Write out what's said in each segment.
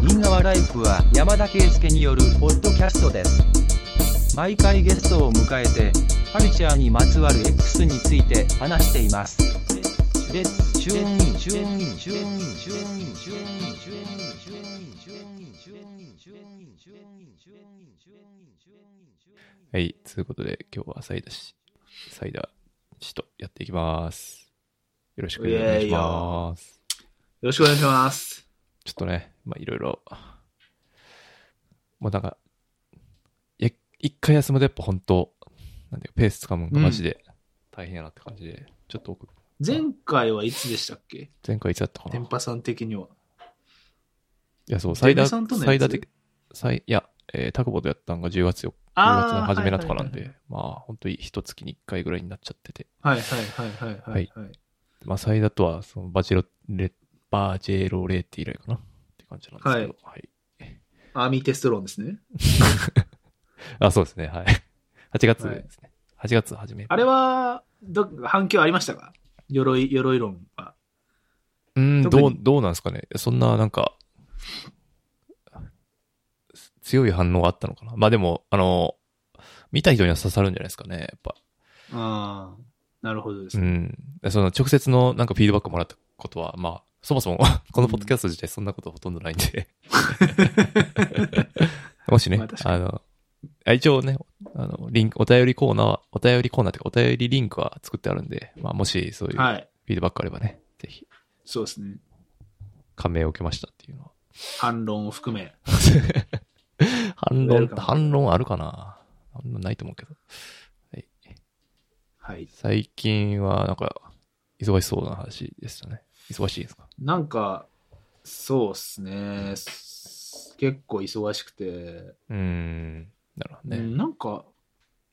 品川ライフは山田圭介によるポッドキャストです。毎回ゲストを迎えて、カルチャーにまつわる X について話しています。レッツチューンインチューンインチューンインチューンインチューンインチューンインチューンインチューンインチューンインチューンインチューンインチューンインチューンインチューンインチューンインはい、ということで今日はサイダ氏、サイダ氏とやっていきます。よろしくお願いします。よろしくお願いします。ちょっとね、まあいろいろ、もうなんか、いや一回休むとやっぱ本当、なんだよ、ペースつかむのがマジで大変やなって感じで、ちょっと僕前回はいつでしたっけ前回いつだったかな天いパさん的には。や、そう、サイダ、天狗さんとのやつサイダ的、サイ、いや、えー、タクボとやったのが10月よ10月の初めだとかなんで、まあ本当に一月に一回ぐらいになっちゃってて、はいはいはいはいはいはい。はい、まあ、サイダとは、そのバチェロレ、バージェロレーテ以来かなって感じなんですけど。はい。アーミーテストローンですね。あ、そうですね。はい。8月はいですね。8月初め。あれは、ど反響ありましたか鎧、鎧論は。うん、特にどう、どうなんですかね。そんな、なんか、強い反応があったのかな。まあでも、あの、見た人には刺さるんじゃないですかね。やっぱ。ああ、なるほどですうね。ん。その直接のなんかフィードバックもらったことは、まあ、そもそ も、このポッドキャスト自体そんなことほとんどないんで。 もしね、まあ確あ、の、あ一応ね、あの、リンク、お便りコーナーは、お便りコーナーというか、お便りリンクは作ってあるんで、まあ、もしそういうフィはい。ードバックあればね、ぜひ、そうですね。感銘を受けましたっていうのは。 反論を含め。反ウェ論、ルカム反論あるかなあんまないと思うけど。はい。最近は、なんか、忙しそうな話でしたね。忙しいですかなんか、そうですね。す結構忙しくて。うーん。なるほどね。うんなんか、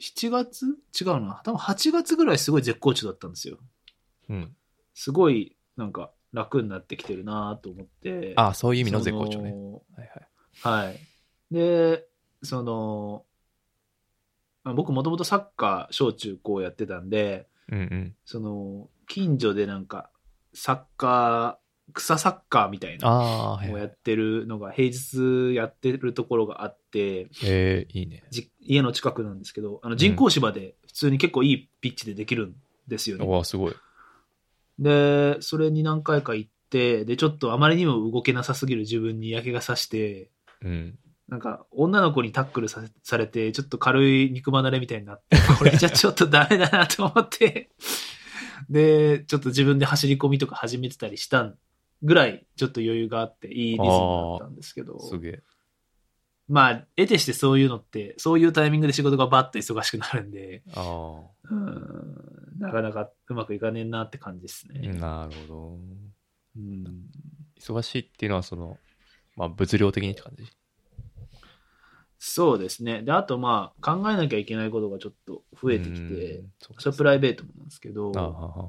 7月違うな。多分8月ぐらいすごい絶好調だったんですよ。うん。すごいなんか楽になってきてるなと思って。ああ、そういう意味の絶好調ね。そはいはい。のはい。で、その、まあ僕もともとサッカー小中高やってたんで、うんうん。その、近所でなんか、サッカー、草サッカーみたいあなあ、はいのをはやい。ってるのが、平日やってるところがあって、えー、いいね。じ家の近くなんですけど、あの人工芝で普通に結構いいピッチでできるんですよね。わあ、すごい。で、それに何回か行って、で、ちょっとあまりにも動けなさすぎる自分に嫌気がさして、うん。なんか、女の子にタックルさせされて、ちょっと軽い肉離れみたいになって、 これじゃちょっとダメだなと思って、で、ちょっと自分で走り込みとか始めてたりしたんぐらい、ちょっと余裕があって、いいリズムだったんですけど、すげえ。まあ、得てしてそういうのって、そういうタイミングで仕事がバッと忙しくなるんで、ああ。うん、なかなかうまくいかねえなって感じですね。なるほうんど。忙しいっていうのは、その、まあ、物量的にって感じ。そうですね。で、あとまあ、考えなきゃいけないことがちょっと増えてきてう、ん、そうそれはプライベートもなんですけど、ああああ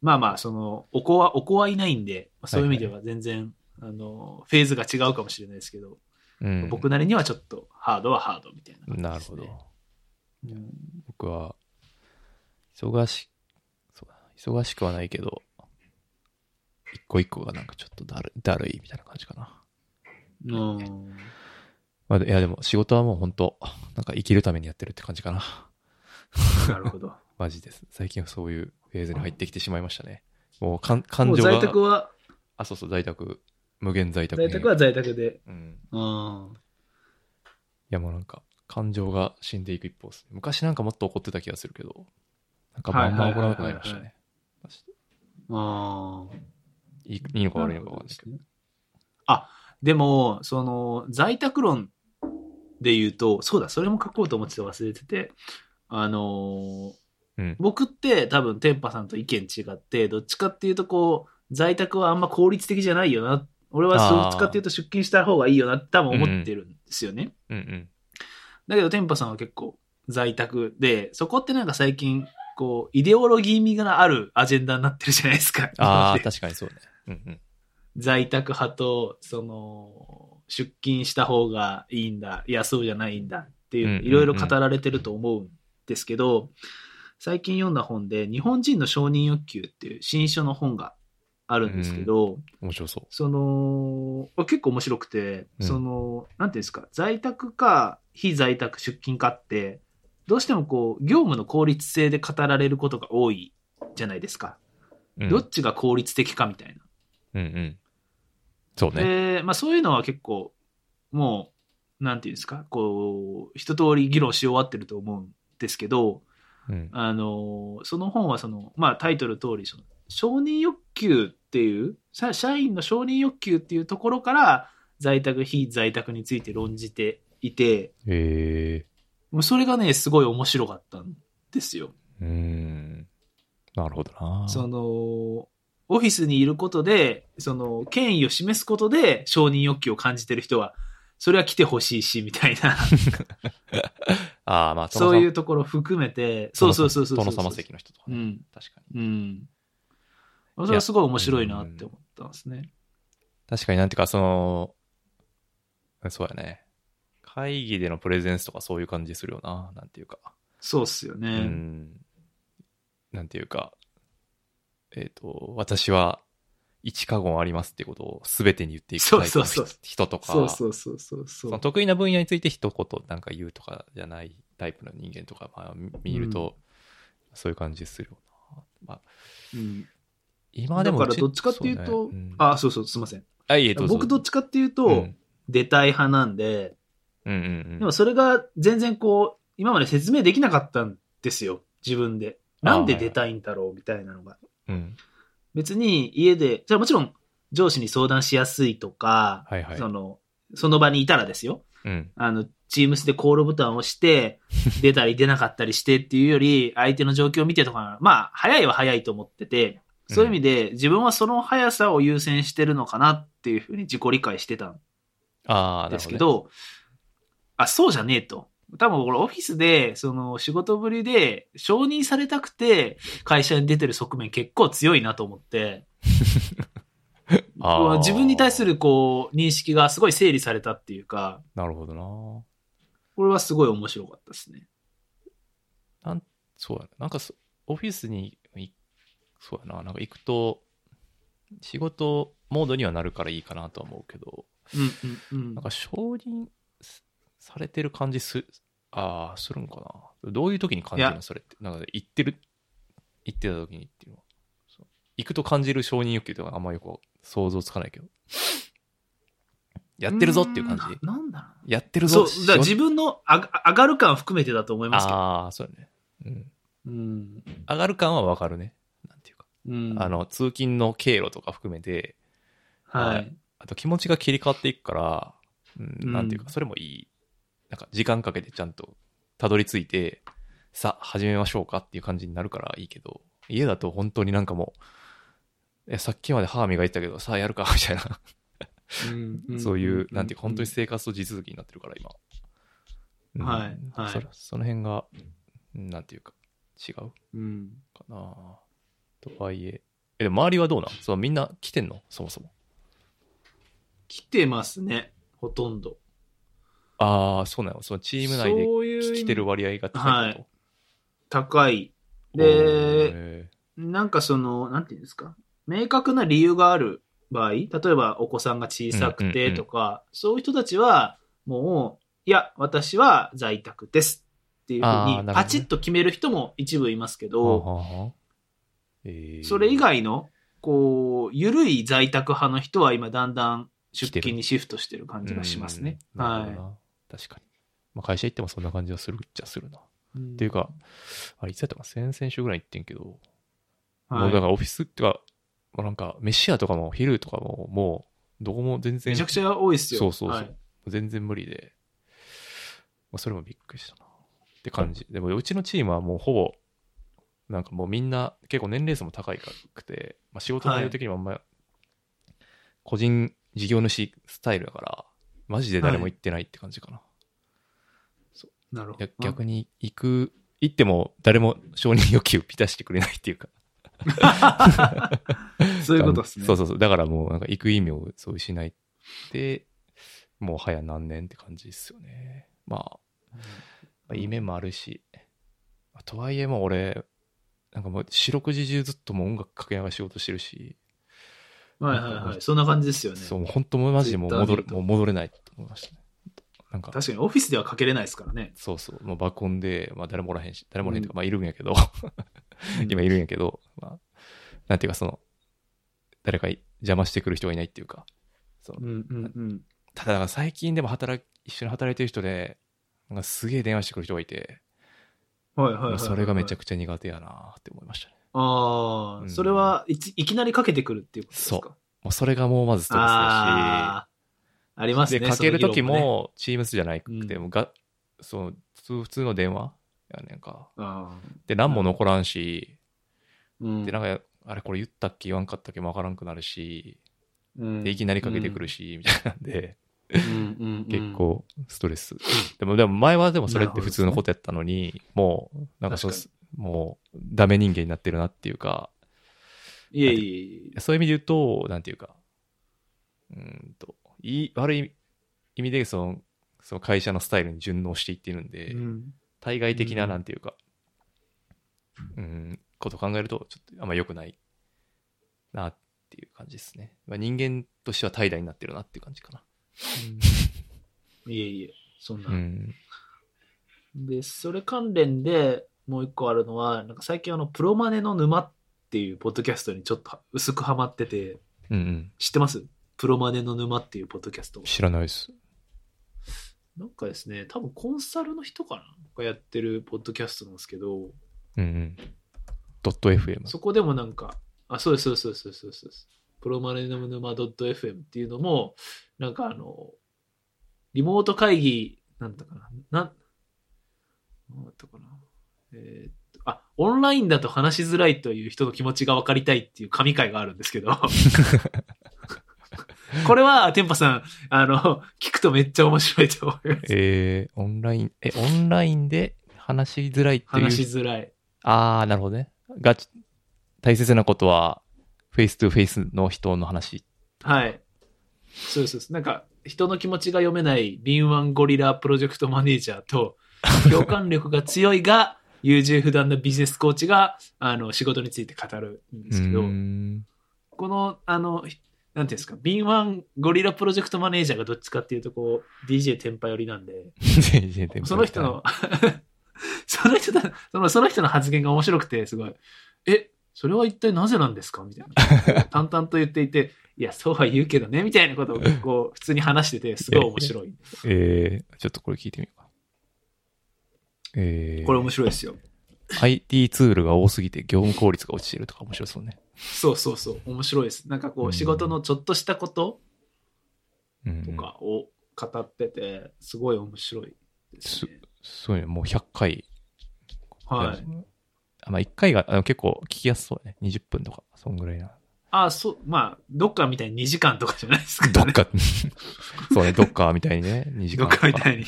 まあまあ、その、お子は、お子はいないんで、まあそういう意味では全然、あの、フェーズが違うかもしれないですけど、うん、僕なりにはちょっと、ハードはハードみたいな感じなでるすほね、ど。うん僕は、忙し、そうだな忙しくはないけど、一個一個がなんかちょっとだるだるいみたいな感じかな。 うんまあ、いや、でも仕事はもう本当なんか生きるためにやってるって感じかな。なるほど。マジです。最近はそういうフェーズに入ってきてしまいましたね。もうかんも感う情在が。宅は、あ、そうそう、在宅。無限在宅、在宅は、在宅で。うん。うん。いや、もうなんか、感情が死んでいく一方ですね。昔なんかもっと怒ってた気がするけど、なんかあんま怒らなくなりましたはいはね。マジでうん。いいいいのか悪いのかわかんないけど。あ、でも、その、在宅論で言うと、そうだ、それも書こうと思ってて忘れてて、あのーうん僕って多分、天パさんと意見違って、どっちかっていうと、こう、在宅はあんま効率的じゃないよな。俺はどっちかっていうと出勤した方がいいよなって多分思ってるんですよね。うん うん。だけど、天パさんは結構在宅で、そこってなんか最近、こう、イデオロギー味があるアジェンダになってるじゃないですか。ああ、確かにそうね。うんうん。在宅派とその出勤した方がいいんだいやそうじゃないんだってうんうんいううんいろいろ語られてると思うんですけど、最近読んだ本で「日本人の承認欲求」っていう新書の本があるんですけど、面白そう。その、結構面白くて、うんその、なんていうんですか、在宅か、非在宅出勤かって、どうしてもこう、業務の効率性で語られることが多いじゃないですか。うん、どっちが効率的かみたいな。うんうん。そうね。で、まあそういうのは結構、もう、なんていうんですか、こう、一通り議論し終わってると思うんですけど、うん。あの、その本はその、まあタイトル通り、その承認欲求っていう、さ社員の承認欲求っていうところから、在宅、非在宅について論じていて、へえもうそれがね、すごい面白かったんですよ。うーん。なるほどな。その、オフィスにいることで、その、権威を示すことで承認欲求を感じてる人は、それは来てほしいし、みたいな、ああ、まあ、。そういううところ含めて、そうそうそうそうそう。殿様席の人とかうね。ん。確かに。うん。それはすごい面白いなって思ったんですね。確かになんていうか、その、そうやね。会議でのプレゼンスとかそういう感じするよな。なんていうか。そうっすよね。うん。なんていうか、えっ、と、私は一過言ありますっていうことを全てに言っていくタイプのそうそうそう人とか、そうそうそうそうそそのう。得意な分野について一言なんか言うとかじゃないタイプの人間とか、まあ、み見ると、そういう感じするよな。まあ、うん今でだもかうらちどっちかっていうそと、ねんあ、そうそう、すいません。あいえどうぞ僕どっちかっていうと、うん出たい派なんで、うんうんうんでもそれが全然こう、今まで説明できなかったんですよ、自分で。なんで出たいんだろうみたいなのが。うん別に家で、じゃあもちろん上司に相談しやすいとか、はいはいその、その場にいたらですよ。うんあの、チームスでコールボタンを 押して、出たり出なかったりしてっていうより、相手の状況を見てとか、まあ、早いは早いと思ってて、そういう意味で、自分はその速さを優先してるのかなっていうふうに自己理解してたんああ、なでるすほけねど、あ、そうじゃねえと。多分、これオフィスで、その、仕事ぶりで、承認されたくて、会社に出てる側面結構強いなと思って、 あー自分に対する、こう、認識がすごい整理されたっていうか、なるほどな。これはすごい面白かったですね。そうやな。なんかそ、オフィスにい、そうやな。なんか行くと、仕事モードにはなるからいいかなとは思うけど、うんうんうんなん。か承認すされてる感じす、ああ、するんかな。どういう時に感じるいのやそれって。なんか行ってる、行ってた時にっていうのは。そう行くと感じる承認欲求とかあんまよく想像つかないけど。やってるぞっていう感じ。ーんななんだろやってるうなそぞう、だから自分のあが上がる感含めてだと思いますけど。ああ、そうやね。うん。うん。上がる感はわかるね。なんていうか。うん。あ、の、通勤の経路とか含めて、はい。あと気持ちが切り替わっていくから、ううんん、なんていうか、それもいい。なんか、時間かけてちゃんとたどり着いて、さあ、始めましょうかっていう感じになるからいいけど、家だと本当になんかもう、えさっきまで歯磨いてたけど、さあやるか、みたいな、そういう、なんていうか、本当に生活と地続きになってるから、今。うんはいはいそれその辺が、うんなんていうか、違ううん。かなとはいえ。え、でも周りはどうなんそう、みんな来てんのそもそも。来てますね、ほとんど。ああ、そうなの。そのチーム内でそういう意味来てる割合が高いこと。高い。おで、ー、なんかその、なんていうんですか、明確な理由がある場合、例えばお子さんが小さくてとか、そういう人たちは、もう、いや、私は在宅ですっていうふあーなうるほに、どねパチッと決める人も一部いますけはど、あはあはあえーそれ以外の、こう、ゆるい在宅派の人は今だんだん出勤にシフトしてる感じがしますね。うんなるほどはな確かに。まあ、会社行ってもそんな感じはするっちゃするな。っい。っていうか、あいつやったかな先々週ぐらい行ってんけど、もはうだかい、らオフィスってか、もうなんか、飯屋とかも昼とかももう、どこも全然、めちゃくちゃ多いですよ。そうそうそうはい全然無理で、まあ、それもびっくりしたなって感じでもうちのチームはもうほぼなんかもうみんな結構年齢層も高いくて、まあ、仕事の内容的にもあんまり個人事業主スタイルだからマジで誰も行ってないって感じかな、なるほいやど。逆に行く行っても誰も承認欲求を満たしてくれないっていうかそういうことですね。そうそうそうだからもうなんか行く意味をそう失いでもう早何年って感じですよねまあまあ、いい面もあるし、まあとはいえもう俺なんかもう四六時中ずっともう音楽かけながら仕事してるしはいはいはい。そんな感じですよね。そう、本当もうマジでもう Twitter 戻見れ、るともう戻れないと思いましたね。なんか、確かにオフィスではかけれないですからね。そうそう、もう爆音で、まあ誰もおらへんし、誰もおらへんとか、うまあいるんやけど、 うん今いるんやけど、まあ、なんていうかその、誰かい邪魔してくる人がいないっていうか、そううんうんうん。ただなんか最近でも働き、一緒に働いてる人で、なんかすげえ電話してくる人がいて、はいはいはい、もはうい。それがめちゃくくちちゃ苦手やなって思いましたね。ゃ。ああ、うんそれはいついきなりかけてくるっていうことですかそうもうそれがもうまずストレスだし、あーありますね。で、かけると時も、チームスじゃなくて、うんもうがそう普通の電話やねんか。あで、何も残らんし、ーうんで、なんか、あれこれ言ったっけ言わんかったっけもわからんくなるし、うんで、いきなりかけてくるし、みたいなんで、うんうんうん結構ストレス。でも、でも前はでもそれって普通のことやったのに、もう、なんかそう確もう、ダメ人間になってるなっていうか、いえいえそういう意味で言うと、なんていうか、うーんと、いい、悪い意味で、その、その会社のスタイルに順応していってるんで、うん対外的うな、んなんていうか、うん、こと考えると、ちょっとあんま良くないなっていう感じですね。まあ、人間としては怠惰になってるなっていう感じかな。いえいえそんな、うん。でそれ関連でもう一個あるのはなんか最近あのプロマネの沼っていうポッドキャストにちょっと薄くハマっててうんうん。知ってますプロマネの沼っていうポッドキャスト知らないです。なんかですね多分コンサルの人かながやってるポッドキャストなんですけどうんうん。ドット FM。そこでもなんか、あ、そうです、そうです、そうです、そうですそうです。プロマネの沼 .fm っていうのも、なんかあの、リモート会議、なんだかな、なん、なんだったかな。えーっと、あ、オンラインだと話しづらいという人の気持ちが分かりたいっていう神回があるんですけ ど、これは、テンパさん、あの、聞くとめっちゃ面白いと思います。えー、オンライン、え、オンラインで話しづらいっていう話しづらい。ああ、なるほどね。ガチ、大切なことは、フェイストゥフェイスの人の話。はい。そうですそうです。なんか、人の気持ちが読めない敏腕ゴリラプロジェクトマネージャーと、 共感力が強いが、優柔不断なビジネスコーチが、あの、仕事について語るんですけうどー、んこの、あの、ひなんていうんですか、敏腕ゴリラプロジェクトマネージャーがどっちかっていうと、こう、DJ 天パ寄りなんで、 その人。の、 その人だその、その人の発言が面白くて、すごい。え、それは一体なぜなんですかみたい な。淡々と言っていて、いや、そうは言うけどね、みたいなことをこう、普通に話 してて、すごい面白い。えー、ちょっとこれ聞いてみようか。えー、これ面白いですよ。 IT ツールが多すぎて業務効率が落ちてるとか面白そうね。そうそうそう、面白いです。なんかこうんう、仕事のちょっとしたことうん、と。かを語ってて、すごい面白いですね。そうね、もう100回。はい。。あまあ、1回があの結構聞きやすそうだね。20分とか、そんぐらいな。あ、そう、まあ、どっかみたいに2時間とかじゃないですか、ね。どっ。か、そうね、どっかみたいにね、2時 ど間っとか。かみ たいに。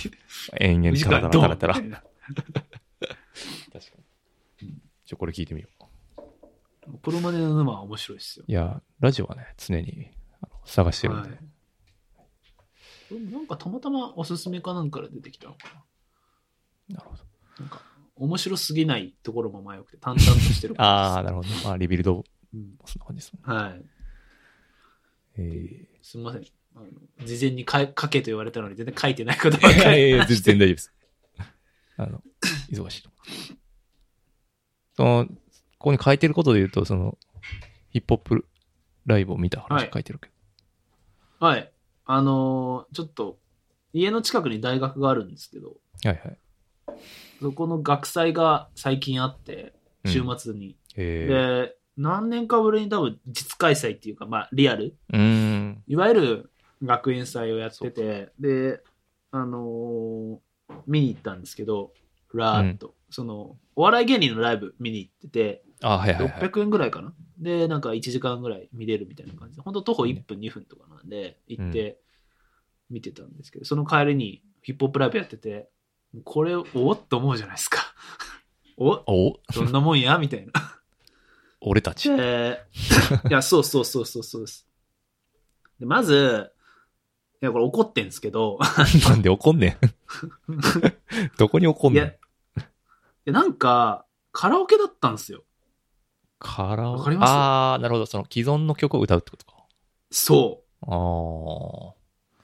延2々時たらたらた間ドンらたみたら。いな。確かに。ちょ、これ聞いてみよう。プロマネの沼は面白いですよ。いや、ラジオはね、常にあの探してるんはで。い、でもなんかたまたまおすすめかなんかで出てきたのかなるほど。な。なんか面白すぎないところも前よくて淡々としてるあ あ、あ、なるほどね。まあ、リビルド、うんそんな感じですね。はい。えすみません。あの事前にか書けと言われたのに全然書いてないことばー、いっや かり。 いやいや全然大丈夫です。あの、忙しいと。その、ここに書いてることで言うと、その、ヒップホップライブを見たは話い書いてるけど。はい。あのーちょっと家の近くに大学があるんですけど、はいはい。そこの学祭が最近あって、うん週末に。えで、何年かぶりに多分実開催っていうか、まあリアルー、うーん。いわゆる学園祭をやってて、で、あのー見に行ったんですけど、ふらーっと、その、お笑い芸人のライブ見に行ってて、あ、はいはいはい。 600円ぐらいかな、で、なんか1時間ぐらい見れるみたいな感じで、本当徒歩1分、2分とかなんで、行って見てたんですけど、その帰りにヒップホップライブやってて、これ、おおっと思うじゃないですか。 おお、どんなもんやみたいな。俺たち。うんで いや、そうそうそうそうそうです。で、まず、いや、これ怒ってんですけど、 なんで怒んねん。どこに怒んいねや、んい。やなんか、カラオケだったんですよ。カラオわケかりますああ、なるほど。その既存の曲を歌うってことか。そあー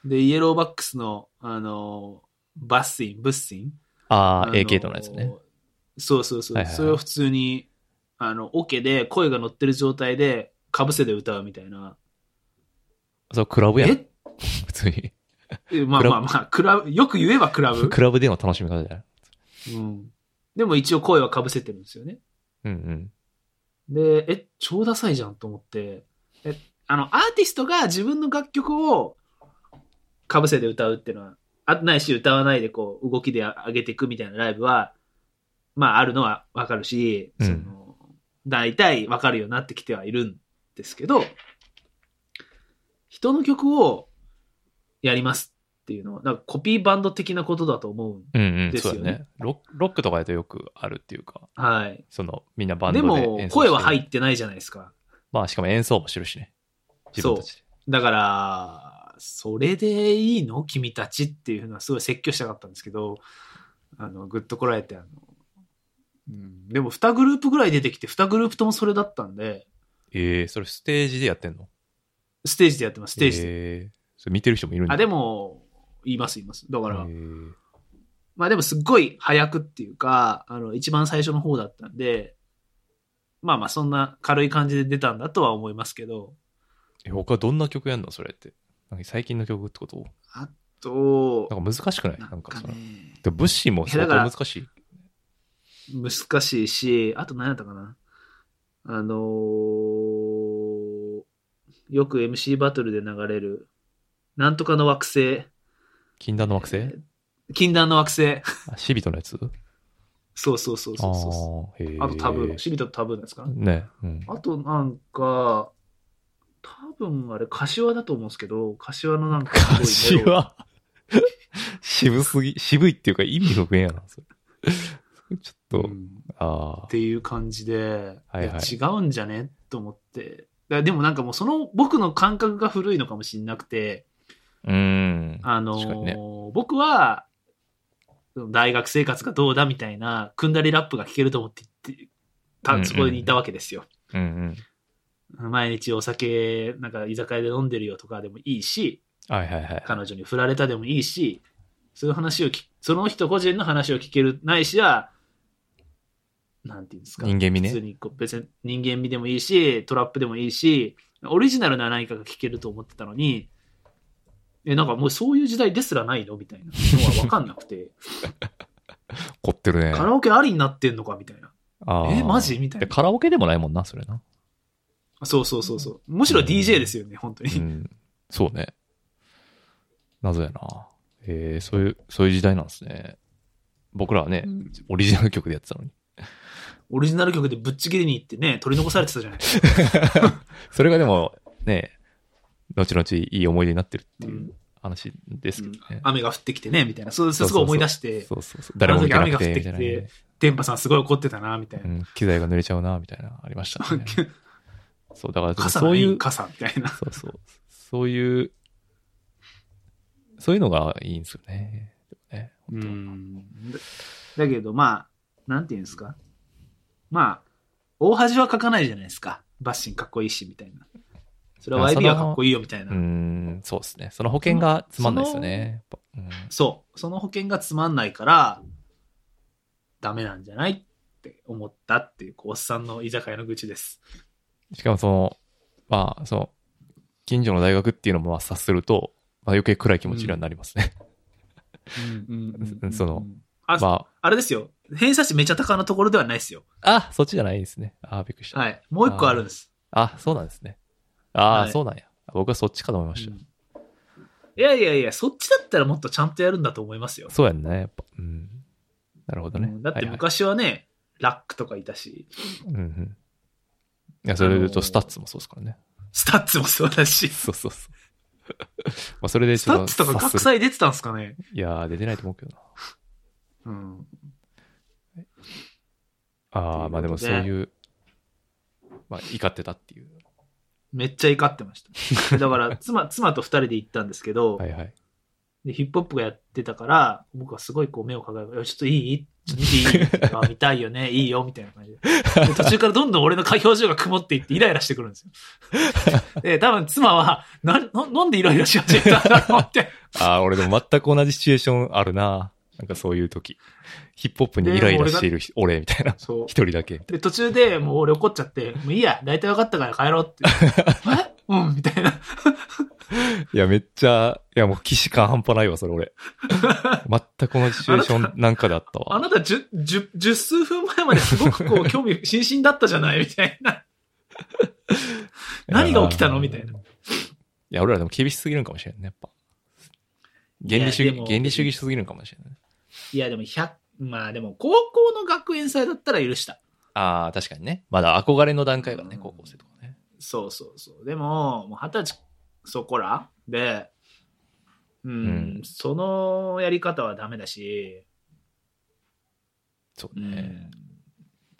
う。で、イエローバックスの、あの、バッスイン、ブッスイン。あー、あの AK とのやつね。。そうそうそう。はいはいはいそれを普通に、あの、オケで声が乗ってる状態で、かぶせで歌うみたいな。それクラブやん。え普通に。えまあまあまあ、クラブ、よく言えばクラブ。クラブでの楽しみ方じゃないうん。でも一応声はかぶせてるんですよね。うんうん。で、え、超ダサいじゃんと思って、え、あの、アーティストが自分の楽曲をかぶせで歌うっていうのは、あないし歌わないでこう動きで上げていくみたいなライブは、まああるのはわかるし、うんその、大体わかるようになってきてはいるんですけど、人の曲をやりますっていうのは、なんかコピーバンド的なことだと思う。うんうん、ですそようねだねロ。ロックとかだとよくあるっていうか、はい。その、みんなバンドでで演奏も、声は入って。ってないじゃないですか。まあ、しかも演奏もしてるしね。自分たちで。だから、それでいいの君たちっていうのはすごい説教したかったんですけど、あの、ぐっとこらえて、あの、うん、でも2グループぐらい出てきて、2グループともそれだったんで、ええそれステージでやってんのステージでやってます、ステージで。ええそれ見てる人もいるんだ。あ、でも、言います、言います。だから、ええまあでもすっごい早くっていうか、あの、一番最初の方だったんで、まあまあそんな軽い感じで出たんだとは思いますけど、え他どんな曲やんのそれって。なんか最近の曲ってことと、なんか難しくないななんんかかその。ね、でも物資も相いやだか当ら難しい。難しいし、あと何やったかな。あのーよく MC バトルで流れる、なんとかの惑星。禁断の惑星禁断の惑星。 あシビトのやつそうそうそうそうそあーへう。えあとタブー。シビトとタブーなんですかなね。うん。あとなんか、多分あれ、柏だと思うんですけど、柏のなんかすごいメロ柏 渋すぎ、渋いっていうか意味不明やな。それちょっと、うんあっあ。ていう感じで、はいいはいや違うんじゃねと思って。だからでもなんかもうその僕の感覚が古いのかもしれなくて、うん。あのー確かにね僕は、大学生活がどうだみたいな、くんだりラップが聞けると思って行ってうんうた、んそこにいたわけですよ。うんうん。毎日お酒、なんか居酒屋で飲んでるよとかでもいいし、はいはいはい。彼女に振られたでもいいし、そういう話をき、その人個人の話を聞ける、ないしは、なんていうんですか。人間味普通ね。にこう別に人間味でもいいし、トラップでもいいし、オリジナルな何かが聞けると思ってたのに、え、なんかもうそういう時代ですらないのみたいなのはわかんなく て、凝ってるね。カラオケありになってんのかみたいな。あーえ、マジみたいでな。カラオケでもないもんな、それな。そうそうそうそう。むしろ DJ ですよね、本当うに。ん。そうね。謎やな。ええそういう、そういう時代なんですね。僕らはね、オリジナル曲でやってたのに。オリジナル曲でぶっちぎりに行ってね、取り残されてた じゃないですか。それがでも、ね、後々いい思い出になってるってういうん話ですけどね。雨が降ってきてね、みたいな。そう、そうすそごうそうそうい思い出して、そうそうそう。誰も見てなくて、みたあいのな時雨が降ってきねて。電波さんすごい怒ってたな、みたいうな。ん、機材が濡れちゃうな、みたいな、ありましたね。そう、だから、傘そなういうい、傘みたいな。そうそう。そういう、そういうのがいいんですよね。でもねう本当んだ だけど、まあ、なんていうんですか。まあ、大恥はかかないじゃないですか。バッシンかっこいいし、みたいな。それはあそ YB のはかっこいいよ、みたいな。うん、そうですね。その保険がつまんないですよね。やっぱそう。その保険がつまんないから、ダメなんじゃないって思ったっていう、こうおっさんの居酒屋の愚痴です。うんしかもその、まあ、その、近所の大学っていうのもまあ察すると、まあ、余計暗い気持ちにはなりますね。うんその、あ、まあれですよ。偏差値めちゃ高なところではないですよ。あ、あ、そっちじゃないですね。あーびっくりした。はい。もう一個あるんです。あ、そうなんですね。ああ、はいそうなんや。僕はそっちかと思いました。うんいやいやいや、そっちだったらもっとちゃんとやるんだと思いますよ。そうやんね、やっぱ。うん。なるほどね。うんだってはいはい昔はね、ラックとかいたし、うんうん。いや、それで言うと、スタッツもそうですからね。スタッツもそうだし、そうそうそう。 まあ、それでスちタょッっとツとか察学する。祭出てたんですかね。いやー、出てないと思うけどな。うん。ああ、まあとでいうもことそうでいう、まあ、怒ってたっていう。めっちゃ怒ってました。だから、妻、妻と二人で行ったんですけど、はいはい。で、ヒップホップがやってたから、僕はすごいこう目を輝く。いやちょっといいちょっと見ていいあ見たいよ ね。いいよ。みたいな感じで。で途中からどんどん俺の表情が曇っていってイライラしてくるんです よ。で、多分妻は、な、ななんでイライラし始めたんだろうって。ああ、俺でも全く同じシチュエーションあるな。なんかそういう時。ヒップホップにイライラしている人俺みたいな。 そう一。人だけ。で、途中でもう俺怒っちゃって、もういいや。大体分かったから帰ろう って。えうん、みたいな。いや、めっちゃ、いやもう騎士感半端ないわ、それ俺。全く同じシチュエーションなんかであったあわ。なた十、十、十数分前まですごくこう、興味津々だったじゃないみたい な。何が起きたのみたいな。いや、俺らでも厳しすぎるんかもしれんね、やっぱ。原理主いやで義、も原理主義しすぎるんかもしれない。いや、でも100、まあでも、高校の学園祭だったら許した。ああ、確かにね。まだ憧れの段階がね、うん高校生とかね。そうそうそう。でも、もう二十歳そこらで、うん、うんそのやり方はダメだし、そううね。ん、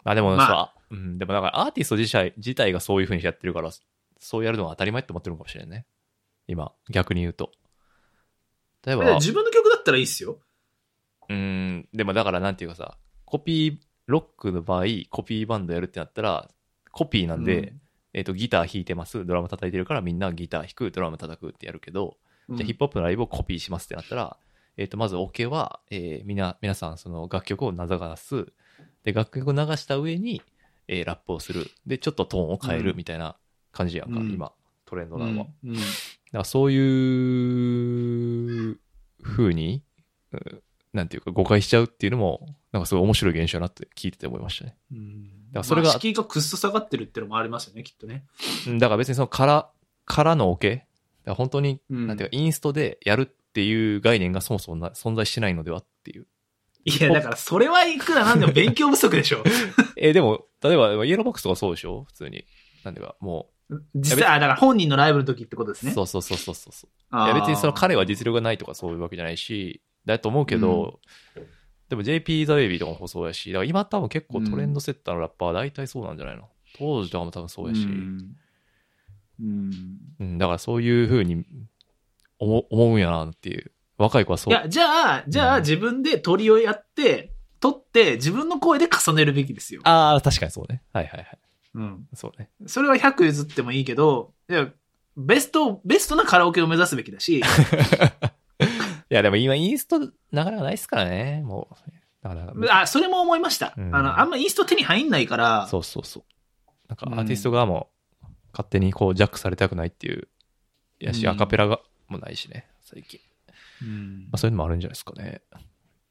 あ、でもさ、まうん、でもだからアーティスト自体自体がそういう風にやってるから、そうやるのは当たり前って思ってるのかもしれないね。今、逆に言うと。例えだからば、自分の曲だったらいいっすよ。うん、でもだからなんていうかさ、コピー、ロックの場合、コピーバンドやるってなったら、コピーなんで、えっ、と、ギター弾いてます、ドラム叩いてるからみんなギター弾く、ドラム叩くってやるけど、うん、じゃあヒップホップのライブをコピーしますってなったら、えっ、と、まずオ、ケは、えーみな、皆さんその楽曲をなぞがらす。で、楽曲を流した上に、えーラップをする。で、ちょっとトーンを変えうるんみたいな感じやんか、うん今、トレンドうなのは。だんかうんらそういう風に、うんなんていうか誤解しちゃうっていうのも、なんかすごい面白い現象だなって聞いてて思いましたね。うんからそれがまあ敷居がくっそ下がってるってのもありますよね、きっとね。うんだから別にそのから、からのオ、ケだから本当に、うんなんていうか、インストでやるっていう概念がそもそもな存在してないのではっていう。いや、だからそれはいくらなんでも勉強不足 でしょ。えーでも、例えば、イエローボックスとかそうでしょ普通に。なんていうか、も実際、あだから本人のライブの時ってことですう、ね。そうそうそうそうそうそう。あーいや、別にその彼は実力がないとかそういうわけじゃないし、だと思うけど、でも JP ザ・ベイビーとかもそうやし、だから今多分結構トレンドセッターのラッパーは大体そうなんじゃないの、当時とかも多分そうやし、ううん、んうんだからそういうふうに思思うんやなっていう。若い子はそ。いうや、じゃあ、じゃうあん自分で鳥をやって、撮って、自分の声で重ねるべきですよ。ああ、確かにそうね。はいはいはい。うん。そうね。それは100譲ってもいいけど、いや、ベスト、ベストなカラオケを目指すべきだし、いや、でも今インストなかなかないですからね、もう。だから、あ、それも思いました。うんあの、あんまインスト手に入んないから、そうそうそう。なんかうんアーティスト側も勝手にこうジャックされたくないっていう、いやし、うんアカペラがもないしね、最近。うんまあそういうのもあるんじゃないですかね。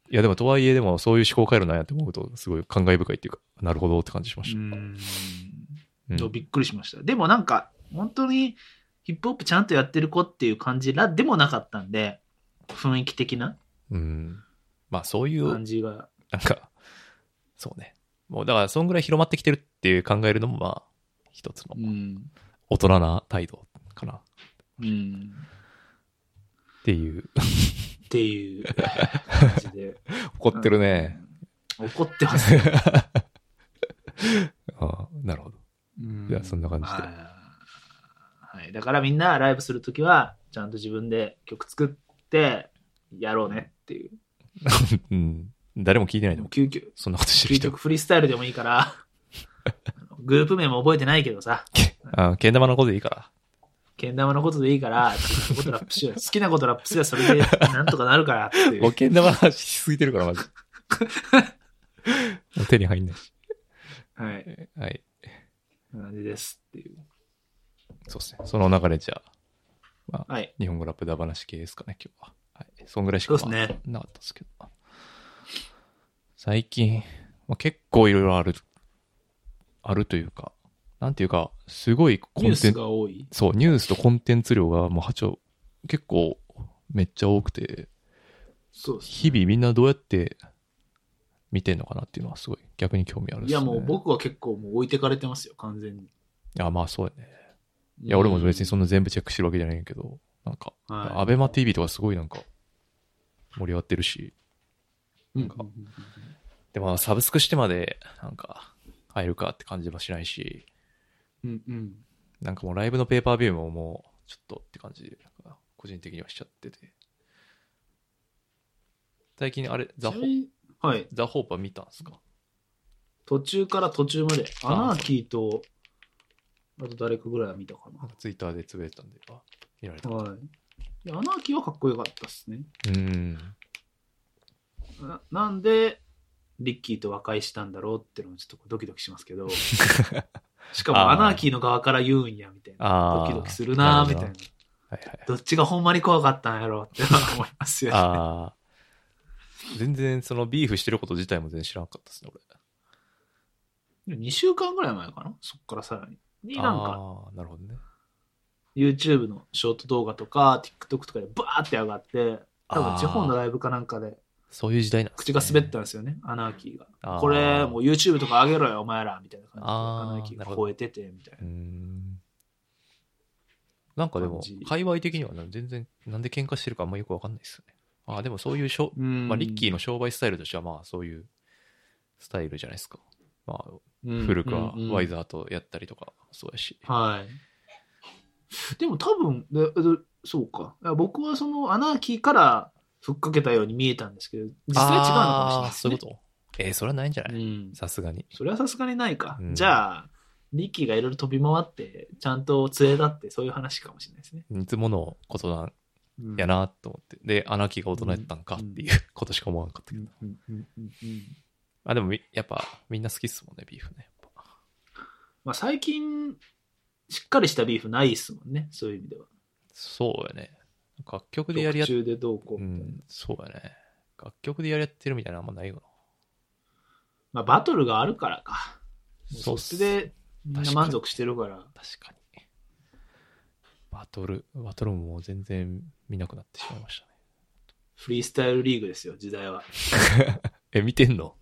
いやでもとはいえでもそういう思考回路なんやって思うとすごい感慨深いっていうか、なるほどって感じしましうた。んうんそうびっくりしました。でもなんか、本当にヒップホップちゃんとやってる子っていう感じらでもなかったんで、雰囲気的なうんまあそういう、な感んじが。か、そうね。もうだからそんぐらい広まってきてるっていう考えるのもまあ一つのうん。大人な態度かなっうん。ていう。っていう感じで。怒ってる ね。うん。怒ってますよ。ああなるほど。う んいやそんな感じではいはい。だからみんなライブするときは、ちゃんと自分で曲作ってやろうねっていう。うん。誰も聞いてないでも、究極、そんなことしてる究人極。フリースタイルでもいいから、 あのグループ名も覚えてないけどさ、あ、けん玉のことでいいから。けん玉のことでいいから、好きなことラッ プしよう。好きなことラップすればそれでなんとかなるからっていもうう。けん玉の話しすぎてるから、まず。 もう手に入んないし。はい。はい。こんな感じですっていう。そうですね。その中でじゃあ、はい。日本語ラップだ話系ですかね、今日は。はい。そんぐらいしかそうですねなかったですけど。最近、まあ、結構いろいろある、あるというか、なんていうか、すごいコニュンーテスンツ、が多い。そう、ニュースとコンテンツ量がもう波長、結構めっちゃ多くて、そうです日々みんなどうやって見てんのかなっていうのはすごい逆に興味あるっいすねやもう僕は結構もう置いてかれてますよ、完全に。あまあそうやねいや俺も別にそんな全部チェックしてるわけじゃないけどなんか、うんはいアベマ t v とかすごいなんか盛り上がってるしうんでもサブスクしてまでなんか入るかって感じはしないしうんうん。なんかもうライブのペーパービューももうちょっとって感じで個人的にはしちゃってて最近あれ、ザホちなみにはい。ザ・ホーパー見たんすか途中から途中まで、あアナーキーと、あと誰かぐらいは見たかなんかツイッターでつぶやいてたんで、あ、見られた。な。うはい。いやアナーキーはかっこよかったっすね。ーん。ななんで、リッキーと和解したんだろうってのもちょっとドキドキします けど、しかもあーアナーキーの側から言うんや、みたいな。あドあ。キドキするなーみるたほいどな。はいはい。どっちがほんまに怖かったんやろうって思いますよね。ああ。全然、そのビーフしてること自体も全然知らなかったですね、俺。 2週間ぐらい前かなそっからさらに。になんか、ああ、なるほどね。 YouTube のショート動画とか、TikTok とかでバーって上がって、多分地方のライブかなんかでそういう時代なんです口ねが滑ったんですよね、アナーキーあが。ーこれ、もう YouTube とか上げろよ、お前ら、みたいな感じで、あアーナーキーながるほど吠えてて、みたいうな。ーん。なんかでも感じ、界隈的にはな全然、なんで喧嘩してるかあんまよくわかんないですよね。ああ、でもそういうしょ、うんまあ、リッキーの商売スタイルとしては、まあ、そういうスタイルじゃないですか。まあ、古くはワイズ。ザーとやったりとか、そうやし。はい。でも多分、ででそうか。いや僕はそのアナーキーからふっかけたように見えたんですけど、実際違うのかもしれないあでーすそういねう。ことえー、それはないんじゃないうん。さすがに。それはさすがにないか。うんじゃあ、リッキーがいろいろ飛び回って、ちゃんと連れ立って、そういう話かもしれないですね。いつものことなんうんやなと思って。で、アナキが大人やったんかっていう ことしか思わなかったうけど。んうんうんうんうんあ、でもみ、やっぱ、みんな好きっすもんね、ビーフね。やっぱまあ、最近、しっかりしたビーフないですもんね、そういう意味では。そうやね。楽曲でやり合っ特注でどうこううみたいな。ん、そうやね。楽曲でやり合ってるみたいなのあんまないよまあ、バトルがあるからか。な。そうっっちで、みんな満足してるから。確かに。バトル、バトルももう全然見なくなってしまいましたね。フリースタイルリーグですよ、時代は。え、見てんの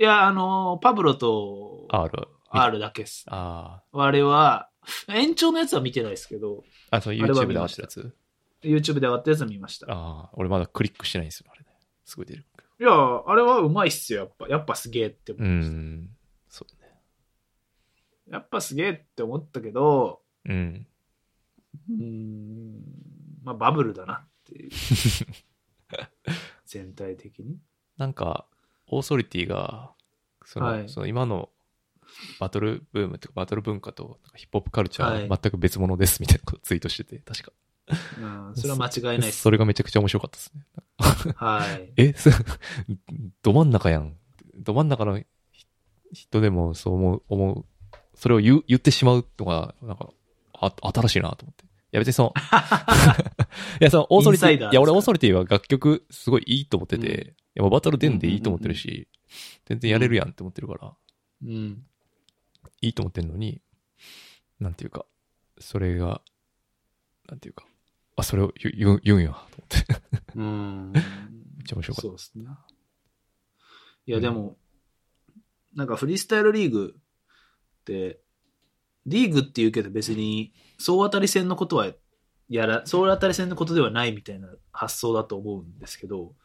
いや、あのパブロと ?R。あ R だけっす。ああれは、延長のやつは見てないですけど、ー。あ、そのあれは YouTube 見で合まわしせたたやつ YouTube で上がったやつ見ました。ああ、俺まだクリックしてないんですよ、あれね。すごい出る。いや、あれはうまいっすよ、やっぱ。やっぱすげえって思ういました。ん。そうね。やっぱすげえって思ったけど、うん。うーん、まあバブルだなっていう。全体的に。なんか、オーソリティが、その、はいその今のバトルブームとかバトル文化となんかヒップホップカルチャーはは全く別物ですみたいなことをツイートしてて、確か。うん、それは間違いな いです。それがめちゃくちゃ面白かったですね。はい。え、すど真ん中やん。ど真ん中のひ人でもそう思う、思う。それを言う言ってしまうのが、なんか、あ新しいなと思って。いや別にそ の、いやそのオーソリティインサイダーですかいや俺オーソリティは楽曲すごいいいと思ってて、うんいやもうバトル出んでいいと思ってるし、全然やれるやんって思ってるから、うん。いいと思ってるのに、なんていうか、それが、なんていうか、あ、それを言う言う言うんや、と思って。めっうん。ちゃ面白かそっうですね。いや、でも、なんかフリースタイルリーグって、リーグって言うけど別に、総当たり戦のことは、やら、総当たり戦のことではないみたいな発想だと思うんですけど、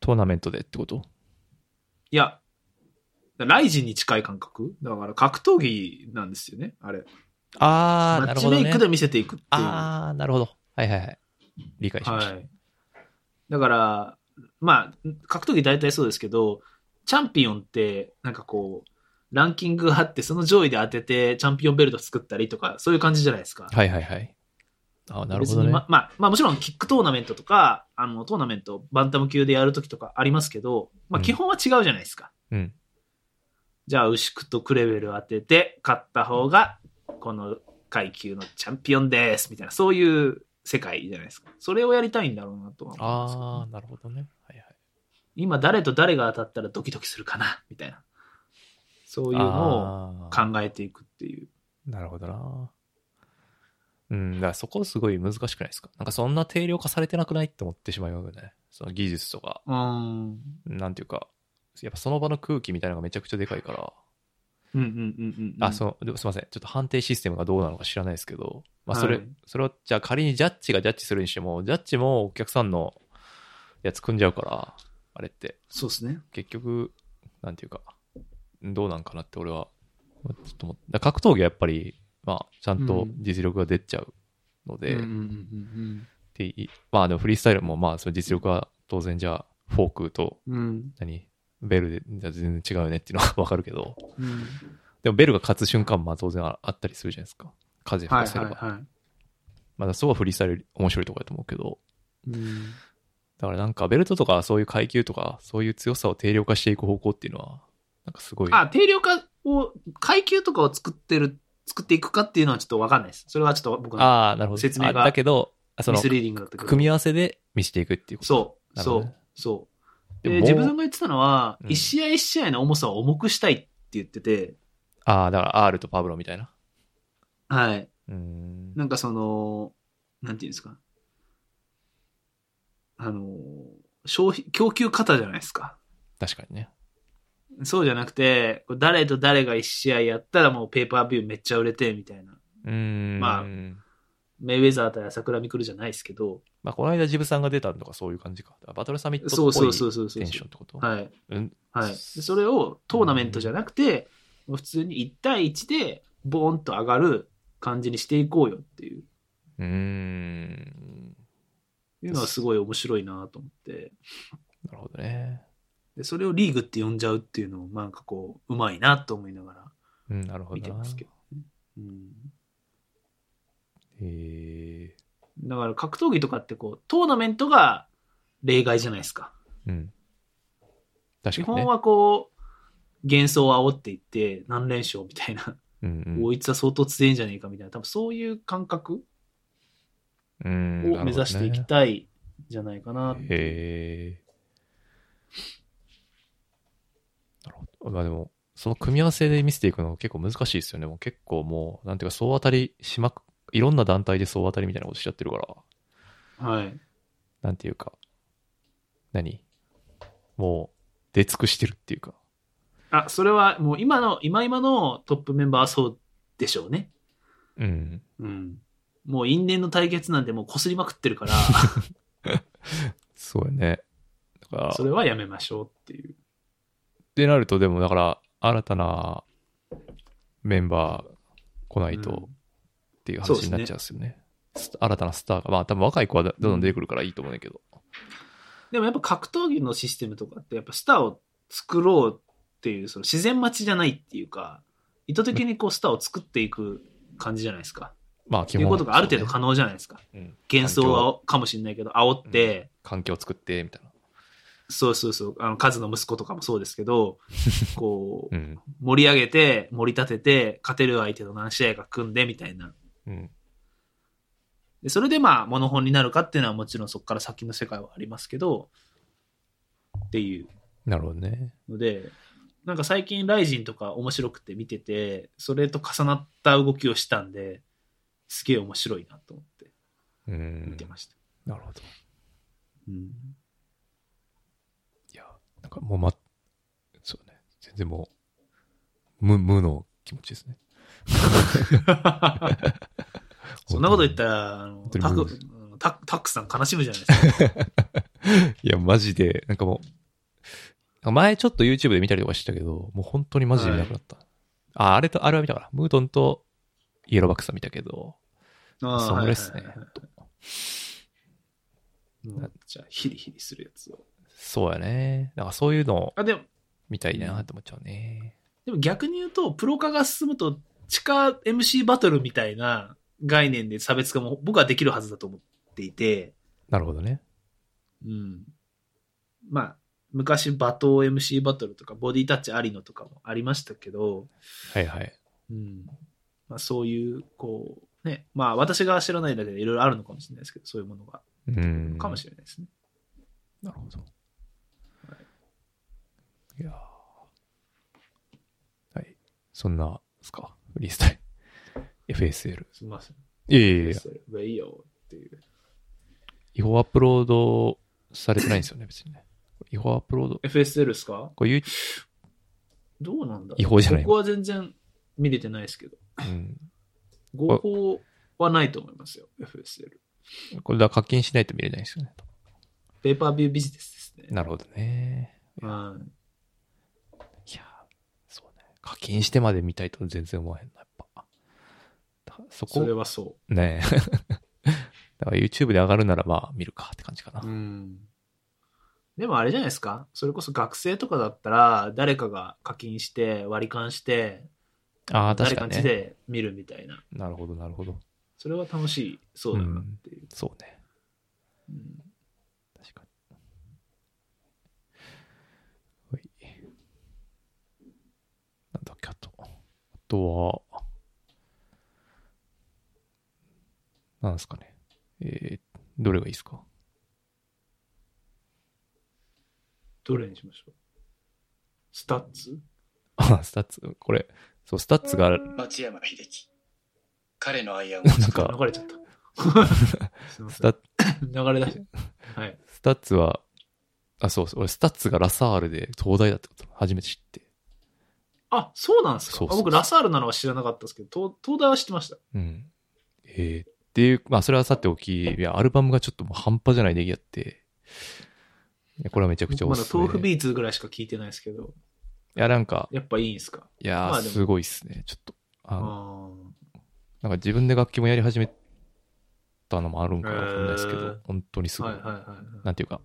た。トーナメントでってこといや、ライジンに近い感覚だから格闘技なんですよね、あれ。あー、マなッるチほど、メね。イクで見せていくっていう。はああ、なるほど。はいはいはい。理解しました。い。だから、まあ、格闘技大体そうですけど、チャンピオンって、なんかこう、ランキングがあって、その上位で当てて、チャンピオンベルト作ったりとか、そういう感じじゃないですか。はいはいはい。ああ、なるほど別ね。にままあ、まあもちろんキックトーナメントとか、あの、トーナメント、バンタム級でやるときとかありますけど、まうあん基本は違うじゃないですか。うん。じゃあ、牛久とクレベル当てて、勝った方が、この階級のチャンピオンです、みたいな、そういう世界じゃないですか。それをやりたいんだろうなとは思うんですけどああ、なるほどね。はいはい。今、誰と誰が当たったらドキドキするかな、みたいな。そういうのあをー考えていくっていう。なるほどな。うん、だからそこすごい難しくないですか。なんかそんな定量化されてなくないって思ってしまうよね。その技術とか、うーん。なんていうか、やっぱその場の空気みたいなのがめちゃくちゃでかいから。うんうんうんうんうん。あ、そう、でもすいません。ちょっと判定システムがどうなのか知らないですけど、まあ、それ、はいそれを、じゃあ仮にジャッジがジャッジするにしても、ジャッジもお客さんのやつ組んじゃうから、あれって、そうですね。結局、なんていうか、どうなんかなって俺は、ちょっと思っだから格闘技はやっぱり、まあ、ちゃんと実力が出ちゃうので、うんうんうんうんうんでいまあ、でもフリースタイルも、まあ、その実力は当然じゃあ、フォークと、うん。何ベルで、じゃあ全然違うよねっていうのはわかるけど、うん。でもベルが勝つ瞬間もまあ当然ああったりするじゃないですか。風吹はかいせれば。はいはまだそこはフリースタイルより面白いところだと思うけど、い。うん。だからなんかベルトとかそういう階級とか、そういう強さを定量化していく方向っていうのは、なんかすごい。あ、定量化を、階級とかを作ってる、作っていくかっていうのはちょっとわかんないです。それはちょっと僕のああ、なるほど。説明があだけど、あそミのス、リーディングだったけど。組み合わせで見せていくっていうこと。そう、なるそほどねう、そう。でで、も自分が言ってたのは、うん一試合一試合の重さを重くしたいって言ってて、ああ、だから R とパブロみたいな。はい。うーん。なんかその、なんていうんですか。あの、消費、供給型じゃないですか。確かにね。そうじゃなくて、こう誰と誰が一試合やったらもうペーパービューめっちゃ売れて、みたいな。うーん。まあメイウェザー対朝倉未来じゃないですけど、まあ、この間ジブさんが出たのとかそういう感じか。バトルサミットっぽいそうそうそうそうそうテンションってことはい。うん。はい。でそれをトーナメントじゃなくて、もう普通に1対1で、ボーンと上がる感じにしていこうよっていう。うーん。いうのはすごい面白いなと思ってなるほどね。でそれをリーグって呼んじゃうっていうのもなんかこううまいなと思いながらうん、なるほ見てどまな。すけどね、へうん、え。だから格闘技とかってこうトーナメントが例外じゃないですかうん。確基かにね。本はこう幻想を煽っていって何連勝みたいな、うんうん、おいつは相当強いんじゃねえかみたいな多分そういう感覚うをん目指していきなるたいじゃないかなほどねへえ。なるほど。まあでも、その組み合わせで見せていくの結構難しいですよね。もう結構もう、なんていうか、総当たりしまく、いろんな団体で総当たりみたいなことしちゃってるから、はいなんていうか、何もう、出尽くしてるっていうか。あそれはもう今の今今のトップメンバーはそうでしょうねうん。うん。もう因縁の対決なんてもう擦りまくってるから、そうやね。だから、それはやめましょうっていう。ってなると、でもだから、新たなメンバー来ないと、うんっていう話になっちゃうんですよね。ス新たなスターが、まあ多分若い子はどどんどん出てくるからいいと思うんだけど。でもやっぱ格闘技のシステムとかって、やっぱスターを作ろうっていう、その自然待ちじゃないっていうか、意図的にこうスターを作っていく感じじゃないですか。まあ基って本いうはことがある程度可能じゃないですか。うん幻想はかもしれないけど、煽って、環境を作って、みたいな。そうそうそう、あの、カズの息子とかもそうですけ ど、こうう、ん。盛り上げて、盛り立てて、勝てる相手と何試合か組んでみたいな。うん。で、それでまあ、モノ本になるかっていうのはもちろんそこから先の世界はありますけど、っていうなるほどね。ので、なんか最近ライジンとか面白くて見てて、それと重なった動きをしたんで、すげえ面白いなと思ってう見んて。ました。なるほど。うん。いや、なんかもうま、そうね。全然もう、無、無の気持ちですね。 そんなこと言ったら、あの本当にタもうク、タタックさん悲しむじゃないですか。いや、マジで、なんかもう、なんか前ちょっと YouTube で見たりとかしてたけど、もう本当にマジで見なくなった。あ、あれと、あれは見たから。ムートンとイエローバックスは見たけど、あー そんぐらいっすねはいはいはい。ともうじゃあ、ヒリヒリするやつを。そうやね。なんかそういうのあ、でも、見たいなと思っちゃうね。でも逆に言うと、プロ化が進むと、地下 MC バトルみたいな概念で差別化も僕はできるはずだと思っていて、なるほどね。うん。まあ、昔罵倒 MC バトルとか、ボディタッチありのとかもありましたけど、はいはい。うん。まあそういう、こう、ね、まあ私が知らないだけでいろいろあるのかもしれないですけど、そういうものが、うん。かもしれないですね。なるほど。いやーはい。そんな、すか。フリースタイル。FSL。すみません。いやいやいや。ウェイヨーっていう。違法アップロードされてないんですよね、別にね。違法アップロード。 FSL ですかこれ言う、どうなんだ違法じゃない僕は全然見れてないですけど、うん。合法はないと思いますよ、FSL。これだから課金しないと見れないんですよね。ペーパービュービジネスですね。なるほどね。はいいやー、そうね。課金してまで見たいと全然思わへんな、やっぱ。だからそそれこ、はそ ねえ。だから YouTube で上がるならまあ見るかって感じかな。う。うん。でもあれじゃないですかそれこそ学生とかだったら、誰かが課金して、割り勘して、ああ、誰確かかんにちね。で見るみたいな。なるほど、なるほど。それは楽しいそうだなっていう。そうね。うん確かに。はい。なんだっけ、あと。あとは、なんですかね。えー、どれがいいですか どれにしましょうスタッツあ、スタッツ、これ、そう、スタッツが、松山秀樹。彼のアイアンをなん流か、れち ゃった。すいまスせんタ。流れ出して。はい。スタッツは、あ、そうそう、俺、スタッツがラサールで東大だってこと初めて知って。あ、そうなんですかそうそうそうあ僕、ラサールなのは知らなかったですけど、東東大は知ってました。うん。えー、っていう、まあ、それはさておき、いや、アルバムがちょっともう半端じゃない出来やって、いやこれはめちゃくちゃ僕おまだすすめ。豆腐ビーツぐらいしか聞いてないですけど、いや、なんか、やっぱいいんですかいやー、まあでもすごいっすね、ちょっと。あのあーなんか自分で楽器もやり始めたのもあるんかなわかんないですけど、へー本当にすごい。はいはいはいなんていうか、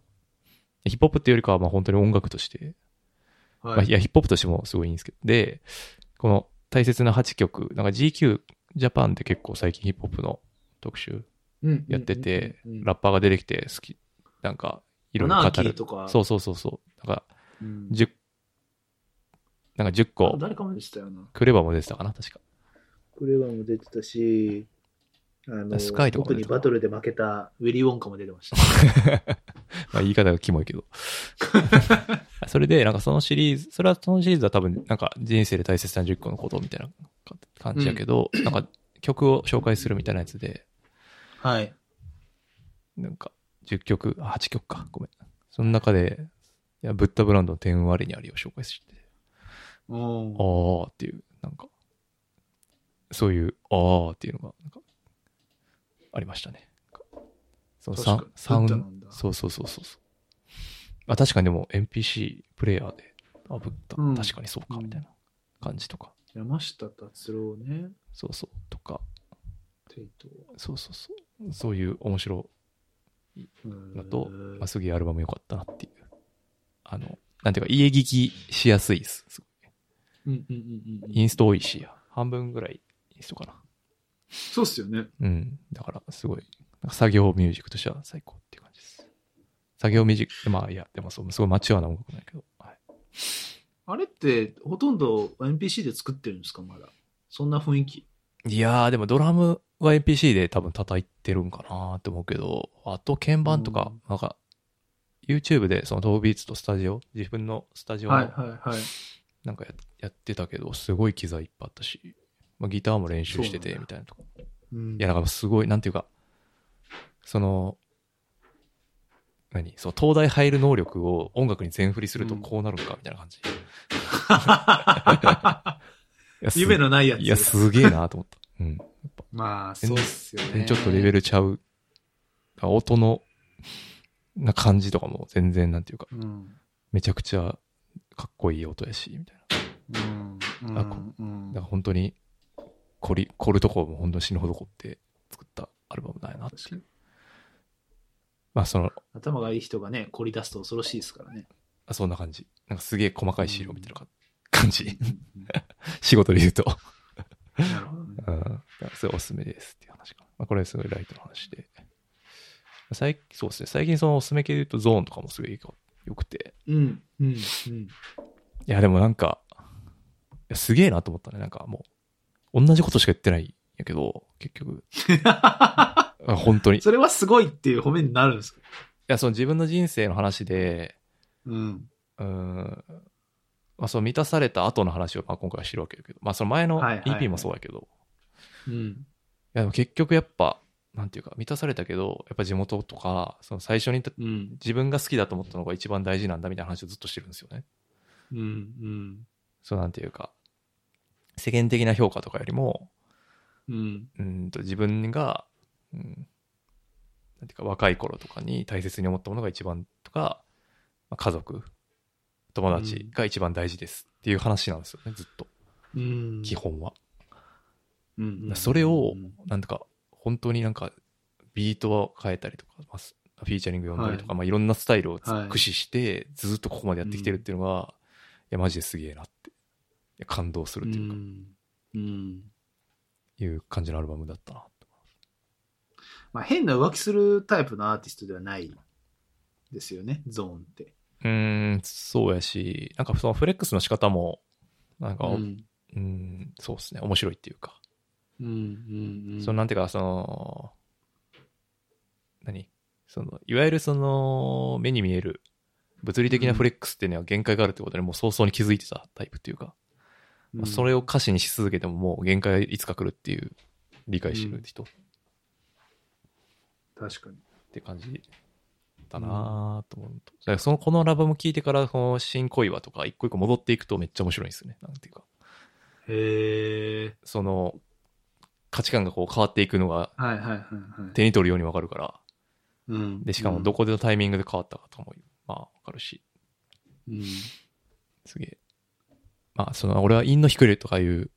ヒップホップっていうよりかは、まあ本当に音楽として、はい。まあ、いや、ヒップホップとしてもすごいいいんですけど、で、この大切な8曲、なんか GQ ジャパンって結構最近ヒップホップの特集うんやってて、うんうんうんラッパーが出てきて好き、なんか、いろいろモナ語ーキーる。とかそうそうそうそう。なんか、うん10、なんか10個、誰かも出てたよな。クレバも出てたかな、確か。 クレバも出てたし、あのスカイとかも特出てにたバトルで負けたウィリー・ウォンカも出てました。まあ言い方がキモい けど。それで、なんかそのシリーズ、それはそのシリーズは多分、なんか人生で大切な10個のことみたいな感じやけど、なんか曲を紹介するみたいなやつで、はい。なんか10曲、あ8曲か、ごめん。その中で、いや、ブッダブランドの天割りにありを紹介して、うんあ。ーっていう、なんか、そういう、あーっていうのが、なんか、ありましたね。そのサ確ウかにサウンブドッダなんだそうそうそうそうそう。あ、確かにでも NPC プレイヤーで、あ、ブッダ、うん確かにそうか、みたいな感じとか、山下達郎ね、そうそう、とか、テイトそうそうそう、そういう面白いのだと、まあ、すげえアルバム良かったなっていう。あの、なんていうか、家聞きしやすいです。すごいうんうんうんうんインスト多いし、半分ぐらいインストかな。そうっすよね。うん。だから、すごい、なんか作業ミュージックとしては最高っていう感じです。作業ミュージック、まあ、いや、でもそう、すごいマチュアな音楽なんだけど、はい、あれって、ほとんど NPC で作ってるんですか、まだ。そんな雰囲気。いやー、でもドラムは NPC で多分叩いてるんかなーって思うけど、あと鍵盤とか、なんか、YouTube でそのトービーツとスタジオ、自分のスタジオはいのはいはい。なんかや,、やってたけど、すごい機材いっぱいあったし、まあ、ギターも練習してそうてなんだみたいなとか。うんいや、だからすごい、なんていうか、その、何そう、東大入る能力を音楽に全振りするとうんこうなるんか、みたいな感 じ。いやす夢のないやつ。いや、すげえなと思った。うん。まあ、そうっすよね。ちょっとレベルちゃう。あ音の、な感じとかも全然、なんていうか、うん。めちゃくちゃかっこいい音やし、みたいな。うん。うんあこうんだから本当に、凝り、凝るとこも本当に死ぬほど凝って作ったアルバムだよなっていう確かにまあ、その、頭がいい人がね、凝り出すと恐ろしいですからね。あそんな感じ。なんかすげえ細かい資料みたいなか感じ。 うん仕事で言う と。うんなるほどね。うん。だからそれおすすめですっていう話かな。まあ、これはすごいライトの話で。最近、そうですね。最近そのおすすめ系で言うとゾーンとかもすごい良くて。うん。うん。 うん。いや、でもなんか、いやすげえなと思ったね。なんかもう、同じことしか言ってないんやけど、結局。あ本 当に。いそれはすごいっていう褒めになるんですかや、その自分の人生の話で、うん。うーんまあ、その満たされた後の話をまあ今回はしてるわけだけど、まあ、その前のはいはいはい EP もそうやけど、うん。いやでも結局やっぱ、なんていうか、満たされたけど、やっぱ地元とか、その最初にたうん。自分が好きだと思ったのが一番大事なんだみたいな話をずっとしてるんですよね。うん。うん。そうなんていうか、世間的な評価とかよりも、うん。うーんと自分が、うん、なんていうか若い頃とかに大切に思ったものが一番とか、まあ、家族、友達が一番大事ですっていう話なんですよね、ずっと、うん。基本は。うん。それをうん、なんとか、本当になんか、ビートを変えたりとか、まあすフィーチャリング読んだりとか、いまあ、いろんなスタイルをつはい駆使して、ずっとここまでやってきてるっていうのが、いや、マジですげえなって、いや感動すうるというか、ん。うん。いう感じのアルバムだったなと。まあ、変な浮気するタイプのアーティストではないですよね、ゾーンって。うーん、そうやし、なんかそのフレックスの仕方も、なんか、ううん、ん。そうですね、面白いっていうか、うん。うん。うんそのなんていうか、その、何その、いわゆるその、目に見える、物理的なフレックスっていうのは限界があるってことにもう早々に気づいてたタイプっていうか、まあそれを歌詞にし続けてももう限界いつか来るっていう理解してる人っ確かに。て感じだなぁと思うと。だからその、このラバム聴いてから、この新恋はとか一個一個戻っていくとめっちゃ面白いんですよね。なんていうか。へえ。その、価値観がこう変わっていくのがはいはいはいはい。手に取るようにわかるから。うん、で、しかもどこでのタイミングで変わったかとも、まあわかるし、うん、すげえ。まあその、俺は陰の低いとかいう、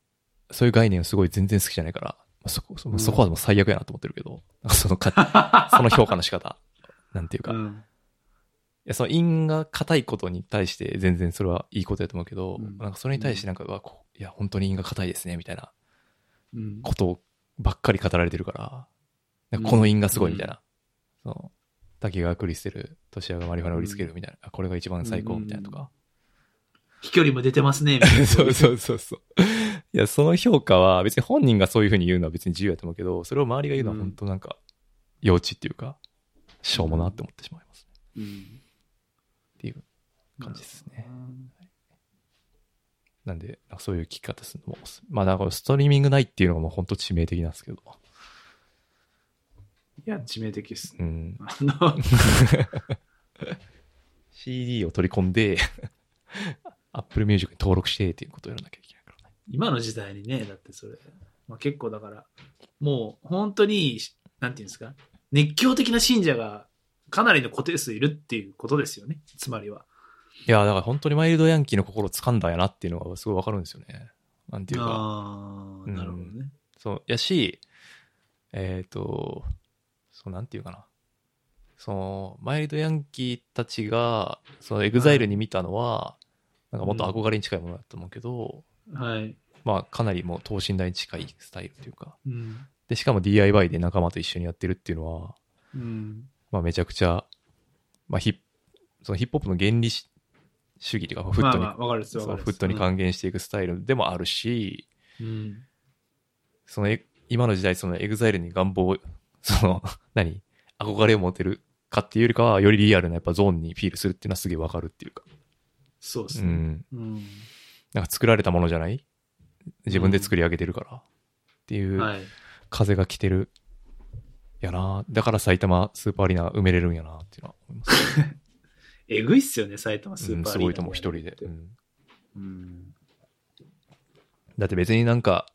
そういう概念すごい全然好きじゃないから、まあ、そこ、そうんそこはもう最悪やなと思ってるけど、なんかそのか、 その評価の仕方、なんていうか、ういん。やその因が硬いことに対して全然それはいいことやと思うけど、うんなんかそれに対してなんか、うわこういや、本当に因が硬いですね、みたいなうん。ことばっかり語られてるから、なんかこの因がすごいみたいな、その、滝川クリステル、トシヤがマリファナ売りつけるみたいな、あこれが一番最高みたいなとか、飛距離も出てますね、みたい な。そうそうそうそう。いや、その評価は別に本人がそういうふうに言うのは別に自由やと思うけど、それを周りが言うのは本当なんか、幼稚っていうか、しょうもなって思ってしまいますね。うん。っていう感じですね。なんで、なんかそういう聞き方するのも、まあだからストリーミングないっていうのがもう本当致命的なんですけど。いや、致命的ですね。 うん。あの、 CD を取り込んで、Apple Music に登録してっていうことをやらなきゃいけないからね。今の時代にね、だってそれ。まあ、結構だから、もう本当に、なんていうんですか、熱狂的な信者がかなりの固定数いるっていうことですよね。つまりは。いや、だから本当にマイルドヤンキーの心を掴んだんやなっていうのがすごいわかるんですよね。なんていうか。ああ、なるほどね。そう、やし、えっ、と、そう、なんていうかな。その、マイルドヤンキーたちが、そのエグザイルに見たのは、なんかもっと憧れに近いものだと思うけど、はい。まあ、かなりもう等身大に近いスタイルというか。うん。で、しかも DIY で仲間と一緒にやってるっていうのは、うん。まあ、めちゃくちゃ、まあ、ヒップ、そのヒップホップの原理主主義というか、フットに、まあまあ、わかるですそうわかるでフすットに還元していくスタイルでもあるし、うん。そのえ今の時代、そのエグザイルに願望を、その、 何憧れを持てるかっていうよりかは、よりリアルなやっぱゾーンにフィールするっていうのはすげえわかるっていうか。そうですうね。ん。うん。なんか作られたものじゃない自分で作り上げてるから。っていうはい。風が来てる。やなだから埼玉スーパーアリーナ埋めれるんやなっていうのは思います。えぐいっすよね、埼玉スうーん、パーアすリーナごいと思う、一人で、うんうん。だって別になんか、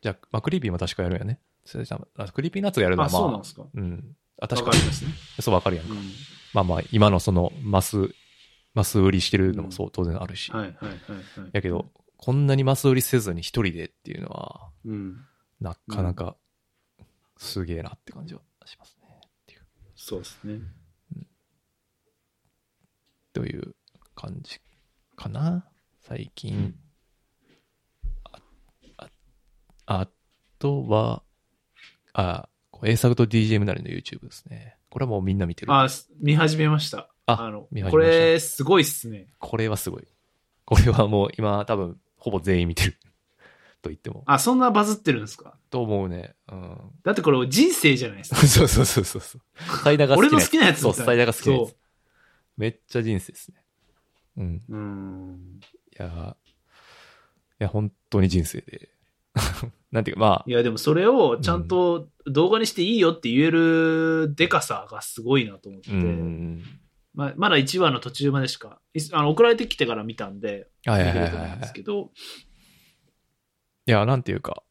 じゃあ、まあ、クリーピーも確かやるんやね。埼玉あクリーピーナッツがやるのはあ、まあ、そうなんですか。うん。あ、確かわかりますね。そうわかるやんう。ん。まあまあ、今のそのマス、マス売りしてるのもそう、当然あるし。はいはいはいはい。やけど、、こんなにマス売りせずに一人でっていうのは、うん。なかなか、すげえなって感じはしますね。っていうそうですね。という感じかな。最近。あ、あ、あとは、あ、A 作と DJM なりの YouTube ですね。これはもうみんな見てる。あ、す見始めました。あの見、始めましたこれ、すごいっすね。これはすごい。これはもう今多分、ほぼ全員見てる。 と言っても。あ、そんなバズってるんですかと思うね。うん。 だってこれ人生じゃないですか。そうそうそうそうそう。サイダーが好き 俺なのや好つ。きなやつそう、みたサいイなダーが好きなやそつ。めっちゃ人生ですね。うん。う。うん。いやー、いや、本当に人生で。 なんていうか、まあい、や、でもそれをちゃんと動画にしていいよって言えるデカさがすごいなと思って。うん。まあ、まだ1話の途中までしか、いあの送られてきてから見たんで、はい見はいてはいるはとい思うんではすい。けど、いや、なんていうか、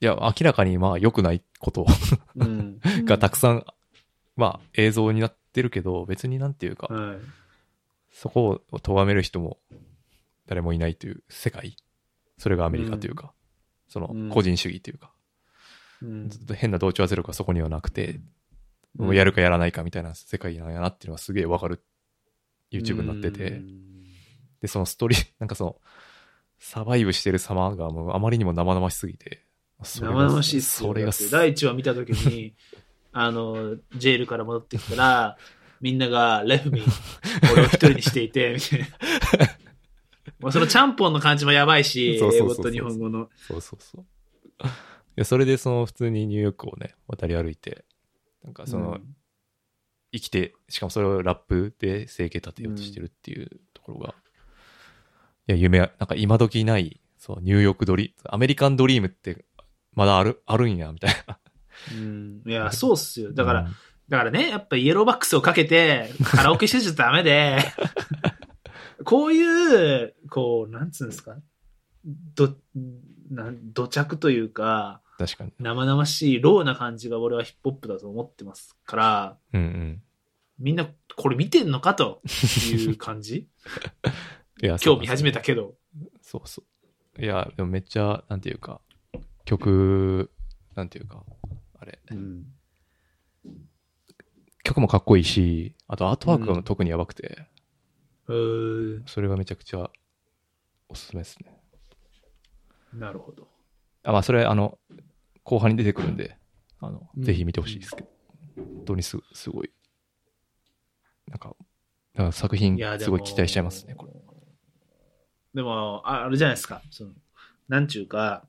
いや、明らかにまあ、良くないこと うん。がたくさん、まあ、映像になってるけど、別になんていうか、はい。そこを咎める人も誰もいないという世界。それがアメリカというか、そのうん個人主義というか、うんずっと変な同調圧力はそこにはなくて、もうやるかやらないかみたいな世界なんやなっていうのはすげえわかる YouTube になってて、うんで、そのストーリー、 なんかその、サバイブしてる様がもうあまりにも生々しすぎて、それが生々しいっすよそれがだって第一話見た時 にあのジェールから戻ってきたらみんなが「レフミン俺を一人にしていて」みた いなもうそのちゃんぽんの感じもやばいしそうそう英そう語そうと日本語のそうそうそう。いや、それでその普通にニューヨークをね、渡り歩いて、なんかその、うん生きて、しかもそれをラップで生計立てようとしてるっていうところが、いや、夢は、なんか今時ない、そう、ニューヨークドリアメリカンドリームって、まだある、あるんや、みたいな。うんいやそうっすよだから、うんだからねやっぱイエローバックスをかけてカラオケしてちゃダ メでこういうこうなんつうんですかどなん土着というか確かに。生々しいローな感じが俺はヒップホップだと思ってますから、うんうん。みんなこれ見てんのかと いう感じいや、興味始めたけけど。そうそう。いや、でもめっちゃ、なんていうか、曲、なんていうか、あれ、うん。曲もかっこいいし、あとアートワークが特にやばくて、うーんそれがめちゃくちゃおすすめですね。なるほど。あ、まあ、それ、あの、後半に出てくるんで、あの、うんぜひ見てほしいですけど、本当にすすごい、なんか、なんか作品いや、、ですもごい期待しちゃいますね、これ。でも、ああれじゃないですか。その、なんちゅうか、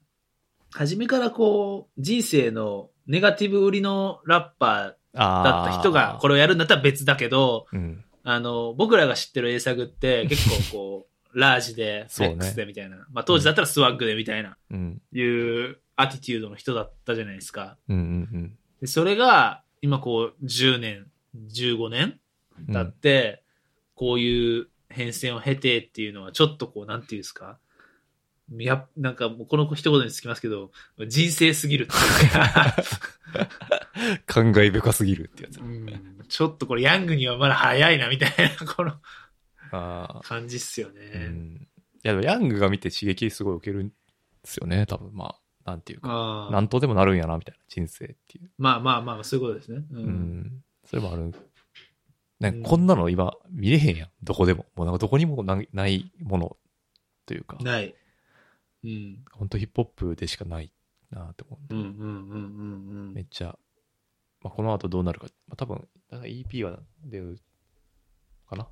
初めからこう、人生のネガティブ売りのラッパーだあった人がこれ、れをやるんだったら別だけど、うん、あの、僕らが知ってる英作 って結構こう、ラージで、そうねセックスでみたいな。まあ当時だったらスワッグでみたいな、うん、いうアティテュードの人だったじゃないですか。うん、うん、でそれが、今こう、10年、15年うん。経って、こういう変遷を経てっていうのは、ちょっとこう、なんていうんですか。や、なんかもうこの一言につきますけど、人生すぎるってい うか感慨深すぎるってやつ。うんちょっとこれヤングにはまだ早いなみたいな、このああ。感じっすよね。うんいやでもヤングが見て刺激すごい受けるんですよね多分まあなんていうかあーなんとでもなるんやなみたいな人生っていう、まあまあまあ、そういうことですね。ううんん。それもあるね、うんこんなの今見れへんやんどこでももうなんかどこにもなないものというかない。うん。本当ヒップホップでしかないなって思うう、んうんうんうんうめん。っちゃ、まあ、この後どうなるか、まあ、多分なんか EP は出るかな、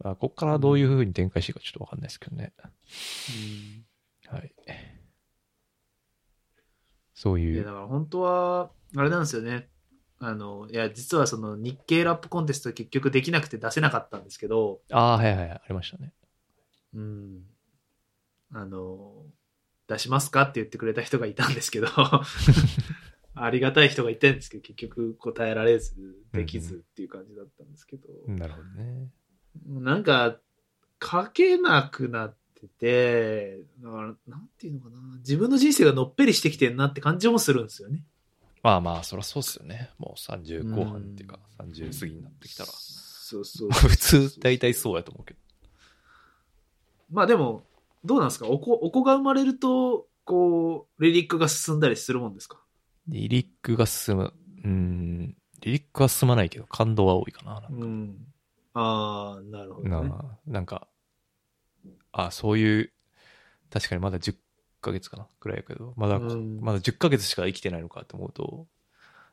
まあ、こっからどういうふうに展開していくかちょっとわかんないですけどね、はい。そううん、いいやう。だから本当は、あれなんですよね。あの、いや、実はその日系ラップコンテスト結局できなくて出せなかったんですけど、ああ、はいはいはい、ありましたね。うん。あの、出しますかって言ってくれた人がいたんです けど、ありがたい人がいたんですけど、結局答えられず、できずっていう感じだったんですけど、なるほどね。なんか、書けなくなってて、だから、なんていうのかな、自分の人生がのっぺりしてきてんなって感じもするんですよね。まあまあ、そりゃそうっすよね。もう30後半っていうか、30過ぎになってきたら。そうそう。まあ 普通、大体そうやと思うけど。まあでも、どうなんですかお子、お子が生まれると、こう、リリックが進んだりするもんですかリリックが進む。うーん。リリックは進まないけど、感動は多いかな。うん。ああ、なるほど、なね。あなんか、あそういう、確かにまだ10ヶ月かなくらいやけど、まだ、うんまだ10ヶ月しか生きてないのかと思うと、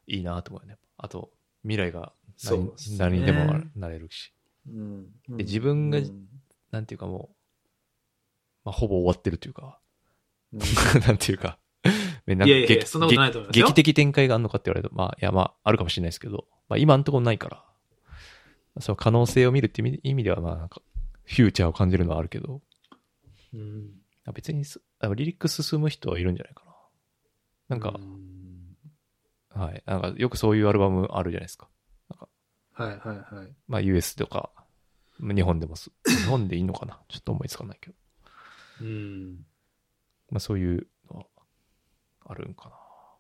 いいなと思うよね。あと、未来がそう何,、ですね何にでもなれるし、うん。うんで自分がうんなんていうかもう、まあ、ほぼ終わってるというか、うん なんていうか、ねないやいやいや、劇そんなことないと思いますよ。劇的展開があるのかって言われると、まあ、いや、まあ、あるかもしれないですけど、まあ、今のところないから、その可能性を見るっていう意味意味では、まあ、なんか、フューチャーを感じるのはあるけど、うん。あ別にすあリリック進む人はいるんじゃないかな。なんかう、んはい。なんかよくそういうアルバムあるじゃないですか。はいはいはい。まあ US とか、日本でもす、日本でいいのかなちょっと思いつかないけど。うん。まあそういうのはあるんかな。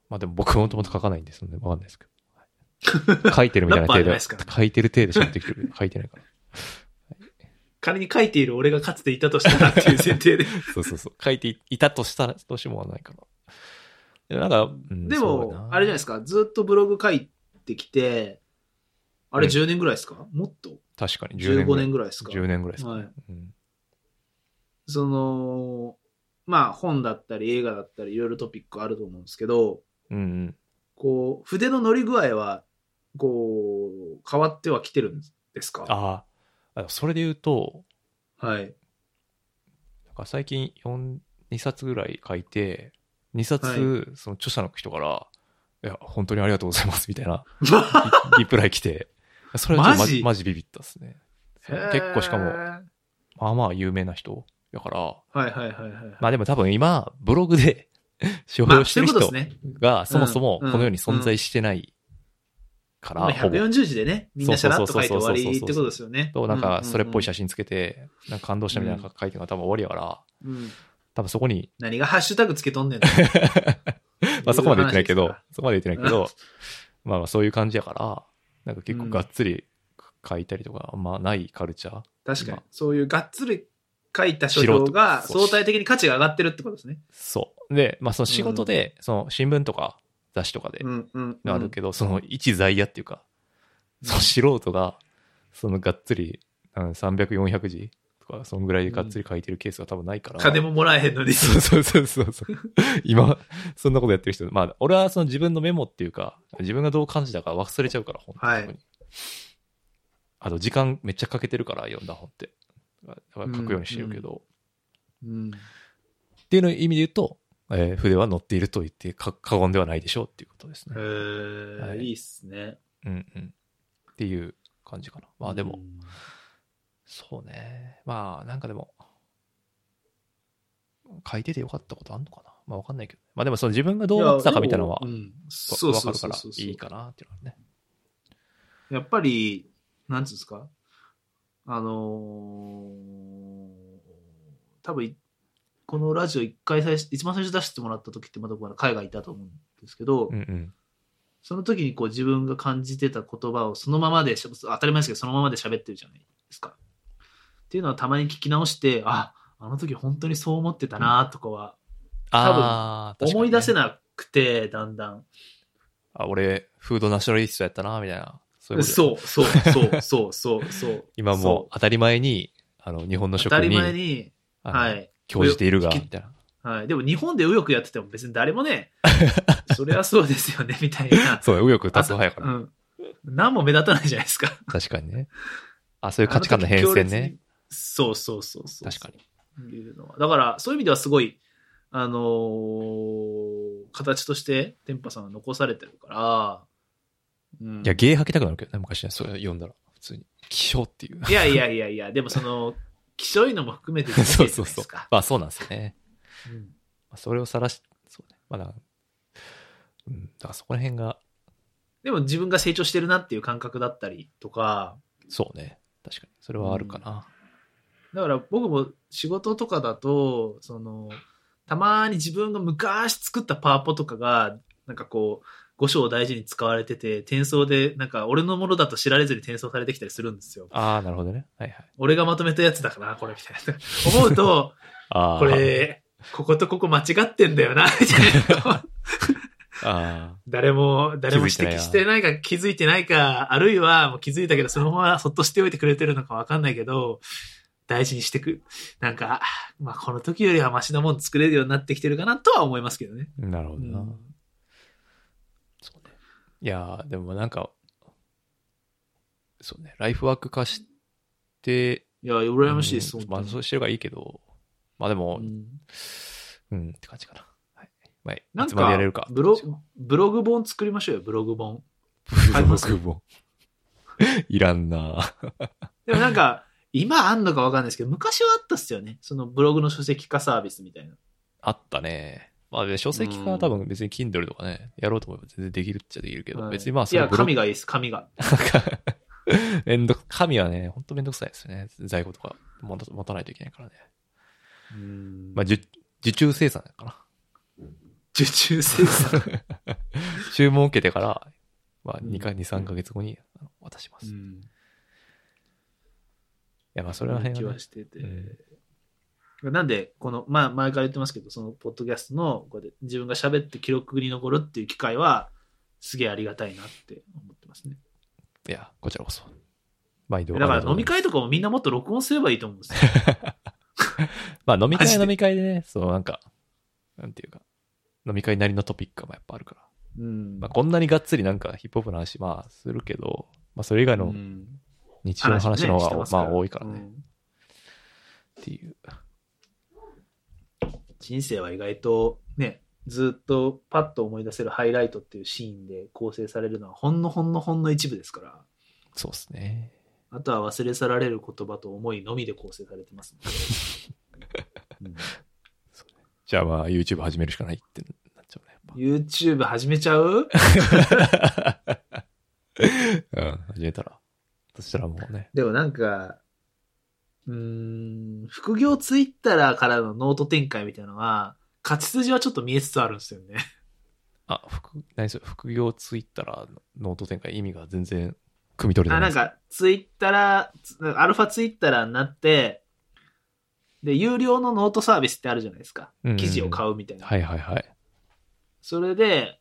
まあでも僕もともと書かないんですので、わかんないですけど。はい書いてるみたいなラッパ程ーじゃな度いですからね書いてる程度喋ってきてる。書いてないから。仮に書いている俺がかつていたとしたらっていう前提で。そうそうそう。書いていたとしたら、としてもないから。いやなんか、うんで そうだも、なあれじゃないですか、ずっとブログ書いてきて、あれうん10年ぐらいですか、もっと確かに10 ?15 年ぐぐらいですか10年ぐらいですか、はいうんその、まあ本だったり映画だったりいろいろトピックあると思うんですけど、うんうん。こう、筆の乗り具合は、こう、変わってはきてるんですかあーあ、それで言うと、はい。なんか最近4 2冊ぐらい書いて、2冊、はその著者の人から、いや、本当にありがとうございます、みたいなリ リプライ来て、それはちょっとママジジマジビビったですね。 結構しかも、まあまあ有名な人だから、はいはいはいはい。まあでも多分今、ブログで 使ま用あ、してそういるうことで人すね。がそもそもうんうんこの世に存在してないかまら、あ、ほぼ。 140字でね、みんなシャラッと書いて終わりってことですよね。と、なんかそれっぽい写真。真つけて、なんか感動したみたいな書いてるのが多分終わりやから、うん多分そこに、何がハッシュタグつけとんねんと。 まあそこまで言ってないけいうど話で、そこまで言ってないけど、まあまあそういう感じやから、なんか結構がっつり書いたりとか、あんまないカルチャー。すから確かまに。そういうがっつり書いた書評が素人相対的に価値が上がってるってことですね。そう。で、まあその仕事で、その新聞とか雑誌とかでうんうんうん。あるけど、その一在野っていうか、その素人が、そのがっつり、うん、300、400字とか、そのぐらいでがっつり書いてるケースが多分ないから。金ももらえへんのに。そうそうそうそう そう。今、そんなことやってる人、まあ、俺はその自分のメモっていうか、自分がどう感じたか忘れちゃうから、本当に。はいあと、時間めっちゃかけてるから、読んだ本って。だから書くようにしてるけど。うんっていうの意味で言うと、えー筆は乗っていると言ってか過言ではないでしょうっていうことですへね。はーいいいっすね。うんうん。っていう感じかな。まあでも、うんそうね。まあ、なんかでも、書いててよかったことあんのかなまあわかんないけど。まあでも、その自分がどう思ってたかみたいなのはや、でもうんそわうわそかうるそかうらそういいかなっていうのはね。やっぱり、なんつうんですかあのー多分いこのラジオ一回最初、一番最初出してもらった時ってまだ僕は海外いたと思うんですけど、うんうん。その時にこう自分が感じてた言葉をそのままでしゃ、当たり前ですけど、そのままで喋ってるじゃないですか。っていうのはたまに聞き直して、あ、あの時本当にそう思ってたなとかはああ、思い出せい。なくて、だんだん。あ、俺、フードナショナリストやったな、みたいな。そういうことそうそうそうそうそうそう。 今もう当たり前に、あの、日本のそう食当たりに、前に、あのはい。興じているが、きみたいな。はい。でも日本で右翼やってても別に誰も ね、そりゃそうですよね、みたいな。そう、右翼立つ派やかうら。ん。何も目立たないじゃないですか。確かにね。あ、そういう価値観の変あ時遷強烈ねに。。そうそうそうそう。確かに。に。いうのは。だから、そういう意味ではすごい、あのー形として、天パさんは残されてるから、うんいや、芸吐きたくなるけどね、昔ね、それ読んだら、普通に。気象っていう。いやいやいやいや、でもその、 きしょいのも含めて そうじそうゃないでそうすか。。まあそうなんですよね。うんまあそれを晒し、そうね。まあだから、うん、だからそこら辺が、でも自分が成長してるなっていう感覚だったりとか、そうね。確かに。それはあるかな。だから僕も仕事とかだと、その、たまに自分が昔作ったパワポとかが、なんかこう、五章を大事に使われてて、転送で、なんか俺のものだと知られずに転送されてきたりするんですよ。ああ、なるほどね。はいはい。俺がまとめたやつだからな、これみたいな。思うと、ああ。こ。れ、こことここ間違ってんだよな、みたいな。あ誰も、誰も気づいてない指摘なしてないか気づいてないか、あるいはもう気づいたけど、そのままそっとしておいてくれてるのかわかんないけど、大事にしてく。なんか、まあこの時よりはマシなもん作れるようになってきてるかなとは思いますけどね。あ。なるほうどな。ん、そうね。いやーでもなんか、そうね。ライフワーク化して、いや、羨ましいです、うんま本あ当そにうしてるがいいけど、まあでもう、んうん、って感じかな。はい。まあ、ないんつまでやれるかか。、ブロ、ブログ本作りましょうよ、ブログ本。ブ買いロますグも。 いらんなでもなん か、今あんのかわかんないですけど、昔はあったっすよね。そのブログの書籍化サービスみたいな。あったね。まあ、で書籍化は多分別に Kindle とかね、やろうと思えば全然できるっちゃできるけど、はい別にまあ、いや、ブログ紙がいいです、紙が。 めんどく、紙はね、ほんとめんどくさいですよね。在庫とか持た持たないといけないからね。うんまあ、受受注生産だから。受注 生産。注文を受けてから、まあ、うん2か、二3ヶ月後にあの渡します。ういんや、まあ、それら辺気は、はね、してて。うんなんで、この、まあ、前から言ってますけど、その、ポッドキャストの、こうやって自分が喋って記録に残るっていう機会は、すげえありがたいなって思ってますね。いいや、こちらこそ。毎度。だかありらがとう飲ございまみす会とかもみんなもっと録音すればいいと思うんですよ。まあ飲みマ会ジでは飲み会でね、そのなんか、なんていうか、飲み会なりのトピックがやっぱあるから。うんまあこんなにがっつりなんかヒップホップの話、まあするけど、まあそれ以外うのん日常の話の方ねしてが、ますまあ多いからね、うんっていう。人生は意外とね、ずっとパッと思い出せるハイライトっていうシーンで構成されるのはほんのほんのほんの一部ですから、そうですね。あとは忘れ去られる言葉と思いのみで構成されて ますので、じゃあまあ YouTube 始めるしかないってなっちゃうね、やっぱうん YouTube 始めちゃう うん、始めたら。そしたらもうね。でもなんか、うーん、副業ツイッターからのノート展開みたいなのは、勝ち筋はちょっと見えつつあるんですよね。あ、副、何それ、副業ツイッターのノート展開意味が全然汲み取れてあ、ないなでんす。か、ツイッター、つアルファツイッターになって、で、有料のノートサービスってあるじゃないですか。うんうん記事を買うみたいな。はいはいはい。それで、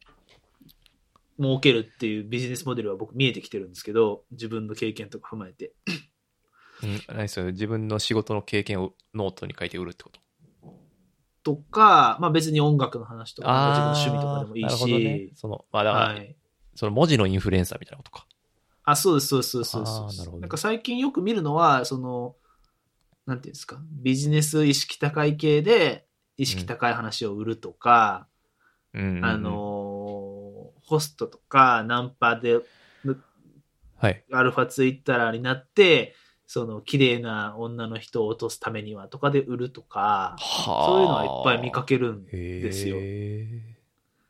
儲けるっていうビジネスモデルは僕見えてきてるんですけど、自分の経験とか踏まえて。うん、何それ、自分の仕事の経験をノートに書いて売るってこととか、まあ別に音楽の話とか、自分の趣味とかでもいいなるほどねし、、その、まあだから、はい。その文字のインフルエンサーみたいなことか。あ、そうです、そうです、そうですそうです。あーなるほどんか最近よく見るのは、その、なんていうんですか、ビジネス意識高い系で、意識高い話を売るとか、うんうんうんあのーホストとか、ナンパで、はい。アルファツイッターになって、その、綺麗な女の人を落とすためにはとかで売るとか、はそういうのはいっぱい見かけけるんでですよ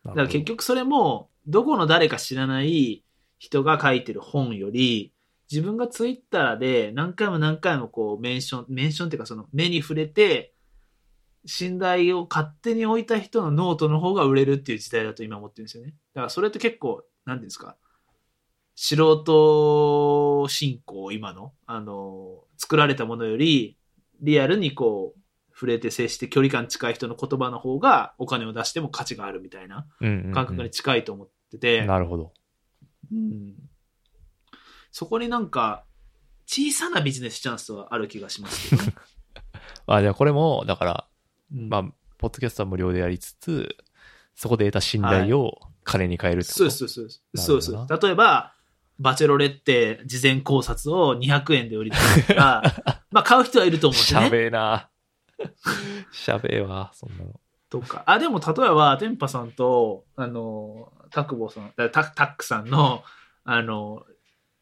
だだから結、局それも、どこの誰か知らない人が書いてる本より、自分がツイッターで何回も何回もこうメンション、メンションっていうかその目に触れて、信頼を勝手に置いた人のノートの方が売れるっていう時代だと今思ってるんですよね。だからそれって結構、何ていうんですか、素人信仰、今の、あの、作られたものより、リアルにこう、触れて接して距離感近い人の言葉の方がお金を出しても価値があるみたいなうんうんうん感覚に近いと思ってて、なるほど。うんそこになんか小さなビジネスチャンスはある気がします けどね、あ、じゃあこれも、だから、うんまあ、ポッドキャストは無料でやりつつ、そこで得た信頼を金に変えるってこと、そうですそうですなるそほうどでなす例えばバチェロレって事前考察を200円で売り たらまあ買う人はいると思うんですしよゃねべえな。 しゃべえわ、そんなの。とかあでも例えばテンパさんとあのタクボさんタタックさんのあの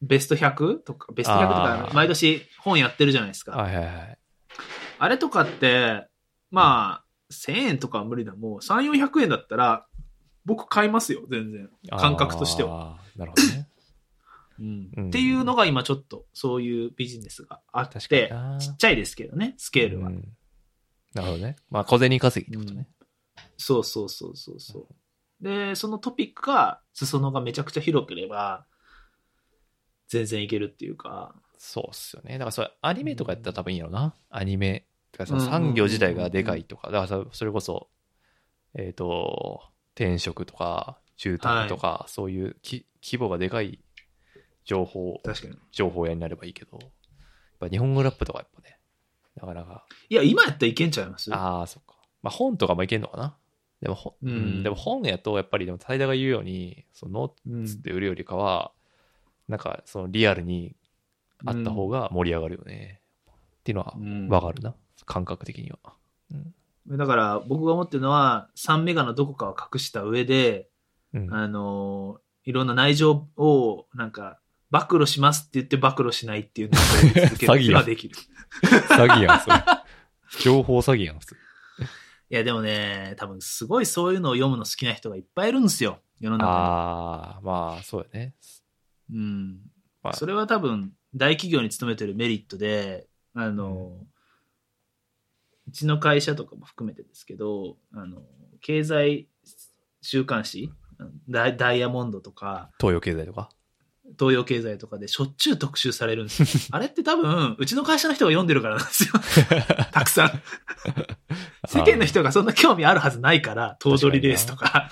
ベスト100とかベスト100とあかー毎年本やってるじゃないですかはいはいはい。あれとかって、まあ、1000円とかは無理だ。もう3、400円だったら、僕買いますよ、全然。感覚としては。なるほどね。うんっていうのが今ちょっと、そういうビジネスがあっ確かにてな、ちっちゃいですけどね、スケールは。うんなるほどね。まあ、小銭稼ぎってことね。そうそうそうそうそう。で、そのトピックが、裾野がめちゃくちゃ広ければ、全然いけるっていうか、そうっすよね。だから、それ、アニメとかやったら多分いいんやろな。アニメ。だからうんその産業自体がでかいとか、だからそそれこそ、えっ、と、転職とか、住宅とか、そういうき規模がでかい情報、確かに。情報屋になればいいけど、やっぱ日本語ラップとかやっぱね、なかなか、いや、今やったらいけんちゃいますああ、そっか。まあ本とかもいけんのかな。でも本、うんうんでも本やと、やっぱりでも、平が言うように、そのノートうんつって売るよりかは、なんかそのリアルにあった方が盛り上がるよね。っていうのはうんわかるな、感覚的には。だから、僕が思ってるのは、3メガのどこかを隠した上で、うん、あのーいろんな内情を、なんか、暴露しますって言って暴露しないっていうのを 続けることができる。詐欺やん、 それ。情報詐欺やん、それいや、でもね、多分すごいそういうのを読むの好きな人がいっぱいいるんですよ、世の中ああ、まあそうやね。に。うん。まあ、それは多分、大企業に勤めてるメリットで、あのーうちの会社とかも含めてですけど、あの経済週刊誌、ダイダイヤモンドとか、東洋経済とか。東洋経済とかでしょっちゅう特集されるんですよ。 あれって多分、うちの会社の人が読んでるからなんですよ。たくさん。 世間の人がそんな興味あるはずない から、頭取レースとか。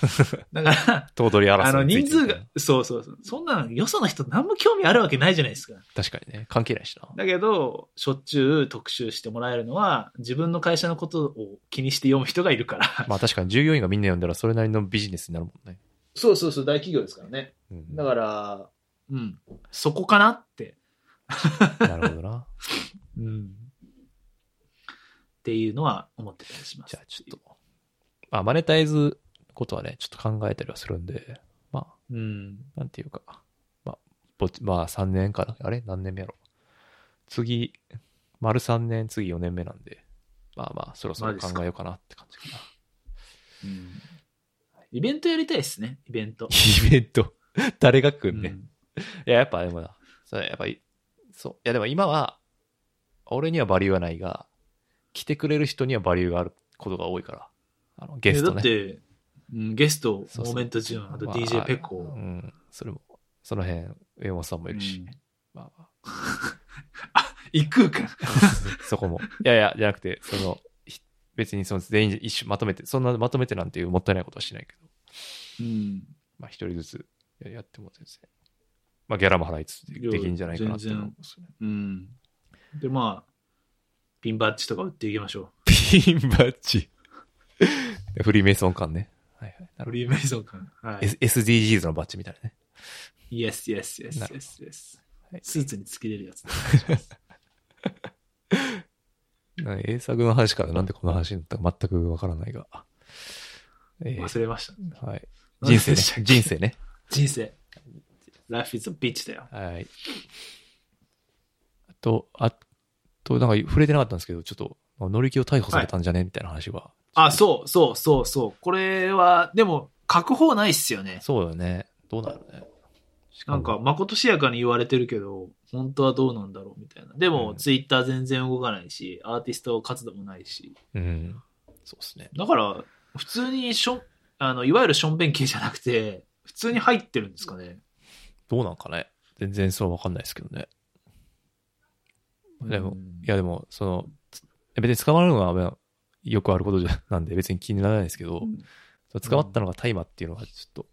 だから、頭取 争いあの、について人数が、そうそうそう。そんなん、よその人何も興味あるわけないじゃないですか。確かにね、関係ないしな。だけど、しょっちゅう特集してもらえるのは、自分の会社のことを気にして読む人がいるから。まあ確かに従業員がみんな読んだらそれなりのビジネスになるもんね。そうそうそう、大企業ですからね。うんだから、うん、そこかなって。なるほど な。うん。っていうのは思ってたりします。じゃあちょっと、まあマネタイズことはね、ちょっと考えたりはするんで、まあ、うん。なんていうか、まあ、ぼちまあ3年かな。あれ何年目やろ。次、丸3年、次4年目なんで、まあまあ、そろそろ考えようかなって感じかな。イベントやりたいですね、イベント。イベント。 誰が来んね、。うんいんや、やっぱでもな、それやっぱり、そう。いや、でも今は、俺にはバリューはないが、来てくれる人にはバリューがあることが多いから、あのゲストね。いやだって、うん、ゲスト、そうそうモーメントジュン、あとま DJ ペコ、うん、それも、その辺、上本さんもいるし、まあまあ、異空間。 そこも。いやいや、じゃなくて、その、ひ別にその全員一緒まとめて、そんなまとめてなんていうもったいないことはしないけど、うん。まあ一人ずつややっても全然、まあギャラも払いつつでいやできんじゃないかなって思うんですよね。うん。で、まあ、ピンバッジとか売っていきましょピンバッジ。 フリーメイソン感ね。はいはい。う。なフるリーメイソン感。はほど S- SDGs のバッジみたいなね。い。イエスイエスイエスイなるエスイエスはい。スーツにつけれるやつ。な英作の話からなんでこの話になったか全くわからないが。えー忘れました。はい。人生何でしたっけね。人生ね。 人生。Life is a bitch だよ。はい。あと、あと、なんか触れてなかったんですけど、ちょっと、乗り気を逮捕されたんじゃね、みたいな話は。あ、そうそうそうそう。これは、でも、書く方ないっすよね。そうよね。どうなるね。しなんか、、まことしやかに言われてるけど、本当はどうなんだろうみたいな。でも、うんツイッター全然動かないし、アーティスト活動もないし。うん。そうですね。だから、普通にしょ、あの、いわゆるしょんべん系じゃなくて、普通に入ってるんですかね。どうなんかね。全然そうわかんないですけどね。でもうんいや、でも、その、別に捕まるのはまあよくあることじゃなんで、別に気にならないですけど、うんその捕まったのが大麻っていうのは、ちょっと、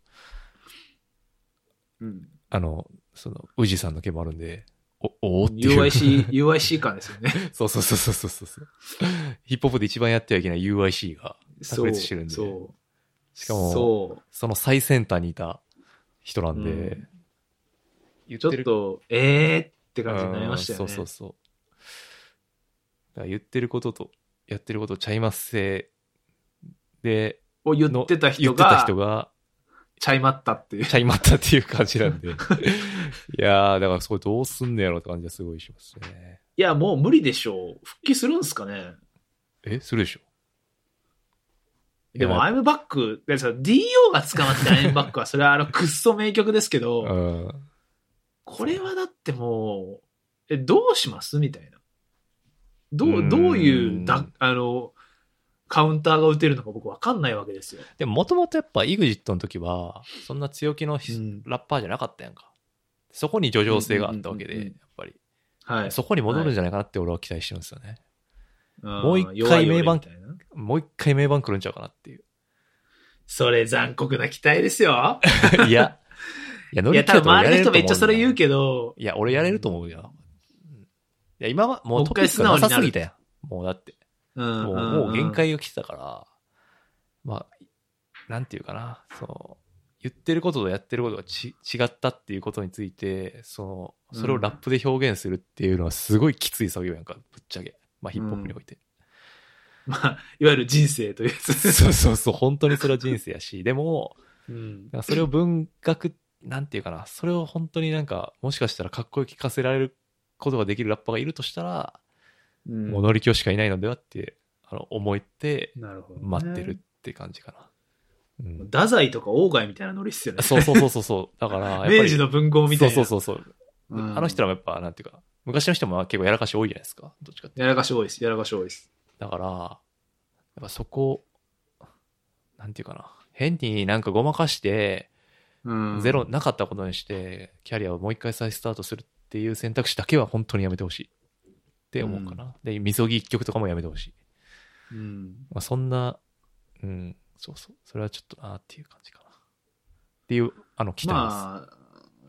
うんあの、その、宇治さんの件もあるんで、お、おーっていう。 UIC、UIC 感ですよね。 そうそうそうそうそうそう。ヒップホップで一番やってはいけない UIC が、そ炸う。裂してるんでそう。しかもそう。その最先端にいた人なんで、うん言っちょてっると、えーって感じになりましたよね。うんそうそうそう。だから言ってることと、やってることちゃいますせで、を言ってた言人ってたが人、が、ちゃいまったっていう。ちゃいまったっていう感じなん で。いやー、だからそれどうすんねやろって感じがすごいしますね。いや、もう無理でしょう。復帰するんすかね。え、するでしょでも、アイムバック、でさ DO が捕まってアイムバックは、それはあの、くっそ名曲ですけうど、ん。これはだってもう、え、どうしますみたいな。どうーう、んどういうだ、あの、カウンターが打てるのか僕わかんないわけですよ。でも、もともとやっぱ EXIT の時は、そんな強気のひうんラッパーじゃなかったやんか。そこに叙情性があったわけうんうんで、やうんうっんぱり。はい。そこに戻るんじゃないかなって俺は期待してるんですよね。もう一回名盤もう一回名盤来るんちゃうかなって いう。それ残酷な期待ですよ。いや、いや、ノいや、リキ多ャ分周りの人めっちゃとそ思れんだ言うけど、いや、俺やれると思うよ。うんいや、今はももううト一ピ回ック素が直なにさなるすぎたやん。もうだって、うもんう、んんもう限界を来てたから、まあ、なんていうかな、そう、言ってることとやってることがち違ったっていうことについて、その、それをラップで表現するっていうのはすごいきつい作業やんか、ぶっちゃけ。まあ、ヒップホップにおいて。まあ、いわゆる人生というやつ。 そうそうそう、本当にそれは人生やし、でも、うんだからそれを文学、なんていうかな、それを本当になんか、もしかしたらかっこよく聞かせられることができるラッパーがいるとしたら、うんもう乗り気しかいないのではって、あの、思って、なるほどね待ってるっ。て感じかな。うん。太宰とか鴎外みたいなノリっすよね。そうそうそうそうそう。だから、やっぱり明治の文豪みたいな。そうそうそうそう。うんあの人らもやっぱ、なんていうか、昔の人も結構やらかし多いじゃないですか。どっちかって。やらかし多いです。やらかし多いです。だから、やっぱそこ、なんていうかな、変になんかごまかして、うん。ゼロなかったことにして、キャリアをもう一回再スタートするっていう選択肢だけは本当にやめてほしいって思うかな。で、みそぎ一曲とかもやめてほしい。うん。まあ、そんな、うん、そうそう、それはちょっとなっていう感じかな。っていう、あの、期待です。ま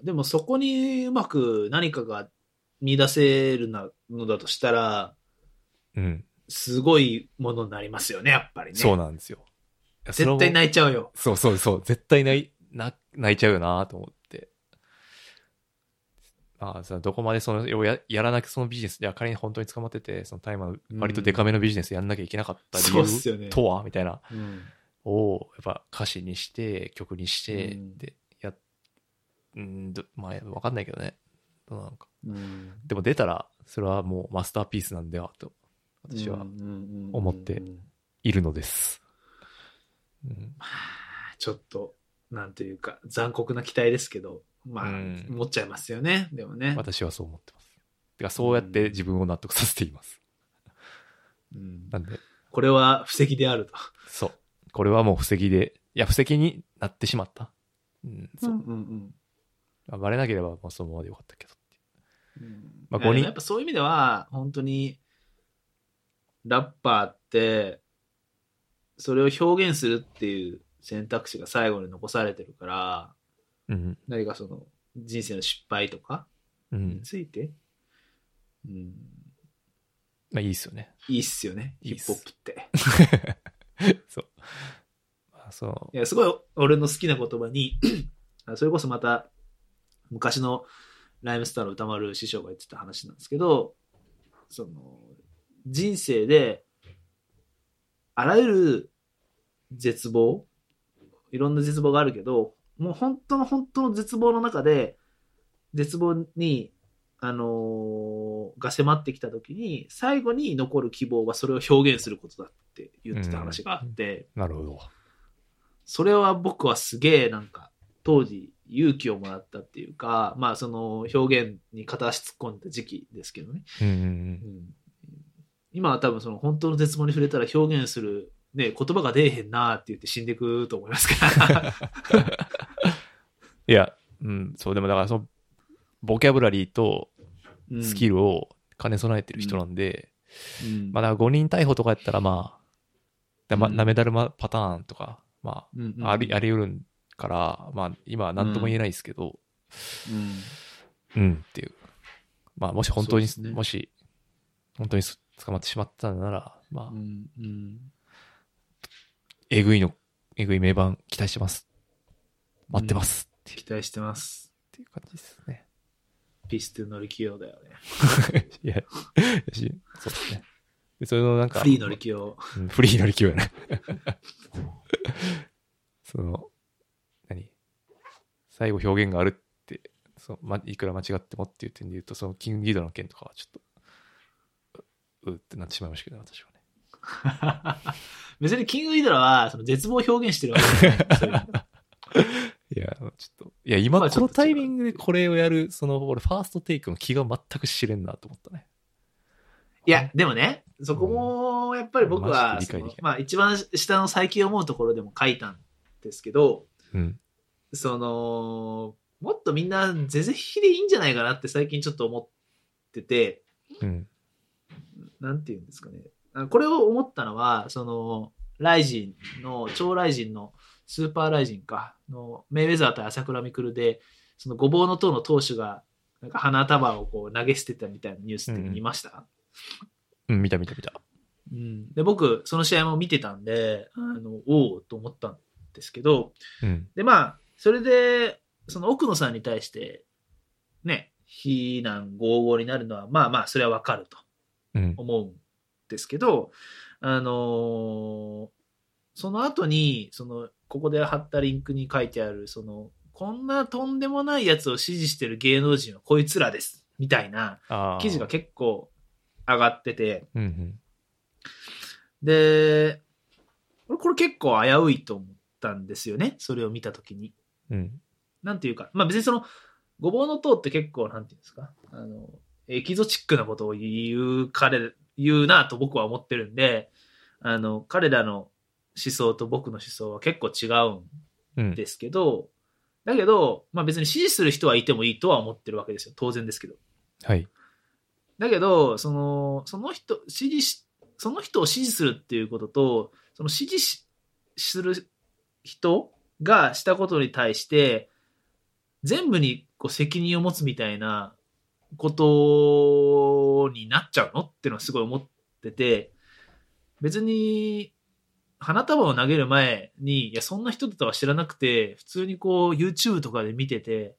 あ、でもそこにうまく何かが見出せるなのだとしたら、うん、すごいものになりますよね、やっぱりね。そうなんですよ。いやそれ絶も対泣いちゃうよ。そうそうそう、絶対泣いな泣いちゃうよなと思って。まあ、さどこまでその要ややらなくそのビジネス、いや仮に本当に捕まってて、その大麻の割とデカめのビジネスやんなきゃいけなかった理そうっすよね由とは、みたいなうん。をやっぱ歌詞にして曲にして、うんでやうんどまあわかんないけどねどうなのかうん。でも出たらそれはもうマスターピースなんではと私うはんうんうんうん思っているのです、うんちょっと、なんというか、残酷な期待ですけど、まあ、うん持っちゃいますよね、でもね。私はそう思ってますてかそうやって自分を納得させていますうんなんでこれは布石であると。そうこれはもう布石でいや布石になってしまったうんそう、んうんまあバレなければもうそのままでよかったけどっていううんまあいや五人でもやっぱそういう意味では、本当に、ラッパーって、それを表現するっていう選択肢が最後に残されてるから、うん何かその、人生の失敗とかうんについて、うん、まあいいですよねいいっすよね、いヒいっッすプホップっ て。そう、まあ、そのいや、すごい俺の好きな言葉に、 あそれこそまた昔のライムスターの歌丸師匠が言ってた話なんですけど、その、人生で、あらゆる絶望、いろんな絶望があるけど、もう本当の本当の絶望の中で、絶望に、あのーが迫ってきた時に、最後に残る希望はそれを表現することだって言ってた話があって、なるほどそれは僕はすげえなんか当時勇気をもらったっていうかまあその表現に片足突っ込んだ時期ですけどね、うんうんうん今は多分その本当の絶望に触れたら表現する、ね、言葉が出えへんなーって言って死んでいくと思いますから いや、うん、そう、でもだからその、ボキャブラリーとうんスキルを兼ね備えてる人なんで、うんまあだから5人逮捕とかやったらまあ、だまうんなめだるまパターンとか、まうんうんあ、あり、あり得るから、まあ今は何とも言えないですけど、うんうん、っていう。まあもし本当に、そうですねもし、本当にす捕まってしまったなら、まうあ、んうんえぐいの、えぐい名盤期待してます。待ってます。っていう期待してますっていう感じですね。ピストゥ乗り気用だよね いや、しそうですね。で、それのなんか、フリー乗り気用 うんフリー乗り気やな。 その、何最後表現があるって、そうま、いくら間違ってもっていう点で言うと、そのキングギドラの件とかはちょっと、ううってなってしまいましたけど、私はね。別にキングイドラはその絶望を表現してるわけじゃない そういういや、ちょっと、いや、ま今あちこょっのとタ違うイミングでこれをやる、その、俺、ファーストテイクの気が全く知れんなと思ったね。いや、でもね、そこも、やっぱり僕は、マジで理解そのできまあ、一番下の最近思うところでも書いたんですけど、うん。その、もっとみんな、是々非でいいんじゃないかなって最近ちょっと思ってて、うん。なんていうんですかね。あこれを思ったのは、その、ライジンの、超ライジンの、スーパーライジンか、の、メイウェザー対朝倉未来で、その、ごぼうの塔の党首が、なんか花束をこう投げ捨てたみたいなニュースって見ました、うん、見た見た見た。うん、で僕、その試合も見てたんで、あのおおと思ったんですけど、うん。で、まあ、それで、その奥野さんに対して、ね、非難合々になるのは、まあまあ、それはわかるとうん。思うんですけど、あのーその後に、その、ここで貼ったリンクに書いてある、その、こんなとんでもないやつを支持してる芸能人はこいつらです、みたいなあー記事が結構上がってて、うんうん。で、俺これ結構危ういと思ったんですよね。それを見たときに。うん。なんていうか、まあ別にその、ごぼうの塔って結構、なんていうんですか、あの、エキゾチックなことを言う彼、言うなと僕は思ってるんで、あの、彼らの思想と僕の思想は結構違うんうん。ですけど、だけど、まあ別に支持する人はいてもいいとは思ってるわけですよ。当然ですけど。はい。だけど、その、その人、支持し、その人を支持するっていうことと、その支持しする人がしたことに対して、全部にこう責任を持つみたいなことになっちゃうのっていうのはすごい思ってて、別に、花束を投げる前に、いや、そんな人だとは知らなくて、普通にこう、YouTube とかで見てて、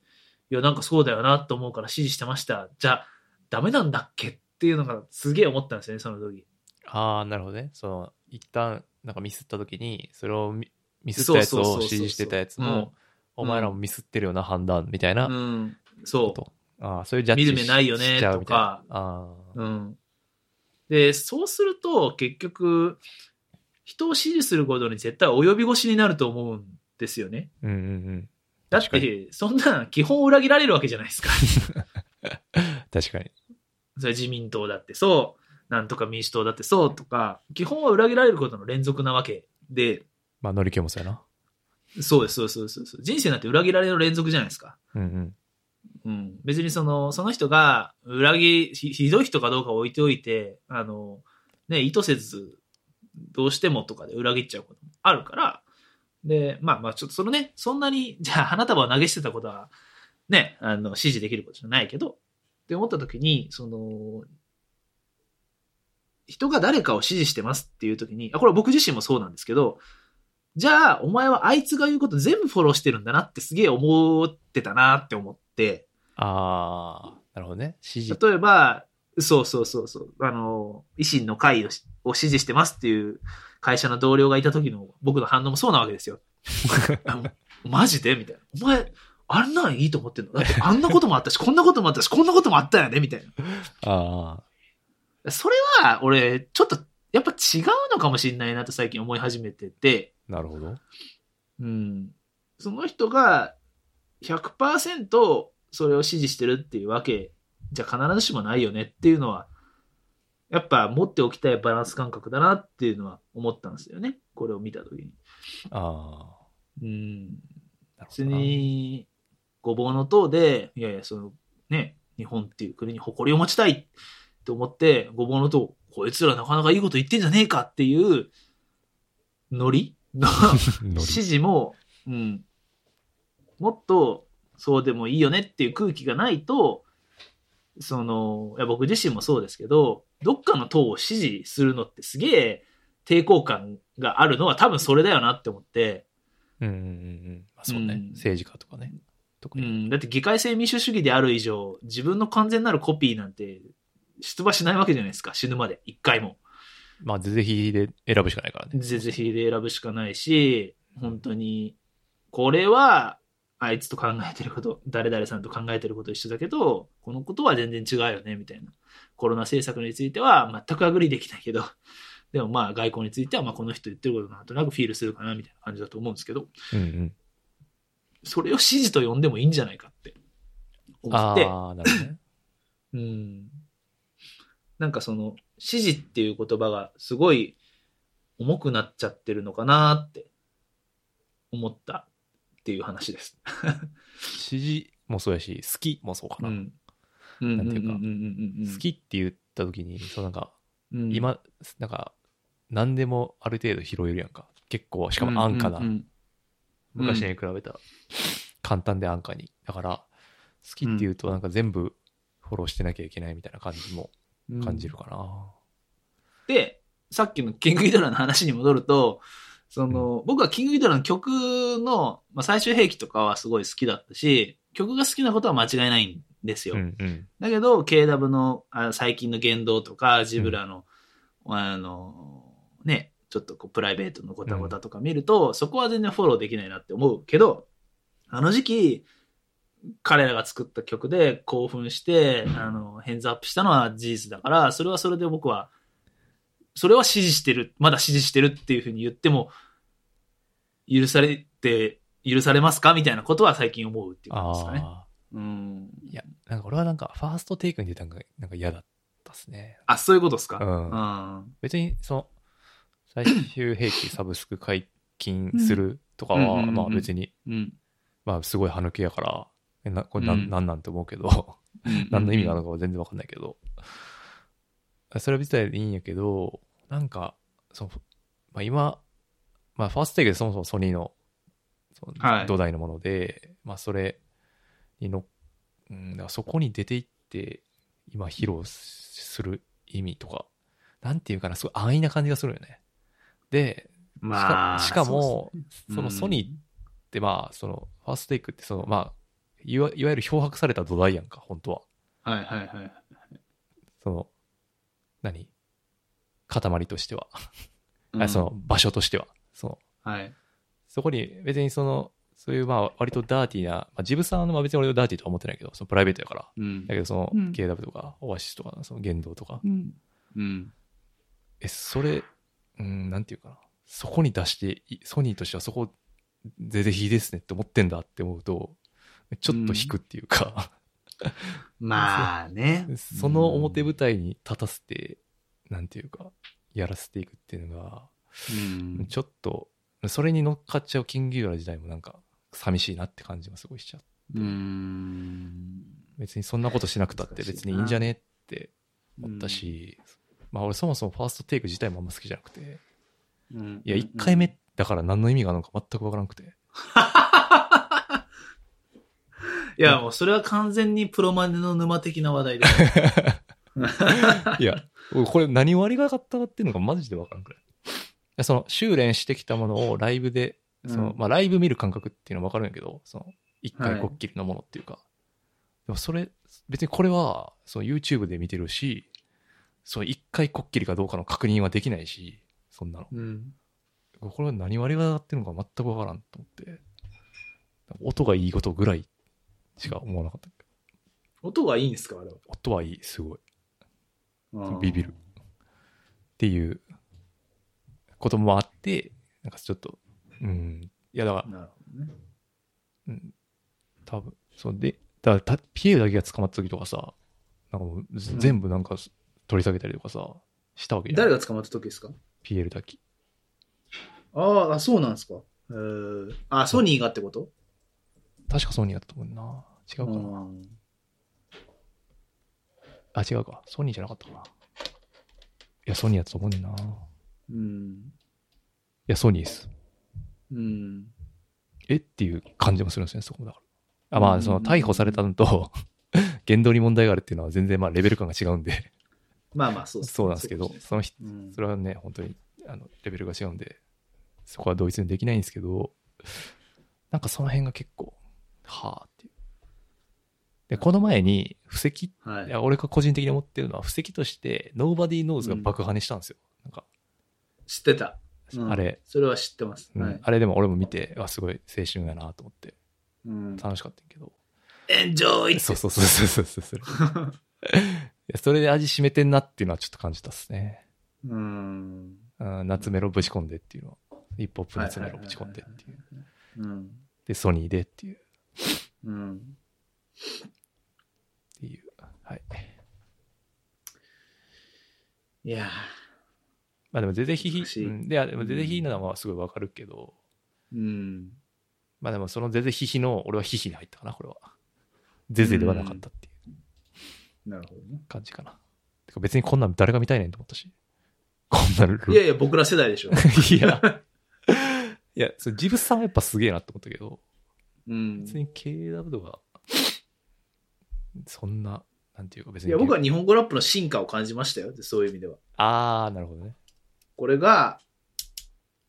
いや、なんかそうだよなと思うから支持してました。じゃあ、ダメなんだっけっていうのがすげえ思ったんですよね、その時。ああ、なるほどね。その、一旦、なんかミスった時に、それをミミスったやつそうそうそうをそう支持してたやつうんも、お前らもミスってるよな、判断、みたいなうこん。そと。ああ、そういうジャッジ見る目ないよねしちゃうみたいなとあう。うん。で、そうすると、結局、人を支持することに絶対及び腰になると思うんですよね。あ。うんうんだっ確かて、そんな基本裏切られるわけじゃないですか。うん。 確かに。それ自民党だってそう、なんとか民主党だってそうとか、基本は裏切られることの連続なわけで、まあ、乗り気もそうやな。そうです、そうです、そうですそうです。人生なんて裏切られの連続じゃないですか。うんうん。うん、別にその、その人が裏切ひ、ひどい人かどうか置いておいて、あの、ね、意図せず、どうしてもとかで裏切っちゃうこともあるから、で、まあまあ、ちょっとそのね、そんなに、じゃあ花束を投げ捨てたことは、ね、あの、支持できることじゃないけど、って思った時に、その、人が誰かを支持してますっていう時に、あ、これ僕自身もそうなんですけど、じゃあ、お前はあいつが言うこと全部フォローしてるんだなってすげえ思ってたなって思って、ああ、なるほどね。支持。例えば、そうそうそうそう、あの、維新の会をしを支持してますっていう会社の同僚がいた時の僕の反応もそうなわけですよ。あもうマジでみたいな。お前、あんなんいいと思ってんのだってあんなこともあったし、こんなこともあったし、こんなこともあったよねみたい あな。それは、俺、ちょっと、やっぱ違うのかもしれないなと最近思い始めてて、あ、なるほど。うん、その人が100%それを支持してるっていうわけじゃ必ずしもないよねっていうのはやっぱ持っておきたいバランス感覚だなっていうのは思ったんですよねこれを見た時に。あうん、あ、なるほ別どな。にごぼうの塔でいやいやそのね日本っていう国に誇りを持ちたいと思ってごぼうの塔こいつらなかなかいいこと言ってんじゃねえかっていうノリの 乗り指示も、うん、もっとそうでもいいよねっていう空気がないとそのいや僕自身もそうですけどどっかの党を支持するのってすげえ抵抗感があるのは多分それだよなって思って、うんうんうんうん。まあ、そうねうん。政治家とかね。特うに。ん、だって議会制民主主義である以上自分の完全なるコピーなんて出馬しないわけじゃないですか死ぬまで一回も。まあ、是々非々で選ぶしかないからね。是々非で選ぶしかないし、本当に、これは、あいつと考えてること、誰々さんと考えてること一緒だけど、このことは全然違うよね、みたいな。コロナ政策については全くアグリーできないけど、 でもまあ外交については、まあこの人言ってることなんとなくフィールするかな、みたいな感じだと思うんですけど、うんうん。それを支持と呼んでもいいんじゃないかって思って、ああ、なるほどね。うん。なんかその、支持っていう言葉がすごい重くなっちゃってるのかなって思ったっていう話です。支持もそうやし、好きもそうかな。ん。うんなんていうかんんんうん好きって言った時に、そうなんか、うん今、なんか、何でもある程度拾えるやんか。結構、しかも安価な。うんうんうん昔に比べたら、簡単で安価に。だから、好きって言うと、なんか全部フォローしてなきゃいけないみたいな感じもうん感じるかな。で、さっきのキングギドラの話に戻ると、その、僕はキングギドラの曲の、まあ、最終兵器とかはすごい好きだったし、曲が好きなことは間違いないんですよ。うんうん。だけど、KW のあ最近の言動とか、ジブラの、あの、ね、ちょっとこうプライベートのごたごたとか見ると、そこは全然フォローできないなって思うけど、あの時期、彼らが作った曲で興奮して、あの、ヘンズアップしたのは事実だから、それはそれで僕は、それは支持してる、まだ支持してるっていうふうに言っても、許されて、許されますかみたいなことは最近思うっていうことですかね。ああ。うん。いや、なんか俺はなんか、ファーストテイクに出たんが、なんか嫌だったっすね。あ、そういうことですかうん。うん。別にその最終兵器サブスク解禁するとかうんうんうんはうんまあ別にうん。まあすごい歯抜けやから、えなこれなん、うんなんなんて思うけど、何の意味があるのかは全然わかんないけど、それ自体でいいんやけど、なんか、そのまあ、今、まあ、ファーストテイクでそもそもソニーのそのはい土台のもので、まあ、それにの、うん、だからそこに出ていって、今披露する意味とか、なんていうかな、すごい安易な感じがするよね。で、しかまあ、しかそうも、そ,、うんのソニーってまあ、その、ファーストテイクってその、まあ、いわいわゆる漂白された土台やんか、本当は。ですね、はいはいはい。その、何塊としては、うんあその場所としては。そのはい。そこに別にその、そういうまあ割とダーティーな、まあ、ジブさんは別に俺はダーティーとは思ってないけど、そのプライベートやから。うんだけどそのうん KW とかオアシスとかその言動とか、うん。うん。え、それ、うん、なんていうかな。そこに出してい、ソニーとしてはそこ、ぜぜひですねって思ってんだって思うと、ちょっと引くっていうか、。まあねその表舞台に立たせて、なんていうか、やらせていくっていうのが、うんちょっと、それに乗っかっちゃうキングギドラ時代もなんか、寂しいなって感じがすごい しちゃう。うん。別にそんなことしなくたって別にいいんじゃねって思ったし、まあ俺そもそもファーストテイク自体もあんま好きじゃなくて、うん、うんいや、1回。目だから何の意味があるのか全くわからなくて。いや、もうそれは完全にプロマネの沼的な話題です。いや、俺これ何割がかったかっていうのがマジでわからんくらい。いやその修練してきたものをライブで、 その、うんまあライブ見る感覚っていうのはわかるんやけど、その、一は回いこっきりのものっていうか。でもそれ、別にこれは、その YouTube で見てるし、その一回こっきりかどうかの確認はできないし、そんなの。うん。これは何割が上がってるのか全くわからんと思って。音がいいことぐらいしか思わなかった。音がいいんですかあれ音はいい、すごい。は。ビビる。っていうこともあって、なんかちょっと、うん。いや、だから、なるほどね。うん、多分そうで、だからたピエールだけが捕まった時とかさ、なんかもうずうん全部なんか取り下げたりとかさ、したわけじゃん。誰が捕まった時ですかピエールだけ。あああ、そうなんですか。えー、あ、ソニーがってこと確かソニーだったと思うな。違うかな。うんあ、違うか。ソニーじゃなかったかな。いや、ソニーやったと思うねんな。いうん。や、ソニーです。うん。えっていう感じもするんですね、そこもだから。あ、まうあ、んその逮捕されたのと、 言動に問題があるっていうのは全然まあレベル感が違うんで、まあまあ、そうっそうなんですけど、そうかもしそのひれないですうんそれはね、本当にあのレベルが違うんで、そこは同一にできないんですけど、なんかその辺が結構、はあっていう。で、この前に、布石、いはい。や俺が個人的に思ってるのは、布石として、Nobody Knows が爆破にしたんですよ。なんか、知ってた。うんあれ、それは知ってます。うんはい。あれでも俺も見て、あ、すごい青春やなと思って、うん。楽しかったんやけど。エンジョイそうそうそうそうそうそう。いやそれで味しめてんなっていうのはちょっと感じたっすね。うん。うん夏メロぶち込んでっていうのは。ヒップホップ夏メロぶち込んでっていう。うん。で、ソニーでっていう。っうん。ていう。はい。いやまあでも、ぜぜひひ、難しいうん、であでも、ぜぜひひのはすごいわかるけど、ーうん。まあでも、そのぜぜひひの、俺はひひに入ったかな、これは。ぜぜではなかったっていうなるほどね。感じかな。てか別にこんなん誰が見たいねんと思ったし。こんなルールいやいや、僕ら世代 でしょ。いや、いや、それジブスさんはやっぱすげえなって思ったけど、うん。別に KW が、そんな、なんていうか別いに。や、僕は日本語ラップの進化を感じましたよ。そういう意味では。あー、なるほどね。これが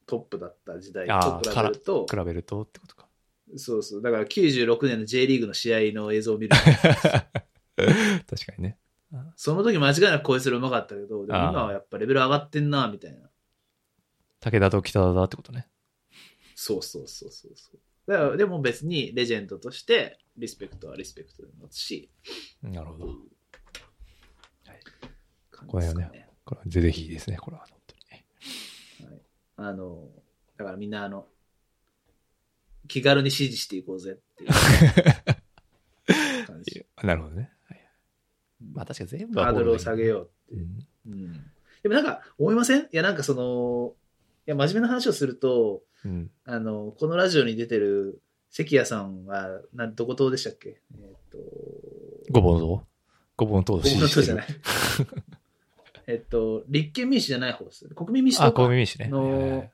トップだった時代あとー比べると、比べるとってことか。 そうそう。だから96年の J リーグの試合の映像を見る と。確かにね。その時間違いなくこいつらうまかったけど、でもあー今はやっぱレベル上がってんな、みたいな。武田と北田だってことね。そうそうそうそうそう。だからでも別にレジェンドとしてリスペクトはリスペクトだし、なるほど。感じですかこれこれはぜぜひですね、これは本当に。あの、だからみんなあの、気軽に支持していこうぜっていう感じ。なるほどね。はいまあ確かに全部はハードルを下げう。ようっていうう。んうんでもなんか思いませんいやなんかそのいや真面目な話をするとうん。あのこのラジオに出てる関谷さんは、などこ党でしたっけえーっと、ごぼうの党ごぼうの党を国支民の持党してじゃなるい。 えっと、立憲民主じゃない方です。国民民主あ、党公か民民主ね。のはいはいはい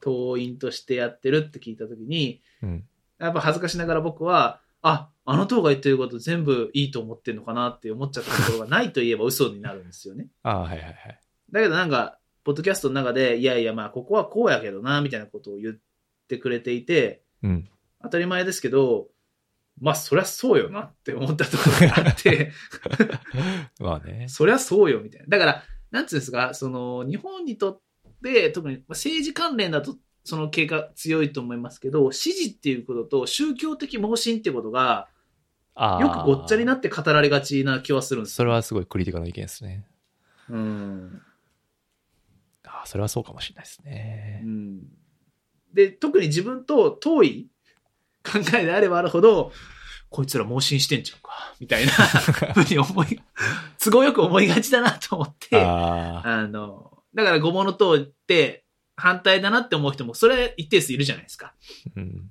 党員としてやってるって聞いたときに、うん。やっぱ恥ずかしながら僕は、あ、あの党が言ってること全部いいと思ってるのかなって思っちゃったところがないといえば嘘になるんですよね。あはいはいはい。だけどなんか、ポッドキャストの中で、いやいや、まあ、ここはこうやけどな、みたいなことを言ってくれていて、うん。当たり前ですけど、まあ、そりゃそうよなって思ったところがあって、まあね。そりゃそうよ、みたいな。だから、なんつうんですか、その、日本にとって、特にまあ政治関連だと、その系が強いと思いますけど、支持っていうことと宗教的盲信っていうことが、あーよくごっちゃになって語られがちな気はするんですそれはすごいクリティカルな意見ですね。うん。あーそれはそうかもしれないですう ね。んで、特に自分と遠い考えであればあるほど、こいつら盲信してんちゃうか、みたいなふうに思い、都合よく思いがちだなと思って、あああ。の、だからごぼうの党って反対だなって思う人も、それ一定数いるじゃないですか。うん。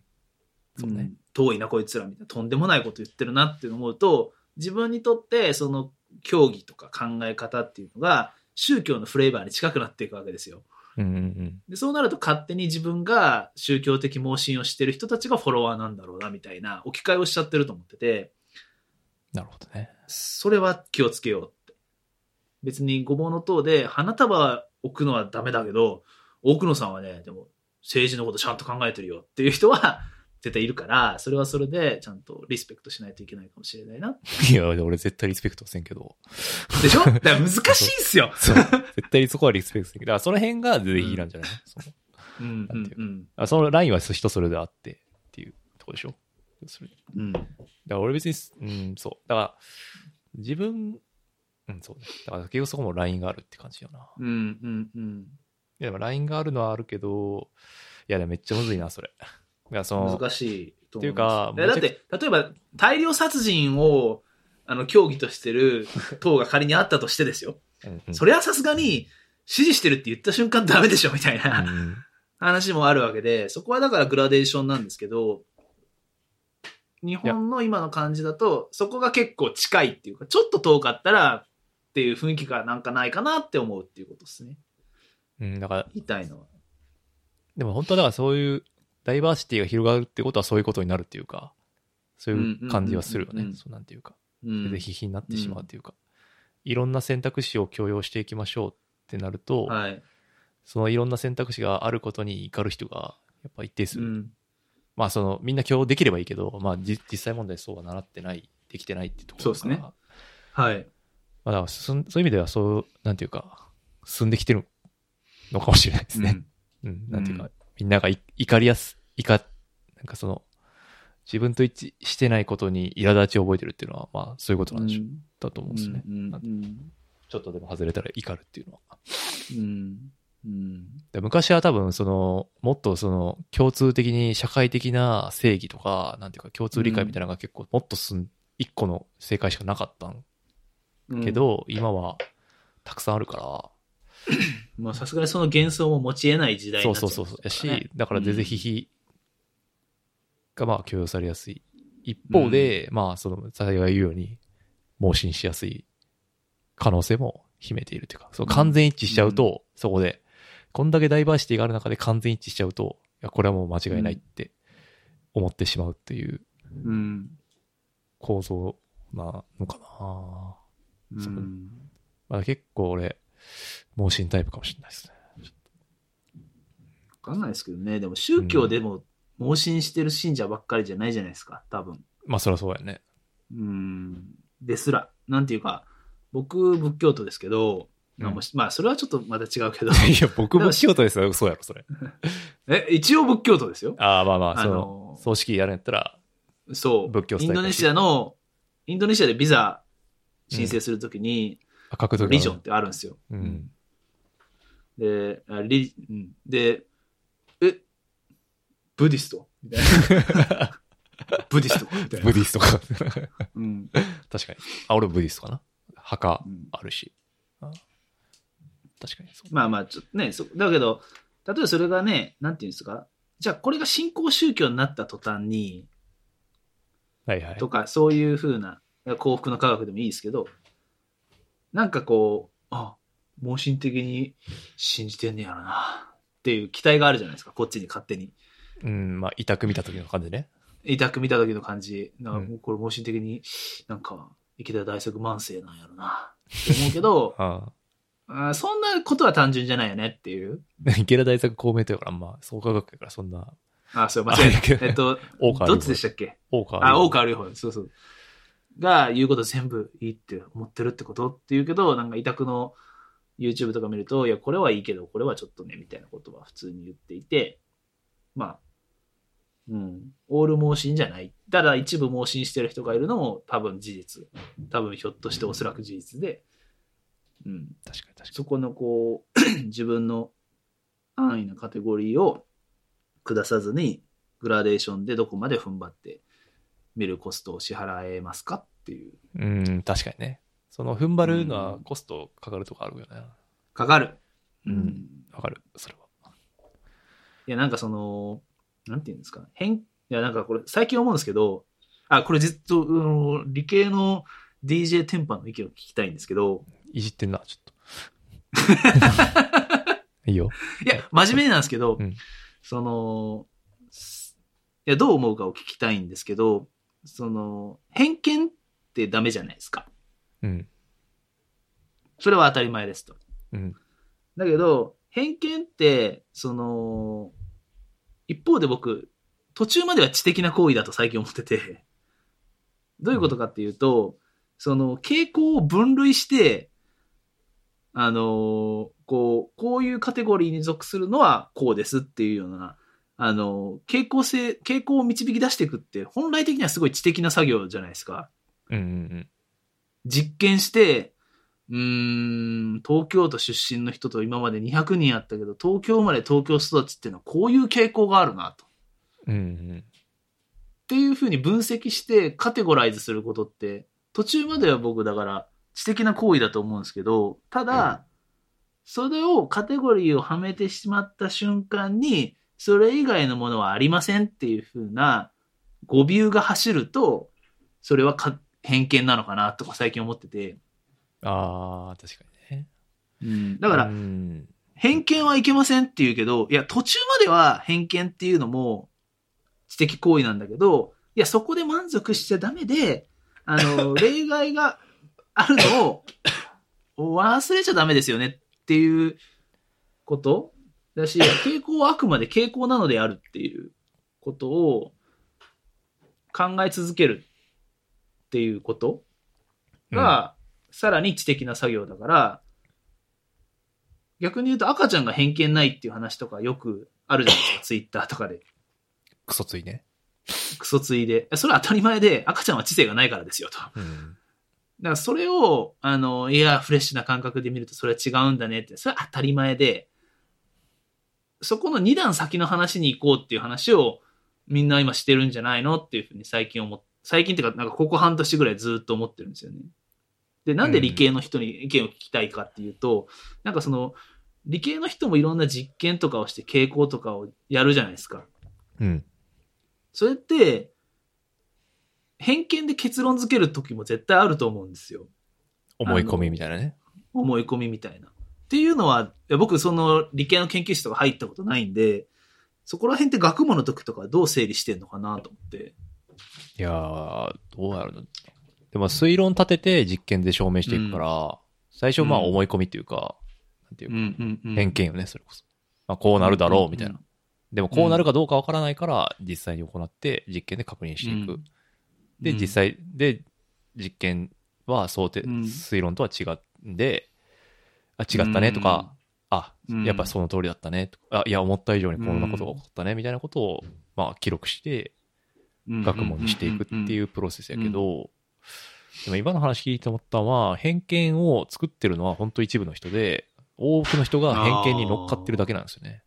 そうねん遠いな、こいつら、みたいな。とんでもないこと言ってるなって思うと、自分にとって、その、教義とか考え方っていうのが、宗教のフレーバーに近くなっていくわけですよ。うんうんうん。でそうなると勝手に自分が宗教的盲信をしてる人たちがフォロワーなんだろうなみたいな置き換えをしちゃってると思っててなるほどね。それは気をつけようって別にごぼうの塔で花束置くのはダメだけど奥野さんはねでも政治のことちゃんと考えてるよっていう人は 絶対いるからそれはそれでちゃんとリスペクトしないといけないかもしれないないや、俺絶対リスペクトせんけど。でしょだから難しいんすよそう。絶対そこはリスペクトせんけど。だからその辺が是非なんじゃないの,、そのうんうんうんあそのラインは人それぞれあってっていうとこでしょ要するにうんだから俺別にす、うん、そう。だから、自分、うん、そうね。だから結局そこもラインがあるって感じよな。うんうんうんいや、でもラインがあるのはあるけど、いや、でもめっちゃむずいな、それ。だからその、難しいと思っまてすいうかだって例えば大量殺人をあの競技としてる党が仮にあったとしてですようんうんそれはさすがに支持してるって言った瞬間ダメでしょみたいな、うん話もあるわけでそこはだからグラデーションなんですけど日本の今の感じだとそこが結構近いっていうかちょっと遠かったらっていう雰囲気がなんかないかなって思うっていうことですねうん、だから、言いたいのはでも本当はだからそういうダイバーシティが広がるってことはそういうことになるっていうか、そういう感じはするようんうんうんね。うんそうなんていうか。うんで、ひひになってしまうっていうか、いろんな選択肢を許容していきましょうってなると、はい、そのいろんな選択肢があることに怒る人が、やっぱ一定数、うんまあその、みんな許容できればいいけど、まあじ実際問題そうは習ってない、できてないっていうところだからそうですねはい、まあ、だから進んそういう意味では、そう、なんていうか、進んできてるのかもしれないですね。うん、なんていうか、うみんながい怒りやす、怒、なんかその、自分と一致してないことに苛立ちを覚えてるっていうのは、まあそういうことなんでしょう、んだと思うんですよね。うんなんうんちょっとでも外れたら怒るっていうのは。うんうんで昔は多分、その、もっとその、共通的に社会的な正義とか、なんていうか、共通理解みたいなのが結構、もっとすん、一個の正解しかなかったんうんけ、ど、今は、たくさんあるから、まあさすがにその幻想も持ち得ない時代にそなうっちゃいそまうそうしたからそねう。やし、だから全然ひひがまあ許容されやすい。一方で、まあその、さやが言うように、盲信しやすい可能性も秘めているというか、そううん完全一致しちゃうと、そこで、こんだけダイバーシティがある中で完全一致しちゃうと、いや、これはもう間違いないって思ってしまうっていううん構造なのかな。うんそうまあ結構俺、盲信タイプかもしれないですね。わかんないですけどねでも宗教でも盲信してる信者ばっかりじゃないじゃないですか多分まあそりゃそうやね。うんですらなんていうか僕仏教徒ですけど、まあもしまあそれはちょっとまた違うけどいや、僕も仕事ですよ。そうやろ、それ。 え一応仏教徒ですよああ、まあまあ、あその、の葬式やるんやったら、そう仏教スタイインルドネシアのインドネシアでビザ申請するときに、あ格闘技リジョンっ。てあるんですようん。で、あリうんで、え、ブディストみたい な。ブディストみたいなブディスト か。うん確かに。あ、俺ブディストかな。墓うんあるし。あ確かにそう。まあまあ、ちょっとね、そだけど、例えばそれがね、なんていうんですか、じゃあこれが新興宗教になった途端に、はいはいと。か、そういうふうな、幸福の科学でもいいですけど、なんかこう、あ、盲信的に信じてんねやろな、っていう期待があるじゃないですか、こっちに勝手に。うん、まあ、委託見た時の感じね。委託見た時の感じ、なんかうん、もうこれ盲信的になんか、池田大作万世なんやろな、って思うけどあ あーそんなことは単純じゃないよねっていう。あ。池田大作公明党やから、まあ、創価学やから、そんな、あ、そう、間違えあいやた。えっと、大川どっちでしたっけ大川。あ、大川隆法、そうそう。が言うこと全部いいって思ってるってことって言うけど、なんか委託の YouTube とか見ると、いや、これはいいけど、これはちょっとね、みたいなことは普通に言っていて、まあ、うん、オール盲信じゃない。ただ一部盲信してる人がいるのも多分事実。多分ひょっとしておそらく事実で、うん、確かに確かそこのこう 自分の安易なカテゴリーを下さずにグラデーションでどこまで踏ん張って見るコストを支払えますかっていうに。うん、確かにね。その、踏ん張るのはコストかかるとかあるよね。かかる、うんわかる、それは。いやなんかそのなんていうんですか変いやなんかこれ最近思うんですけどあこれずっと、うん理系の DJ テンパの意見を聞きたいんですけどいじってんな、ちょっ と。いいよ。いや真面目なんですけど、うんそのすいやどう思うかを聞きたいんですけどその偏見ってダメじゃないですかうん。それは当たり前ですと。うん。だけど、偏見って、その、一方で僕、途中までは知的な行為だと最近思ってて、どういうことかっていうと、その、傾向を分類して、あのーこう、こういうカテゴリーに属するのはこうですっていうような、あのー傾向性、傾向を導き出していくって、本来的にはすごい知的な作業じゃないですか。うんうん実験して、うーん、東京都出身の人と今まで200人あったけど、東京生まれ東京育ちっていうのはこういう傾向があるなと。っうん。うんていうふうに分析してカテゴライズすることって、途中までは僕だから知的な行為だと思うんですけど、ただ、それをカテゴリーをはめてしまった瞬間に、それ以外のものはありませんっていうふうな語尾が走ると、それはか偏見なのかなとか最近思ってて。うん。ああ、確かにね。うん、だから、うん。偏見はいけませんって言うけど、いや、途中までは偏見っていうのも知的行為なんだけど、いや、そこで満足しちゃダメで、あの、例外があるのを忘れちゃダメですよねっていうことだし、傾向はあくまで傾向なのであるっていうことを考え続けるっていうことが、さらに知的な作業だから、逆に言うと赤ちゃんが偏見ないっていう話とかよくあるじゃないですか、ツイッターとかで。クソついね。クソついで。それは当たり前で、赤ちゃんは知性がないからですよ、と。だかうん。らそれを、あの、いや、フレッシュな感覚で見るとそれは違うんだねって、それは当たり前で、そこの2段先の話に行こうっていう話をみんな今してるんじゃないのっていうふうに最近思っ最近っていうか、なんかここ半年ぐらいずっと思ってるんですよね。で、なんで理系の人に意見を聞きたいかっていうと、なんかその、理系の人もいろんな実験とかをして傾向とかをやるじゃないですか。うん。それって、偏見で結論付ける時も絶対あると思うんですよ。思い込みみたいなね。思い込みみたいな。っていうのは、いや僕その理系の研究室とか入ったことないんで、そこら辺って学問の時とかはどう整理してんのかなと思って。いやー、どうやるのでも推論立てて実験で証明していくから、最初まあうん思い込みっていうか、なんていうか、んうん偏見よね、それこそ。まあこうなるだろうみたいな。うんでもこうなるかどうかわからないから、実際に行って実験で確認していく。うんで、うん実際で実験は想定、うん推論とは違うんで、あ、違ったねとか、あ、うん。やっぱその通りだったねとか、あ、いや、思った以上にこんなことが起こったねみたいなことを、まあ記録して、学問にしていくっていううプロセスやけど、でも今の話聞いて思ったのは、偏見を作ってるのは本当一部の人で、多くの人が偏見に乗っかってるだけなんですよね。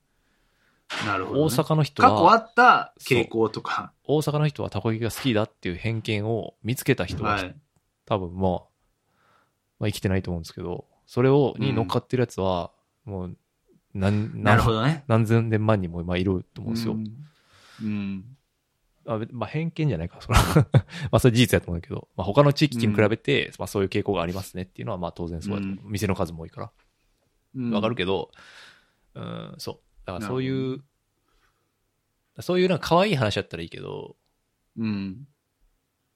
なるほど、大ね。阪の人過去あは、った傾向とか。大阪の人はたこ焼きが好きだっていう偏見を見つけた人は、はい。多分まあ、まあ生きてないと思うんですけど、それを、に乗っかってるやつは、もう何、なるほ何、どね。何千年万人もまあいると思うんですよ。うん。うん。あべまあ、偏見じゃないか、それは まあ、それ事実やと思うけど、まあ、他の地域に比べて、まあ、そういう傾向がありますねっていうのは、まあ、当然そうやと思う、店の数も多いから。うんわかるけど、うん、そう。だからそういう、そういうなんか可愛い話だったらいいけど、うん。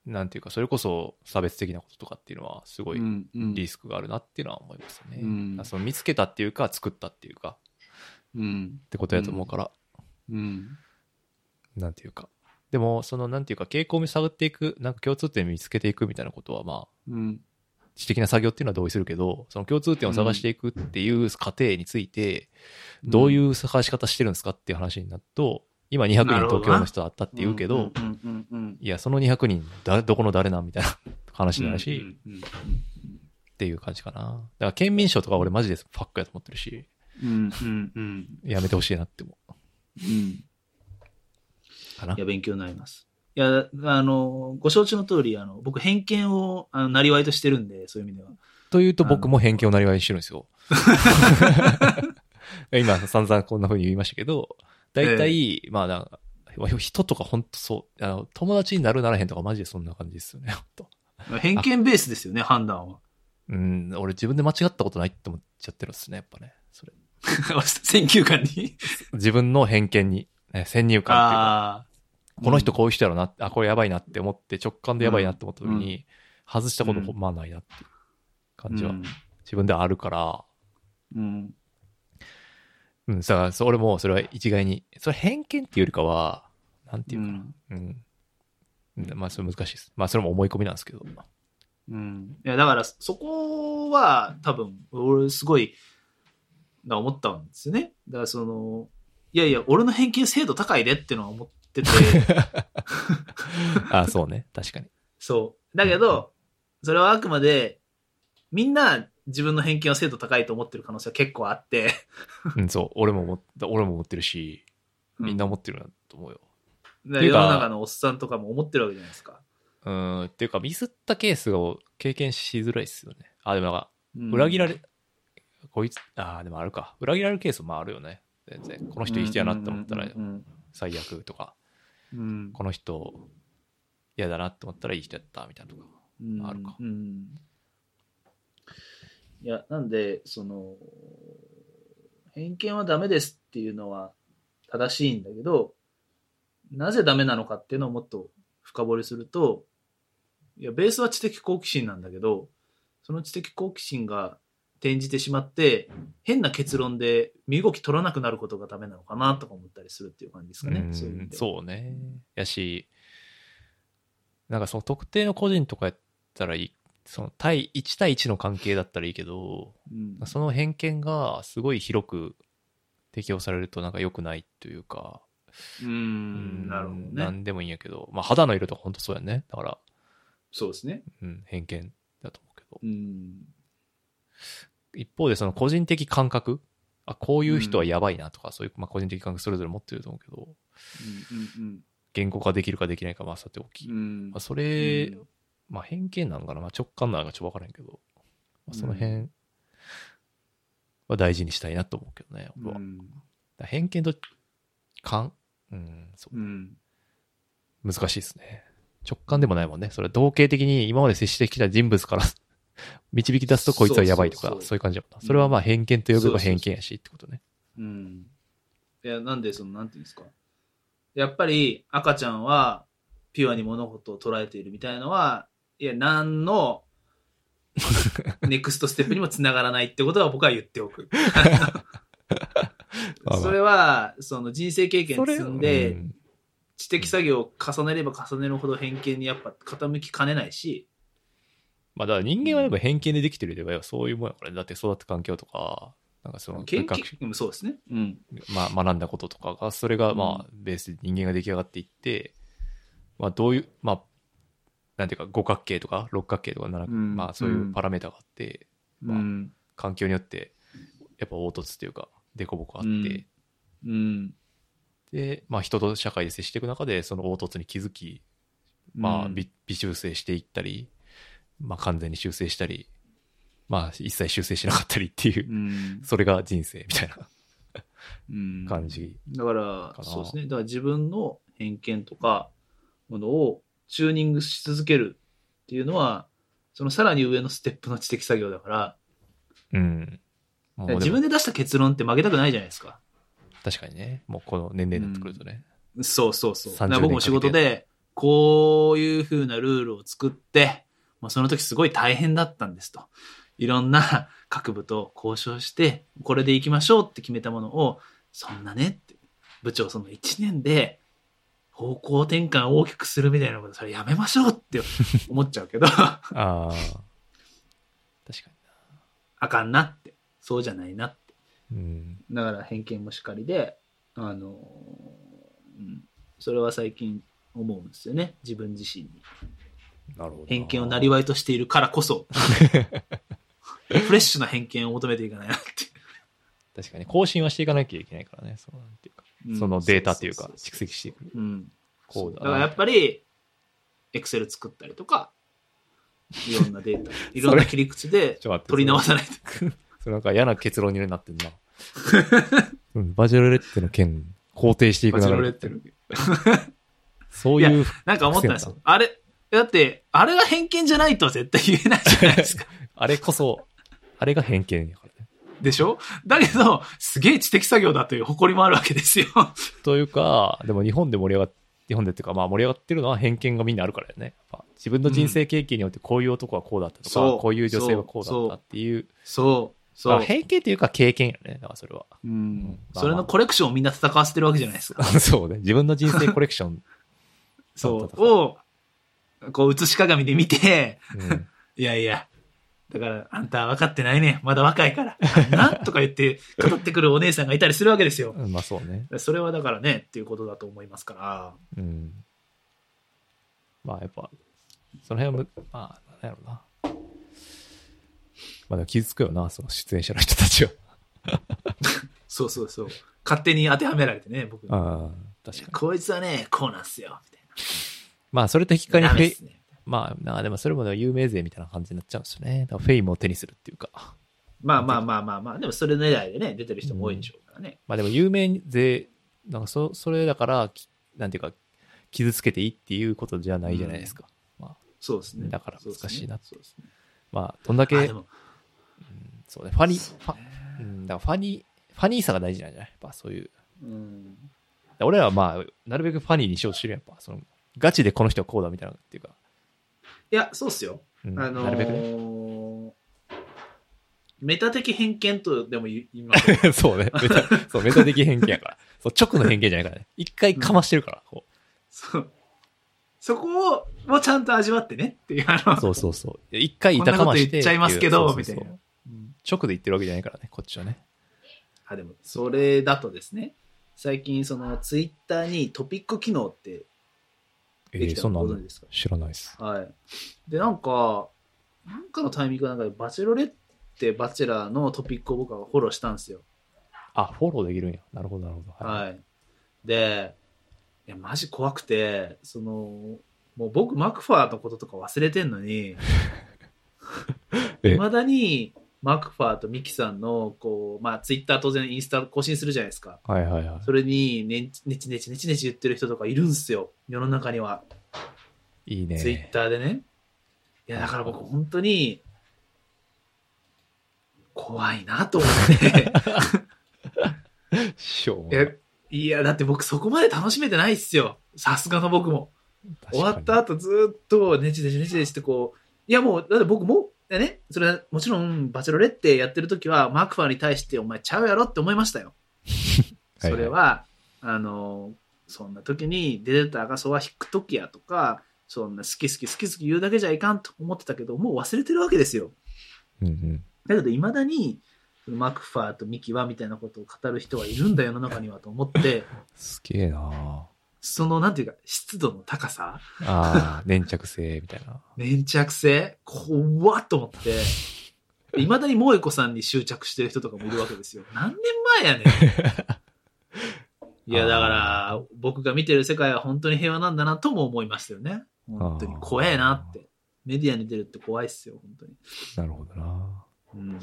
なんていうか、それこそ差別的なこととかっていうのは、すごいうんうんリスクがあるなっていうのは思いますね。うんあその見つけたっていうか、作ったっていうか、うん。ってことやと思うから、うん。なんていうか。でも、その、なんていうか、傾向を探っていく、なんか共通点見つけていくみたいなことは、まあ、うん。知的な作業っていうのは同意するけど、その共通点を探していくっていう過程について、うんどういう探し方してるんですかっていう話になると、今200人なるほどな。東京の人あったって言うけど、うんうんうんいや、その200人だ、どこの誰なんみたいな 話だし、っうんていう感じかな。だから県民賞とか俺マジでファックやと思ってるし、うんうんうんやめてほしいなって思うんう。かないや、勉強になります。いや、あの、ご承知の通り、あの、僕、偏見を、あの、なりわいとしてるんで、そういう意味では。というと僕も偏見をなりわいにしてるんですよ。今散々こんな風に言いましたけど、大体、まあなんか、人とか本当そう、あの友達になるならへんとかマジでそんな感じですよね、ほんと偏見ベースですよね、判断は。 うん、俺自分で間違ったことないって思っちゃってるんですね、やっぱね。それ選 球感に。自分の偏見に、ね、先入観っていうか、あこの人こういう人やろなって、あ、これやばいなって思って、直感でやばいなって思った時に、外したことほんまないなっていう感じは、自分ではあるから、うんうん、だから、それも、それは一概に、それ偏見っていうよりかは、なんていうかな、うん。うんまあ、それ難しいです。まあ、それも思い込みなんですけ ど。うんあ。いや、だから、そこは、多分、俺、すごい、な思ったんですよね。だから、その、いやいや、俺の偏見精度高いでってのは 思ってて、あそうね。確かに。そう。だけど、それはあくまで、みんな自分の偏見は精度高いと思ってる可能性は結構あって、うん、そう。俺も思った、俺も思ってるし、 みんな思ってるなと思うよ。世ていうのか中のおっさんとかも思ってるわけじゃないですか。うん、っていうか、ミスったケースを経験しづらいですよね。あ、でもなんか、うん裏切られ、こいつ、あでもあるか。裏切られるケースもあるよね。全然。この人いい人やなって思ったらう、ん最悪とか、うんこの人、嫌だなって思ったらいい人やった、みたいなとか。うんあるかうん。いやなんでその偏見はダメですっていうのは正しいんだけど、なぜダメなのかっていうのをもっと深掘りすると、いや、ベースは知的好奇心なんだけど、その知的好奇心が転じてしまって、変な結論で身動き取らなくなることがダメなのかなとか思ったりするっていう感じですかね。うんそういう意味ではそうね。やし、なんかその特定の個人とかやったらいい、その対1対1の関係だったらいいけど、うんその偏見がすごい広く適用されるとなんか良くないというか、ううんんなるほどね何でもいいんやけど、まあ肌の色とか本当そうやね。だから、そうですねうん、偏見だと思うけど。うん一方でその個人的感覚、あ、こういう人はやばいなとか、そういう、まあ個人的感覚それぞれ持ってると思うけど、うん言語化できるかできないか、まあさておき。うんまあ、それ、うんまあ偏見なのかな、まあ、直感なのかちょっと分からへんけど、まあ、その辺は大事にしたいなと思うけどね、う俺はだかんら偏見と感、うんそううん難しいですね。直感でもないもんね。それは同型的に今まで接してきた人物から 導き出すとこいつはやばいとか、そそうそううそういう感じだもんな。それはまあ偏見と呼べばそうそうそう偏見やしってことね。うんいや、なんで、その、なんていうんですか。やっぱり、赤ちゃんは、ピュアに物事を捉えているみたいのは、いや、何の、ネクストステップにもつながらないってことは僕は言っておく。まあまあそれは、その人生経験それ積んう、でん知的作業を重ねれば重ねるほど偏見にやっぱ傾きかねないし、まあだから人間はやっぱ偏見でできてるといえばそういうもんやからね。だって育った環境とか、なんかその研究学習うんそうですね。うんまあ、学んだこととかがそれがまあベースで人間が出来上がっていって、まあ、どういうまあなんていうか五角形とか六角形とか七、うんまあ、そういうパラメータがあって、うん環境によってやっぱ凹凸というか凸凹あって、うんうんで、まあ、人と社会で接していく中でその凹凸に気づき、まあ、うん微微修正していったり、まあ、完全に修正したり、まあ、一切修正しなかったりっていうう、んそれが人生みたいなうん感じ。だからか、なそうですね。だから自分の偏見とか、ものをチューニングし続けるっていうのは、そのさらに上のステップの知的作業だから、うん。もうでも自分で出した結論って負けたくないじゃないですか。確かにね。もうこの年齢になってくるとね。そうそうそう。 30だから僕も仕事年かけで、こういう風なルールを作って、まあ、その時すごい大変だったんですと。いろんな 各部と交渉して、これで行きましょうって決めたものを、そんなねって、部長その1年で方向転換を大きくするみたいなこと、それやめましょうって思っちゃうけど、 あああ。確かかんなって、そうじゃないなって。にな。うん。だから偏見もしかりで、あのうん、それは最近思うんですよね。自分自身に。なるほど。偏見をなりわいとしているから こそ、フレッシュな偏見を求めていかないなって。確かに。更新はしていかなきゃいけないからね。そうなんていうか。うんそのデータというかそう、そうそう蓄積していく。うん。こうだだからやなっ。ぱり、エクセル作ったり とか、いろんなデータ、いろんな切り口でちょっと待って取り直さないと。それなんか嫌な結論になってんな。 うんバジェロレッテの件、肯定していく流れバジェロレッテのそういう、なんか思ったんですよ。あれ、だって、あれが偏見じゃないとは絶対言えないじ ゃないですか。あれこそ、あれが偏見やからね。でしょだけど、すげえ知的作業だという誇りもあるわけですよ。というか、でも日本で盛り上がっ日本でっていうか、まあ盛り上がってるのは偏見がみんなあるからよね。やっぱ自分の人生経験によってこういう男はこうだったとか、そうこういう女性はこうだったっていう、そう、まそあう。偏見というか経験よね。だからそれは。う。うんそれのコレクションをみんな戦わせてるわけじゃないですか。れ そうね。自分の人生コレクション。そ戦う。を、こう、映し鏡で見て、 うん いやいや、だから、あんた分かってないね。まだ若いから。 あんなとか言って、語ってくるお姉さんがいたりするわけですよ。うん。まあそうね。それはだからね、っていうことだと思いますから。うん。まあやっぱ、その辺はむ、まあ、なんやろうな。まあでも傷つくよな、その出演者の人たちは。そうそうそう。勝手に当てはめられてね、僕。ああ、確かに。こいつはね、こうなんすよ。みまあそれと引き換たえいにな。フダェメっイす、ね。まあ、なあでもそれもね有名勢みたいな感じになっちゃうんですよね。だからフェイムを手にするっていうか。まあまあまあまあまあ、でもそれの狙いでね、出てる人も多いんでしょうからね。まあでも有名勢、なんかそそれだから、きなんていうか、傷つけていいっていうことじゃないじゃないですか。そうですね。だから難しいなそうですね。まあ、どんだけ、あでもそうね、ファニー、ファ、うん、だからファニー、ファニーさが大事なんじゃないやっぱそういう。うん。だから俺らはまあ、なるべくファニーにしようとしてるやんやっぱ。その、ガチでこの人はこうだみたいなっていうか。いや、そうっすよ。うんあのなるべくね。ーメタ的偏見とでも言います そうね。メタ、そう、メタ的偏見やから。そう、直の偏見じゃないからね。一回かましてるから、こう。そうそこをもうちゃんと味わってねっていう、あ の、そうそうそう。一回こんな板こかまと言し。ってちゃいますけど、そうみそたういそうな。うん直で言ってるわけじゃないからね、こっちはね。あでも、それだとですね、最近、その、ツイッターにトピック機能ってできたのご存知ですか、知らないです。はい。で、なんか、なんかのタイミングかなんかで、バチェロレッテ、バチェラーのトピックを僕はフォローしたんですよ。あ、フォローできるんや。なるほど、なるほど。い。はい。で、いや、マジ怖くて、その、もう僕、マクファーのこととか忘れてんのに、えいまだに、マクファーとミキさんの、こう、まあ、ツイッター当然インスタ更新するじゃないですか。はいはいはい。それにね、ねちねちねちねち言ってる人とかいるんすよ。世の中には。いいね。ツイッターでね。いや、だから僕、本当に、怖いなと思って。しょうもないえいや、だって僕そこまで楽しめてないっすよ。さすがの僕も。終わった。後ずーっとねちねちねちねちってこう、いやもう、だって僕も、ね、それはもちろんバチェロレッテやってる時はマクファーに対してお前ちゃうやろって思いましたよ。確かにそれ、は、あの、そんな時に出てた赤楚は引く時やとか、そんな好き好き好き好き言うだけじゃいかんと思ってたけど、もう忘れてるわけですよ。いはいうんうん。だけど、いまだに、そのマクファーとミキはみたいなことを語る人はいるんだ世の中にはと思って、すげえなその、なんていうか、湿度の高さ、ああ、粘着性みたいな。粘着性、怖っと思って、いまだに萌子さんに執着してる人とかもいるわけですよ。何年前やねん。いや、だから、僕が見てる世界は本当に平和なんだなとも思いましたよね。本当に怖えなって。メディアに出るって怖いっすよ、本当に。なるほどなうん、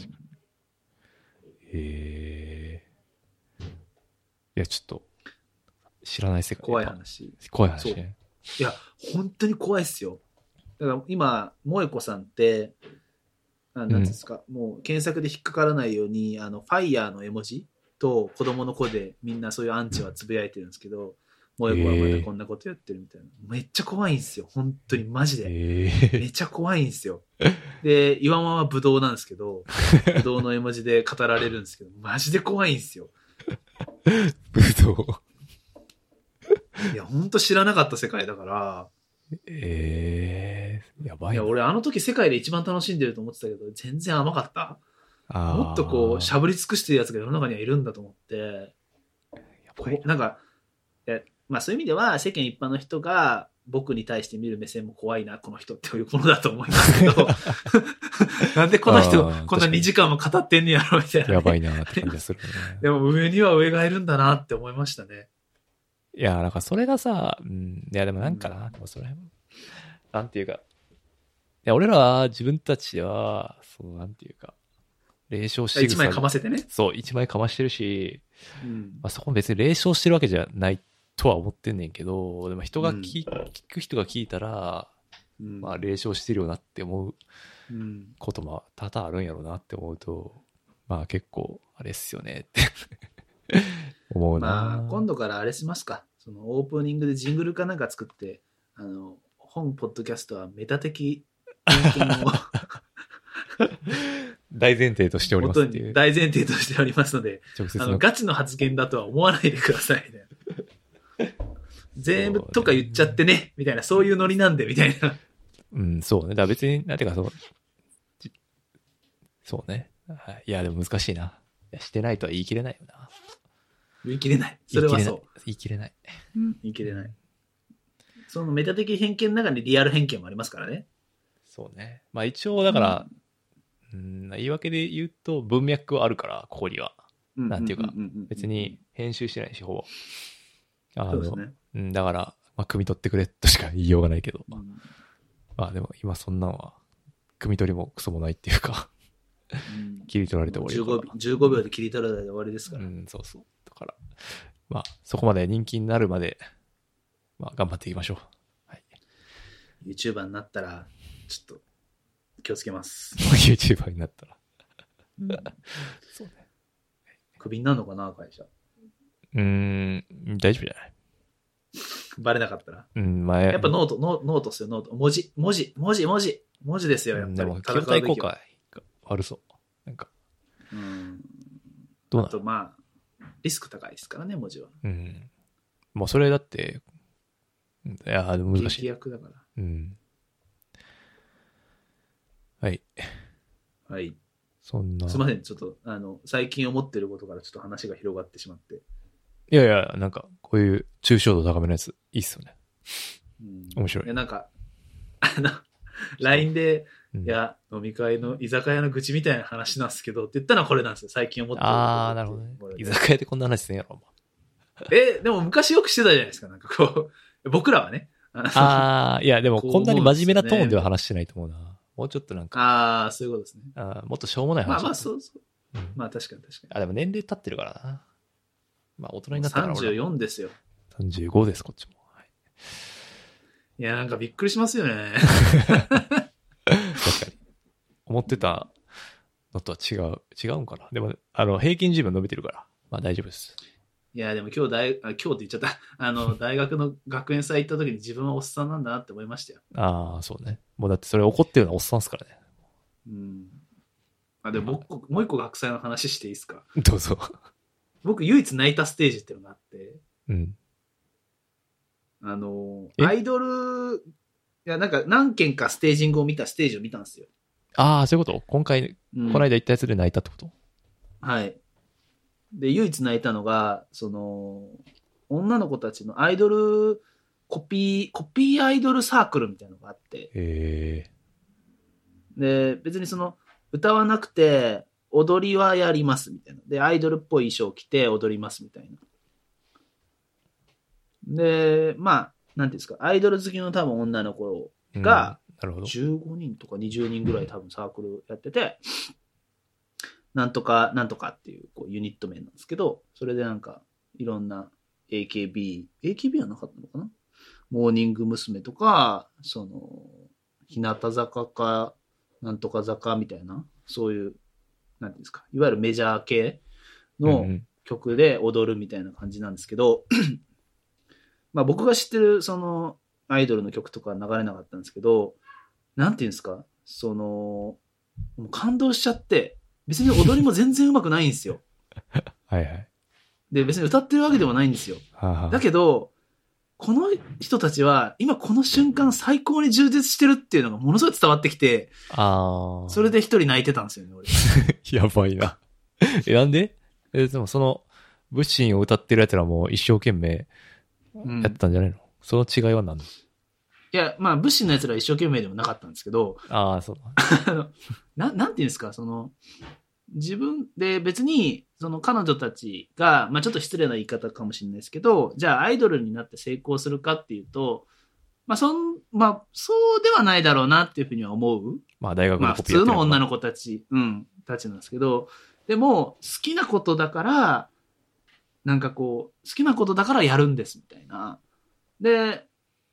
へえ。や、ちょっと、知らない世界。怖い。話。怖い話そね。いや、本当に怖いっすよ。だから今、萌子さんって、あなんていうんですか、もう検索で引っかからないように、あの、ファイヤーの絵文字と子供の子でみんなそういうアンチはつぶやいてるんですけど、萌子はまたこんなことやってるみたいな。めっちゃ怖いんですよ。本当にマジで。え えめちゃ怖いんですよ。で、岩間はブドウなんですけど、ブドウの絵文字で語られるんですけど、マジで怖いんですよ。ぶどう。いや、ほんと知らなかった世界だから、ええやばいいな。や、俺あの時世界で一番楽しんでると思ってたけど、全然甘かった。あーもっとこう、しゃぶり尽くしてるやつが世の中にはいるんだと思って、やばいなんか、いやまあそういう意味では世間一般の人が僕に対して見る目線も怖いな、この人っていうものだと思いますけど、 なんでこの人あー、こ確んなかに2時間も語ってんねやろみたいなね、やばいなって感じがするよね。でも上には上がいるんだなって思いましたね。いや、なんかそれがさ、うん、いやでもなんかな、でもそれ、なんていうか、いや、俺らは自分たちは、そのなんていうか、霊障して一枚かませてね。そう、一枚かましてるし、うんまあ、そこも別に霊障してるわけじゃないとは思ってんねんけど、でも人が聞,、聞く人が聞いたら、うんまあ霊障してるよなって思ううんことも多々あるんやろうなって思うと、まあ結構、あれっすよねって思うな。まあ今度からあれしますか。そのオープニングでジングルかなんか作って、あの、本ポッドキャストはメタ的偏見を大前提としております元っていにう。大前提としておりますので、直接あののガチの発言だとは思わないでくださいね。全部とか言っちゃってね、みたいな、そういうノリなんで、みたいな。うん、そうね。だから別に、なんていうか、その、じそうね。はいいや、でも難しいな。いやしてないとは言い切れないよな。言い切れない。それはそう。言い切れない。言い切言い切れれないない。。そのメタ的偏見の中にリアル偏見もありますからね。そうね。まあ一応、だから、うん、言い訳で言うと文脈はあるから、ここには。うんなんていうかんん別に編集してないし、ほぼ。あのそうですね。うん、だから、まあ、汲み取ってくれとしか言いようがないけど。うんまあでも今そんなんは、汲み取りもクソもないっていうか、 うん切り取られて終わりだから15秒 ,15 秒で切り取られたら終わりですから、うん、そうそう。だから、まあ、そこまで人気になるまで、まあ、頑張っていきましょう。 はい。 YouTuber になったらちょっと気をつ けますまあ YouTuber になったら。そうね。クビになるのかな会社うーん、大丈夫じゃないバレなかったらうん、前、やっぱノートノノートっすよノート文字文字文字文字文字ですよやっぱでりも、戦携うべ帯き公開はが悪そう。なんか、うんどうあなとのまあリスク高いですからね文字はうん。もうそれだって、うんいやー、でも難し劇い。薬だかうん。はい。らはいそんな。すいませんちょっとあの最近思ってることからちょっと話が広がってしまって、いやいや、なんか、こういう抽象度高めのやつ、いいっすよね。うん面白いやなんかあの LINE でうんいや、飲み会の居酒屋の愚痴みたいな話なんですけどって言ったらこれなんですよ、最近思ってることああ、なるほどねこ。れ居酒屋でこんな話すんやろ、お前え、でも昔よくしてたじゃないですか、なんかこう、僕らはね。ああ あ、いや、でもこうこんなに真面目な思うトんですよねーンでは話してないと思うな。もうちょっとなんか、あー、そういうことですね。あーもっとしょうもない話。まあまあ、そうそうう。んまあ確かに確かあでも年齢経ってるからな。まあ大人にに。なったから俺は34ですよ。 35です、こっちも。はいいや、なんかびっくりしますよ ね。確かに。思ってたのとは違う。違うんかな。でも、あの、平均寿命伸びてるから。まあ大丈夫です。いや、でも今日大、あ今日って言っちゃった。 あの、大学の学園祭行った時に自分はおっさんなんだなって思いましたよ。ああ、そうね。もうだってそれ怒ってるのはおっさんですからね。 うん。あ、でも僕、もう一個学祭の話していいですか。どうぞ。僕、唯一泣いたステージっていうのがあって、うん。あの、えアイドル、いや、なんか何件かステージングを見たステージを見たんですよ。ああ、そういうこと今回、うんこの間行ったやつで泣いたってことはい。で、唯一泣いたのが、その、女の子たちのアイドル、コピー、コピーアイドルサークルみたいなのがあって、へえ。で、別にその、歌わなくて、踊りはやりますみたいな。で、アイドルっぽい衣装着て踊りますみたいな。で、まあ、なんていうんですか、アイドル好きの多分女の子をうんが、なるほど。 15人とか20人ぐらい多分サークルやってて、なんとかなんとかっていうこうユニット名なんですけど、それでなんかいろんな AKB、AKB はなかったのかなモーニング娘。とか、その、日向坂か、なんとか坂みたいな、そういう、なんていうんですか、いわゆるメジャー系の、うんうん曲で踊るみたいな感じなんですけど、 まあ僕が知ってるそのアイドルの曲とかは流れなかったんですけど、なんていうんですか、その、もう感動しちゃって、別に踊りも全然うまくないんですよ。はいはい。で、別に歌ってるわけでもないんですよ。はあはあだけど、この人たちは今この瞬間最高に充実してるっていうのがものすごい伝わってきて、ああ。それで一人泣いてたんですよね、俺。 やばいな。え、なんでえ、でもその、物心を歌ってる奴らも一生懸命うん、いやってたんじゃないの、その違いは何なのや、まあ、武士の奴らは一生懸命でもなかったんですけど、ああ、そう。あのななんていうんですかその自分で別にその彼女たちが、まあ、ちょっと失礼な言い方かもしれないですけどじゃあアイドルになって成功するかっていうと、まあそんまあ、そうではないだろうなっていうふうには思う、まあ大学まあ、の普コピーやっ通てるの女のの子たち、うん、たちなんですけどでも好きなことだからなんかこう好きなことだからやるんですみたいなで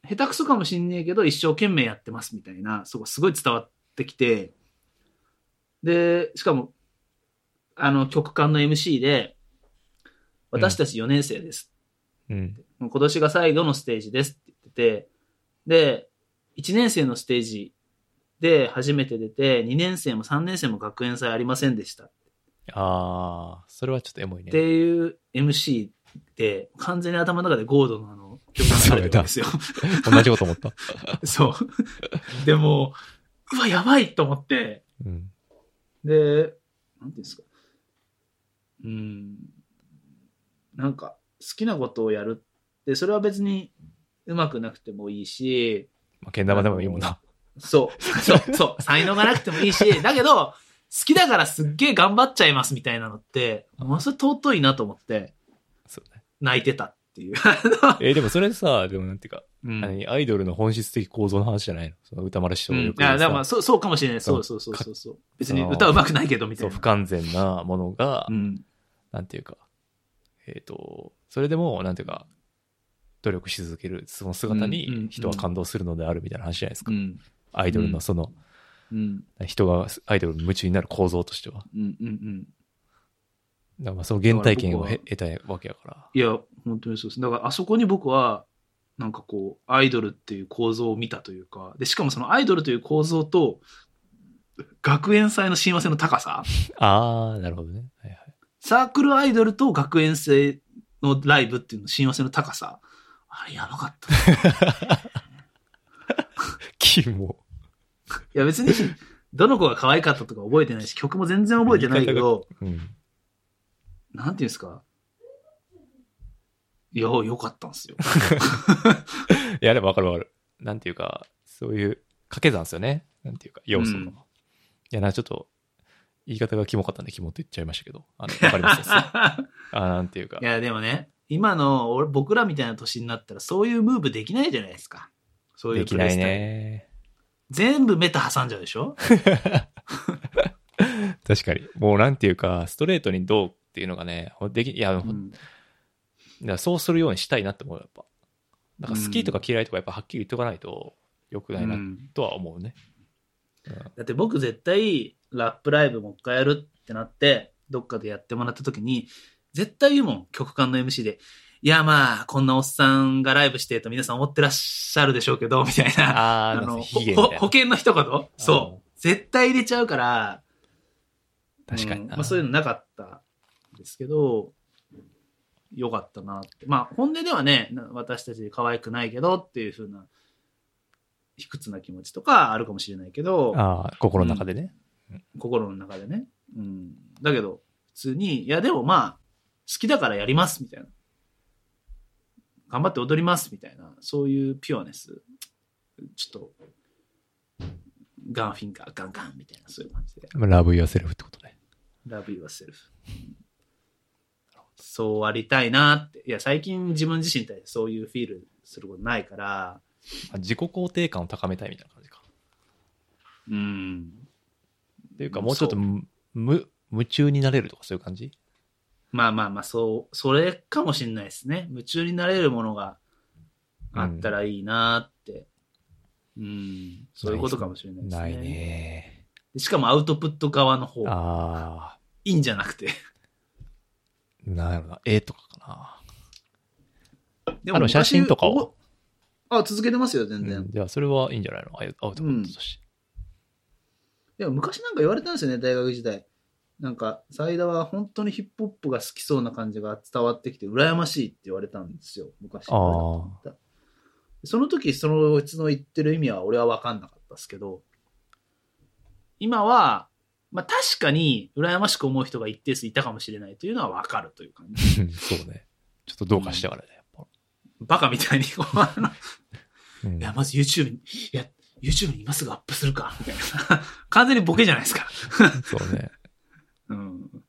下手くそかもしんねえけど一生懸命やってますみたいなそこすごい伝わってきてでしかもあの曲間の MC でう「ん私たち4年生です」うん。もう今年が最後のステージですって言ってて、で、1年生のステージで初めて出て、2年生も3年生も学園祭ありませんでしたっああ、それはちょっとエモいね。ていう MC で、完全に頭の中でゴードンのあの曲が流れてるんですよ。 同じこと思った。そうでも、うわ、やばいと思って、うん。で、なんていうんですか。うーん。なんか、好きなことをやるって、それは別にうまくなくてもいいし、まあ、けん玉でもいいもんな。そう。 そう、そう。才能がなくてもいい し、だけど、好きだからすっげえ頑張っちゃいますみたいなのって、ものすごい尊いなと思って、そうね。泣いてたっていう。えでもそれさ、でもなんていうか、うん。い何アイドルの本質的構造の話じゃないのその歌丸師匠のよく言うや、さでも、そう、そうかもしれない。そそううそうそうそうそう。そ別のに歌うまくないけど、みたそ、いうな。不完全なものが、うん。なんていうか、えっ、と、それでも、なんていうか、努力し続ける、その姿うんうんうにん人は感動するのであるみたいな話じゃないですか。うん。アイドルのその、うん。人がアイドルに夢中になる構造としては。うん。うん。うん。だからまあその原体験をだからへ得たいわけやから。いや、本当にそうです。だから、あそこに僕は、なんかこう、アイドルっていう構造を見たというか、で、しかもそのアイドルという構造と、学園祭の親和性の高さああ、なるほどね。はいはい。サークルアイドルと学園生のライブっていうの親和性の高さ。あれやばかった。いキモ。や別に、どの子が可愛かったとか覚えてないし、曲も全然覚えてないけど、うん。なんていうんですか。いや、よかったんですよ。いや、でもわかるわかる。なんていうか、そういう掛け算ですよね。なんていうか、要素の。うんいや、なんかちょっと、言い方がキモかったんで、キモって言っちゃいましたけど。あの、わかり ますあーなんていうかい。や、でもね、今の俺僕らみたいな年になったらそういうムーブできないじゃないですか。そういでうきプなレいイスタイル。ね。全部メタ挟んじゃうでしょ確かに。もうなんていうか、ストレートにどうっていうのがね、ほんでき、いや、ほんうんだからそうするようにしたいなって思うやっぱなんか好きとか嫌いとかやっぱはっきり言っとかないと良くないなとは思うね、だって僕絶対ラップライブもう一回やるってなってどっかでやってもらった時に絶対言うもん曲間の MC で「いやまあこんなおっさんがライブしてると皆さん思ってらっしゃるでしょうけど」みたいなあーなあんかの卑下みほほたい保険の一言あーそう絶対入れちゃうからな確かうんにな、まあ、そういうのなかったんですけどよかったなってまあ本音ではねな私たち可愛くないけどっていうふうな卑屈な気持ちとかあるかもしれないけどあー心の中でね、心の中でね。うん。だけど、普通に、いやでもまあ、好きだからやります、みたいな。頑張って踊ります、みたいな。そういうピュアネス。ちょっと、ガンフィンガー、ガンガン、みたいな、そういう感じで。まあラブ・ユア・セルフってことね Love yourself. そうありたいなって。いや、最近自分自身に対してそういうフィールすることないから、まあ自己肯定感を高めたいみたいな感じかうん。っていうかうんもうちょっとむ無夢中になれるとかそういう感じまあまあまあ、そう、それかもしんないですね。夢中になれるものがあったらいいなーって。うん、そういうことかもしれないですね。ないね。でしかもアウトプット側の方、いあいんじゃなくて。ー、なんやろな。絵とかか であの写真とかは昔ここあ、続けてますよ、全な。然。うん、じゃあ、それはいいんじゃないのアウアウトプットとして。でも昔なんか言われたんですよね、大学時代。なんか、サイダは本当にヒップホップが好きそうな感じが伝わってきて、羨ましいって言われたんですよ、昔。あでその時、そのうちの言ってる意味は俺は分かんなかったですけど、今は、まあ確かに羨ましく思う人が一定数いたかもしれないというのは分かるという感じ。うんそうね。ちょっとどうかしてからね、やっぱ。バカみたいに、こうあのうんいや、まず YouTube に、いや、YouTube に今すぐアップするか、みたいな。 完全にボケじゃないですか。そうね。うん。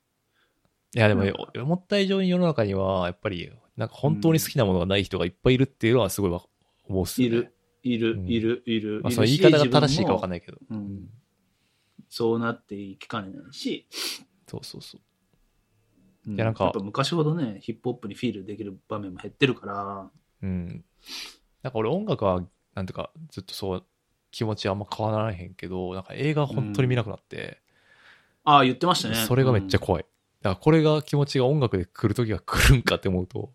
いや、でも、お思った以上に世の中には、やっぱり、なんか本当に好きなものがない人がいっぱいいるっていうのはすごいわ思うっすね。いる。、いるう、んいる、いる。まあ、その言い方が正しいかわわかんないないけど。し。自分もうんそうなっていきかねないし、そうそうそう。いやなんかやっぱ昔ほどね、ヒップホップにフィールできる場面も減ってるから、うん。なんか俺音楽は、なんていうか、ずっとそう、気持ちあんま変わらへんけど、なんか映画本当に見なくなって、ああ、言ってましたね。それがめっちゃうん怖い。だからこれが気持ちが音楽で来るときが来るんかって思うと、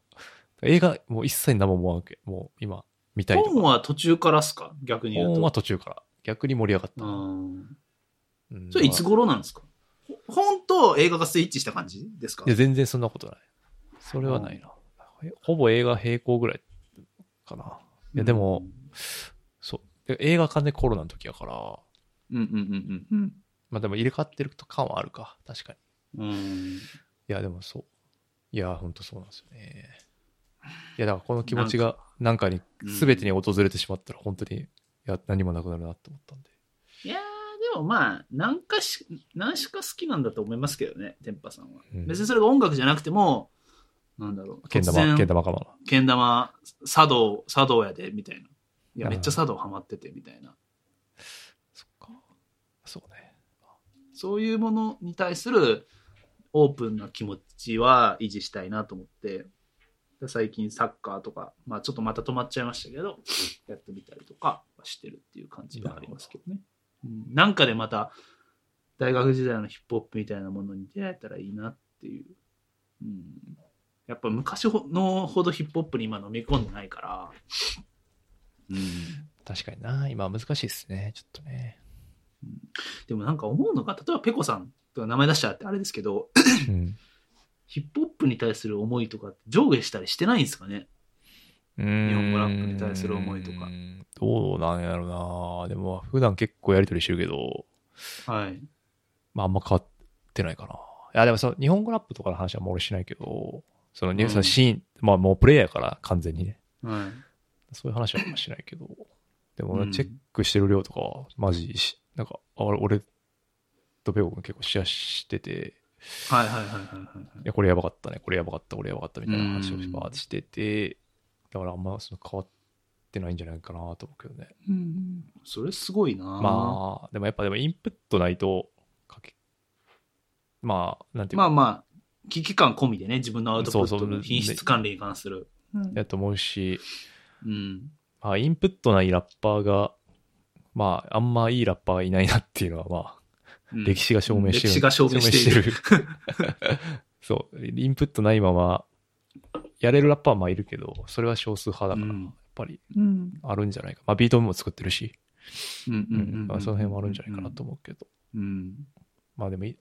映画もう一切何も思わんけ。もう今、見たいと本か。は途中からっすか逆に言う本と。は途中から。逆に盛り上がった。うんうんそれいつ頃なんですかほ本と映画がスイッチした感じですかいや、全然そんなことない。それはないな。ほぼ映画並行ぐらいかな。いや、でも、そう。で映画館でコロナの時やから、うんうんうんうんまあでも入れ替わってると感はあるか。確かに。うん。うんいや、でもそう。いや、ほんとそうなんですよね。いや、だからこの気持ちが、なんかに、すべてに訪れてしまったら、本当に、いや、何もなくなるなって思ったんで。いやー、でもまあ、何かし、何しか好きなんだと思いますけどね、天パさんは。うん別にそれが音楽じゃなくても、なんだろう、けん突玉、然けん玉かまけん玉、茶道、茶道やで、みたいな。いや、あーめっちゃ茶道ハマってて、みたいな。そっか。そうね。そういうものに対するオープンな気持ちは維持したいなと思って、最近サッカーとか、まあちょっとまた止まっちゃいましたけど、やってみたりとかはしてるっていう感じがありますけどね。うんなんかでまた、大学時代のヒップホップみたいなものに出会えたらいいなっていう。うん、やっぱ昔ほのほどヒップホップに今飲み込んでないから、確かにな。今は難しいですね。ちょっとね。でもなんか思うのが、例えばペコさんとか名前出したらってあれですけど、うん。ヒップホップに対する思いとかって上下したりしてないんですかね日本語ラップに対する思いとか。どうなんやろな。でも、普段結構やりとりしてるけど、はい。まあ、あんま変わってないかな。いや、でもその日本語ラップとかの話はもう俺しないけど、そのニュースのシーン、まあもうプレイヤーから完全にね。はい。そういう話はあんましないけど、でもう俺んチェックしてる量とかは、マジし、なんか、あ俺俺とペコ君結構シェアしてて、はいはいはいはいはい。いや、これやばかったね、これやばかった、これやばかったみたいな話をうんバーってしてて、だからあんまその変わってないんじゃないかなと思うけどね。うん。それすごいなままあ、でもやっぱでもインプットないと、かけ、まあ、なんていあうかまあ、まあ、危機感込みでね、自分のアウトプそッうそトうの品質管理に関する。うんやと思うし、うん。まあ、インプットないラッパーが、まあ、あんまいいラッパーがいないなっていうのは、まあ、うん歴史が証明してる。歴史が証明してい証る明してる そう、インプットないまま、やれるラッパーはまあいるけど、それは少数派だから、うんやっぱりうん。あるんじゃないか。まあ、ビートも作ってるし、うんうんうんまあその辺もあるんじゃないかなと。思うけど、うん。まあでもい、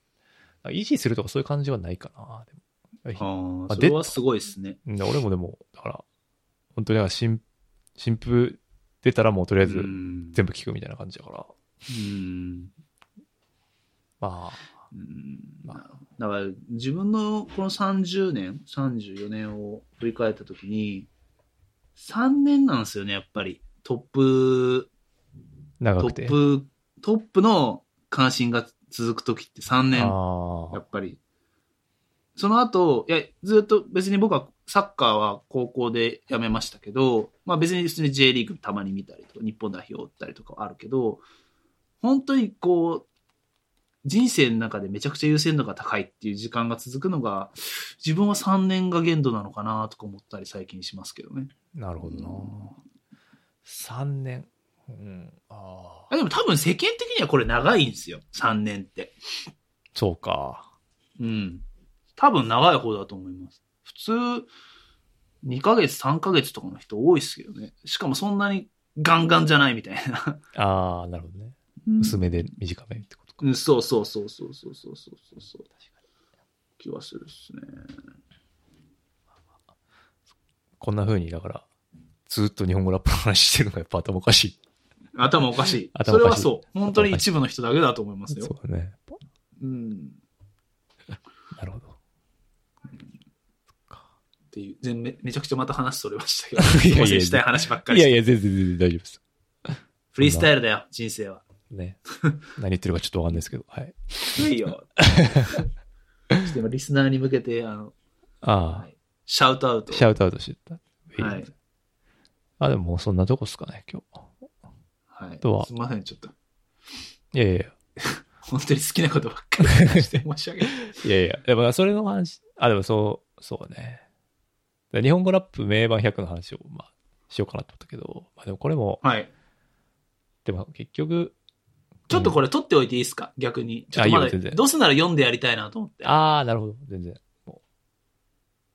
維持するとかそういう感じはないかな。でもあああ、でそれはすごいですね。うん俺もでも、だから、本当にだから新、新風出たらもうとりあえずうん全部聞くみたいな感じだから、うん。まあ、うんまあだから自分のこの30年34年を振り返った時に3年なんですよねやっぱりトップ長トくて。ップトップの関心が続く時って3年ああ、やっぱりその後いやずっと別に僕はサッカーは高校でやめましたけど、まあ、別に普通に J リーグたまに見たりとか日本代表を追ったりとかはあるけど本当にこう人生の中でめちゃくちゃ優先度が高いっていう時間が続くのが、自分は3年が限度なのかなとか思ったり最近しますけどね。なるほどな。3年。うん。ああ。あでも多分世間的にはこれ長いんですよ。3年って。そうか。うん。多分長い方だと思います。普通、2ヶ月、3ヶ月とかの人多いですけどね。しかもそんなにガンガンじゃないみたいな。ああ、なるほどね。薄めで短めってことか。うん、そうそうそうそうそうそうそうそうそう。気はするっすね。こんな風に、だから、ずっと日本語ラップの話してるのがやっぱ頭おかしい。頭おかしい。頭おそれかはしいそう。本当に一部の人だけだと思いますよ。そうだね。うん。なるほど。っていう全め、めちゃくちゃまた話それましたけど いやいや挑戦したい話ばっかいりしやていや、全然全然大丈夫です。フリースタイルだよ、人生は。 ね。何言ってるかちょっとわかんないですけど。はい。いい よ。ちょっと今、リスナーに向けて、あの、あシャウトアウあ、ト。シャウトアウトしてた。はい。あ、でももうそんなとこっすかね、今日。はい、とはすみません、ちょっと。いやいやい や。本当に好きなことばっ かり話して申し訳ない。いやいや、でもそれの話、あ、でもそう、そうね。で日本語ラップ名盤100の話を、まあ、しようかなと思ったけど、まあでもこれも、はい。でも結局、ちょっとこれ取っておいていいですか逆に。ちょっとあいまいよ全だ、然どうせなら読んでやりたいなと思って。あああ、なるほど、全然。もう、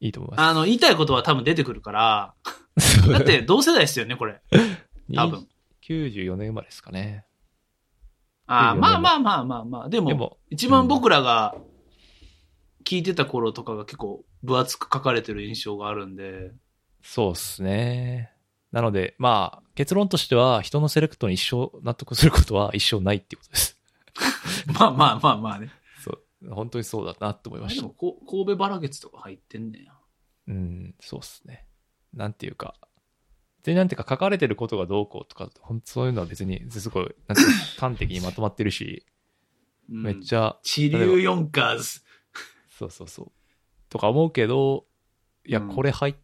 いいと思いまの、言いたいことは多分出てくるから、 す。だっ、て同世代ですよね、これ。多分。。 94年生まれですかね。あいいあ、よねまあまあまあまあまあ。ででも、も、一番僕らが聞いてた頃とかが結構分厚く書かれてる印象があるんで。 そうっすね。なので、まあ、結論としては、人のセレクトに一生納得することは一生ないっていうことです。 まあまあまあまあね。そう。本当にそうだなと思いましでたも。こ神戸バラ月とか入ってんねや。うん、そうっすね。なんていうか、で、なんていうか書かれてることがどうこうとか、ほんとそういうのは別に、すごい、なんていうか端的にまとまってるし、めっゃ。ちゃ、地流四カーズ。そうそうそう。とか思うけど、いや、うんこれ入っ、い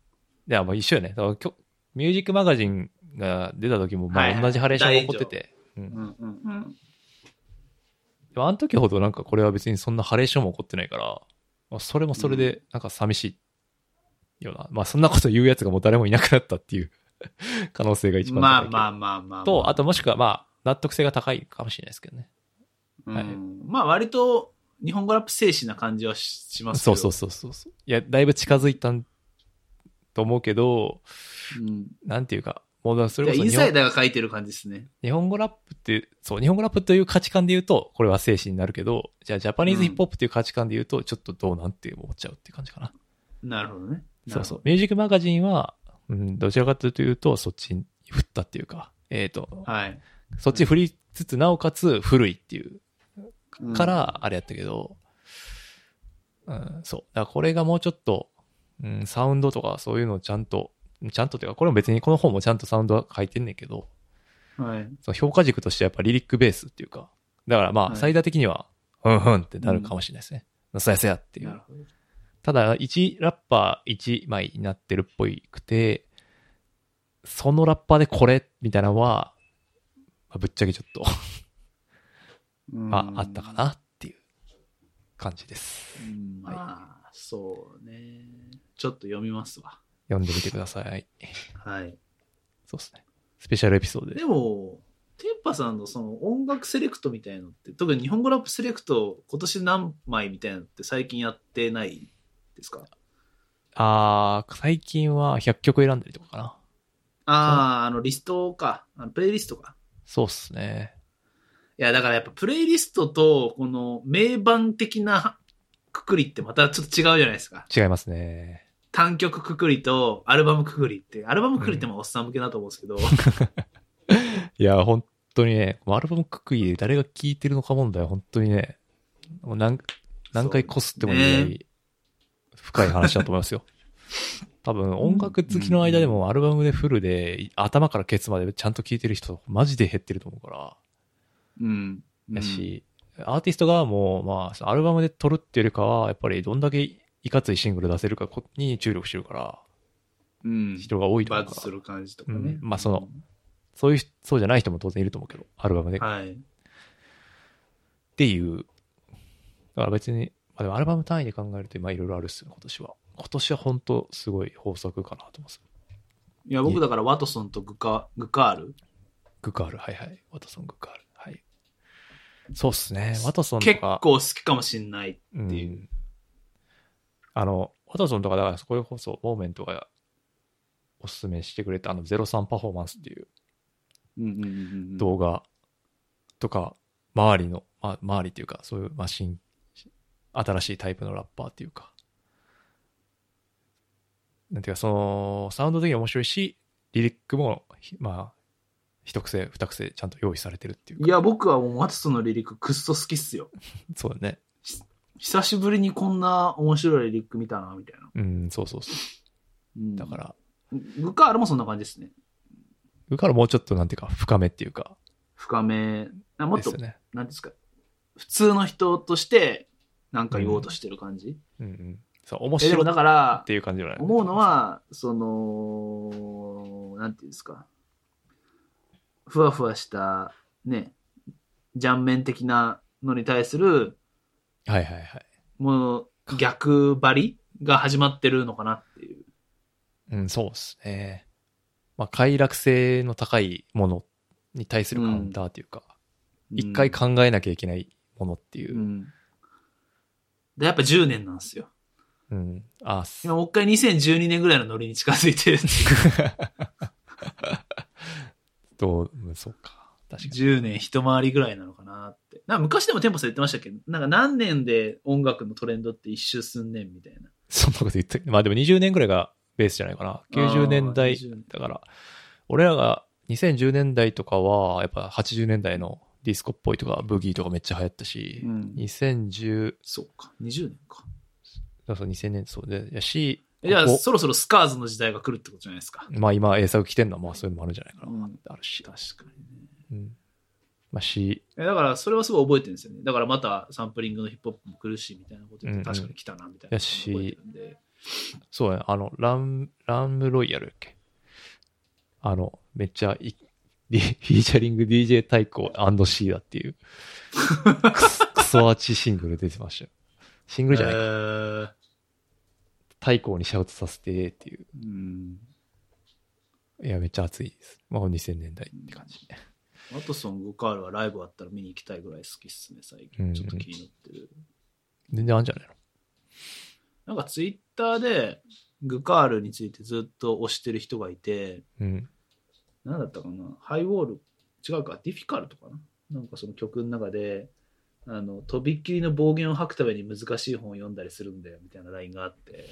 や、まあ一緒よね。だからきょミュージックマガジンが出た時も、まはいはあい同じハレーションが起こってて、うん。でうんうんうん。もあの時ほどなんかこれは別にそんなハレーションも起こってないから、まあそれもそれで、なんか寂しいような。まあそんなこと言うやつがもう誰もいなくなったっていう 可能性が一番高いまあけどまあまあまあ。と、あともしくはまあ、納得性が高いかもしれないですけどね。うはいん、まあ割と日本語ラップ精神な感じはししますけそど。うそうそうそうそう。いや、だいぶ近づいたんと思うけど、うん。なんていうか、もうだからそれじこゃあそイン日サイ本ダーが書いてる感じですね。日本語ラップって、そう、日本語ラップという価値観で言うと、これは精神になるけど、じゃあジャパニーズヒップホップという価値観で言うと、ちょっとどうなんて思っちゃうっていう感じかな。なるほどね。そうそう。ミュージックマガジンは、うん、どちらかというと、そっちに振ったっていうか、えっ、と、う。はい。そっち振りつつ、なおかつ古いっていううんから、あれやったけど、うん、そう。だからこれがもうちょっと、うん、サウンドとかそういうのをちゃんと、ちゃんとっていうか、これも別にこの本もちゃんとサウンドは書いてんねんけど、はい。その評価軸としてはやっぱリリックベースっていうか、だからまはあい最打的には、うんうんってなるかもしれないですね。そやそやっていなるう。ほど。ただ、1ラッパー1枚になってるっぽいくて、そのラッパーでこれみたいなのは、まあぶっちゃけちょっと、うんまああったか。なっていう感じです。うんまあ、そうね。ちょっと読みますわ。読んでみてください。はい。そうですね。スペシャルエピソードでで。も、テンパさんのその音楽セレクトみたいのって、特に日本語ラップセレクト、今年何枚みたいなのって最近やってないですかあー、最近は100曲選んだりとかかな。ああ、あの、リストか。あのプレイリストか。そうっすね。いや、だからやっぱプレイリストと、この名盤的なくくりってまたちょっと違うじゃないですか。違いますね。単曲くくりとアルバムくくりって、アルバムくくりってもおっさん向けだと思うんですけど、いや、本当にね、アルバムくくりで誰が聴いてるのか問題は本当にね、もう何何回こすってもいいぐらそうい深い話だと思います よ。多分音楽好きの間でもアルバムでフルでい頭からケツまでちゃんと聴いてる人マジで減ってると思うから。うん。やし、アーティスト側も、まあ、そのアルバムで撮るっていうよりかは、やっぱりどんだけいかついシングル出せるかこに注力してるから、うん。人が多いと思バうかズすら、る感じとかね。うんまあそのそういう、そうじゃない人も当然いると思うけど、アルバムで。はい。っていうだから別に、まあ、でもアルバム単位で考えると、まあいろいろあるっすよ、今年は。今年は本当すごい豊作かなと思います。いや、僕だからワトソンとグカグカール。グカール、はいはい。ワトソン、グカール。はい。そうっすね。ワトソンと結か構、好きかもしんない。うんいあの、ワトソンとか、だからそこでこそ、モーメントがおすすめしてくれた、あの、03パフォーマンスっていう動画とか、周りの、ま、周りっていうか、そういう、まあ、新、新しいタイプのラッパーっていうか、なんていうか、その、サウンド的に面白いし、リリックも、ひまあ、一癖、二癖、ちゃんと用意されてるっていうか、や、僕はもうワトソンのリリックくっそ好きっすよ。そうだね。久しぶりにこんな面白いリリック見たな、みたいな。うん、そうそうそう。うんだから、グカールもそんな感じですね。僕からもうちょっと、なんていうか、深めっていうか、深め、あもっですと、よね。なんですか、普通の人として、なんか言おうとしてる感じ。うんうん。そう、面えで白もいだっから、ていう感じじゃない思うの、は、その、なんていうんですか、ふわふわした、ね、ジャンメン的なのに対する、はいはいはい。もう、逆張りが始まってるのかなっていう。うん、そうですね。まあ、快楽性の高いものに対するカウンターというか、一、回考えなきゃいけないものっていうう。ん。で、やっぱ10年なんですよ。うん。あ、す今、もう一回2012年ぐらいのノリに近づいてるっていう。 どう、うんそうか。確かに。 10年一回りぐらいなのかなって。なんか昔でもテンポさん言ってましたっけど、なんか何年で音楽のトレンドって一周すんねんみたいな。そんなこと言って、まあでも20年ぐらいがベースじゃないかな。90年あ代ー20年だから、俺らが2010年代とかは、やっぱ80年代のディスコっぽいとか、ブギーとかめっちゃ流行ったし、うん2010、そうか、20年か。そうそう2000年、そうで、やし、えじゃあ、ここそろそろスカーズの時代が来るってことじゃないですか。まあ今、英作来てんのは、まあそういうのもあるんじゃないかな。うんあるし。確かにね。うん。まあ、し、えだから、それはすごい覚えてるんですよね。だから、またサンプリングのヒップホップも来るし、みたいなこと言って、うんうん確かに来たな、みたいな。やし覚えてるんで。そうだね、あの、ラン、ランムロイヤルやっけ。あの、めっちゃい、リフィーチャリング DJ 対抗 &C だっていう、クソ クソアーチシングル出てましたよ。シングルじゃないか。えー対抗にシャウトさせてっていう。うん。いや、めっちゃ熱いです。まあ、2000年代って感じ。ワトソン・グカールはライブあったら見に行きたいぐらい好きっすね、最うんう近。んちょっと気になってる。全然あんじゃないのなんかツイッターでグカールについてずっと推してる人がいて、 うん。何だったかなハイウォール、違うか、ディフィカルトかななんかその曲の中で、あの、とびっきりの暴言を吐くために難しい本を読んだりするんだよ、みたいなラインがあって。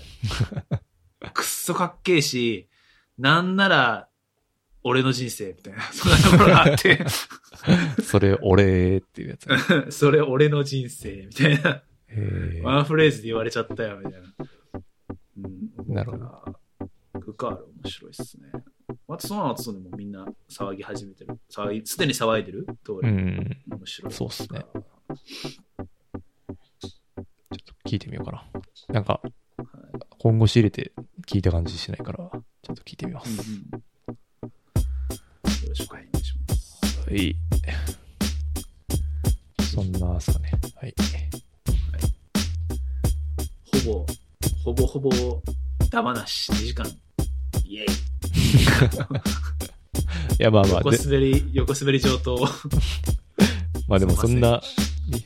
くっそかっけえし、なんなら、俺の人生、みたいな、そんなところがあって、それ、俺っていうやつ。それ俺の人生、みたいな。えーワンフレーズで 言われちゃったよ、みたいな。うん、なるほどだから。グカール面白いっすね。ワトソンはワトソンでもみんな騒ぎ始めてる。騒ぎ、すでに騒いでる通うり。ん。面白い。そうっすね。ちょっと聞いてみようかな。なんか、本腰入れて聞いた感じしないから、ちょっと聞いてみまうんうん。す。よろしくお願いします。はい。そんなですかね。はい。ほぼ、ほぼほぼ、だまなし2時間。イェイ。いや、まあまあ、横で滑り、横滑り上等。まあでもそんな、いい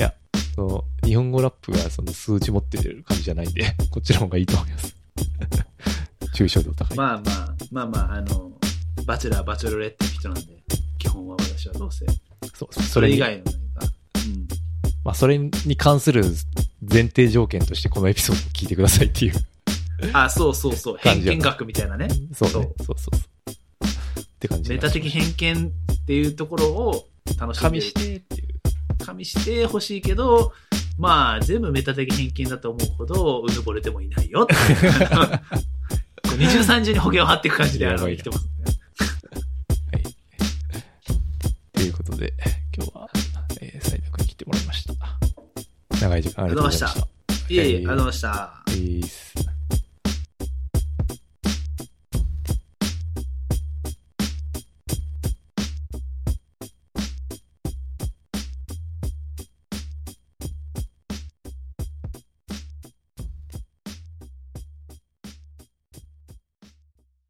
や、その、日本語ラップがその数値持ってる感じじゃないんで、 こっちの方がいいと思います。抽象度高い。まあまあ、まあまあ、あの、バチェラー、バチェロレって人なんで、基本は私はどうせ。そうそそれに以外の何か。うん。まあ、それに関する前提条件としてこのエピソードを聞いてくださいっていう。あ、そうそうそう。感偏じや見学みたいなね。そうね。そうそうそうって感じ。メタ的偏見っていうところを楽し加んで味るしてっていう。加味してほしいけど、まあ、全部メタ的偏見だと思うほど、うぬぼれてもい ないよっていう。二重三重に保険を張っていく感じであのやばいな生きてますね。はい。ということで、今日は、えー、斉田君に来てもらいました。長い時間ありがとうございました。いえいえ、ありがとうございはましい。た。ピース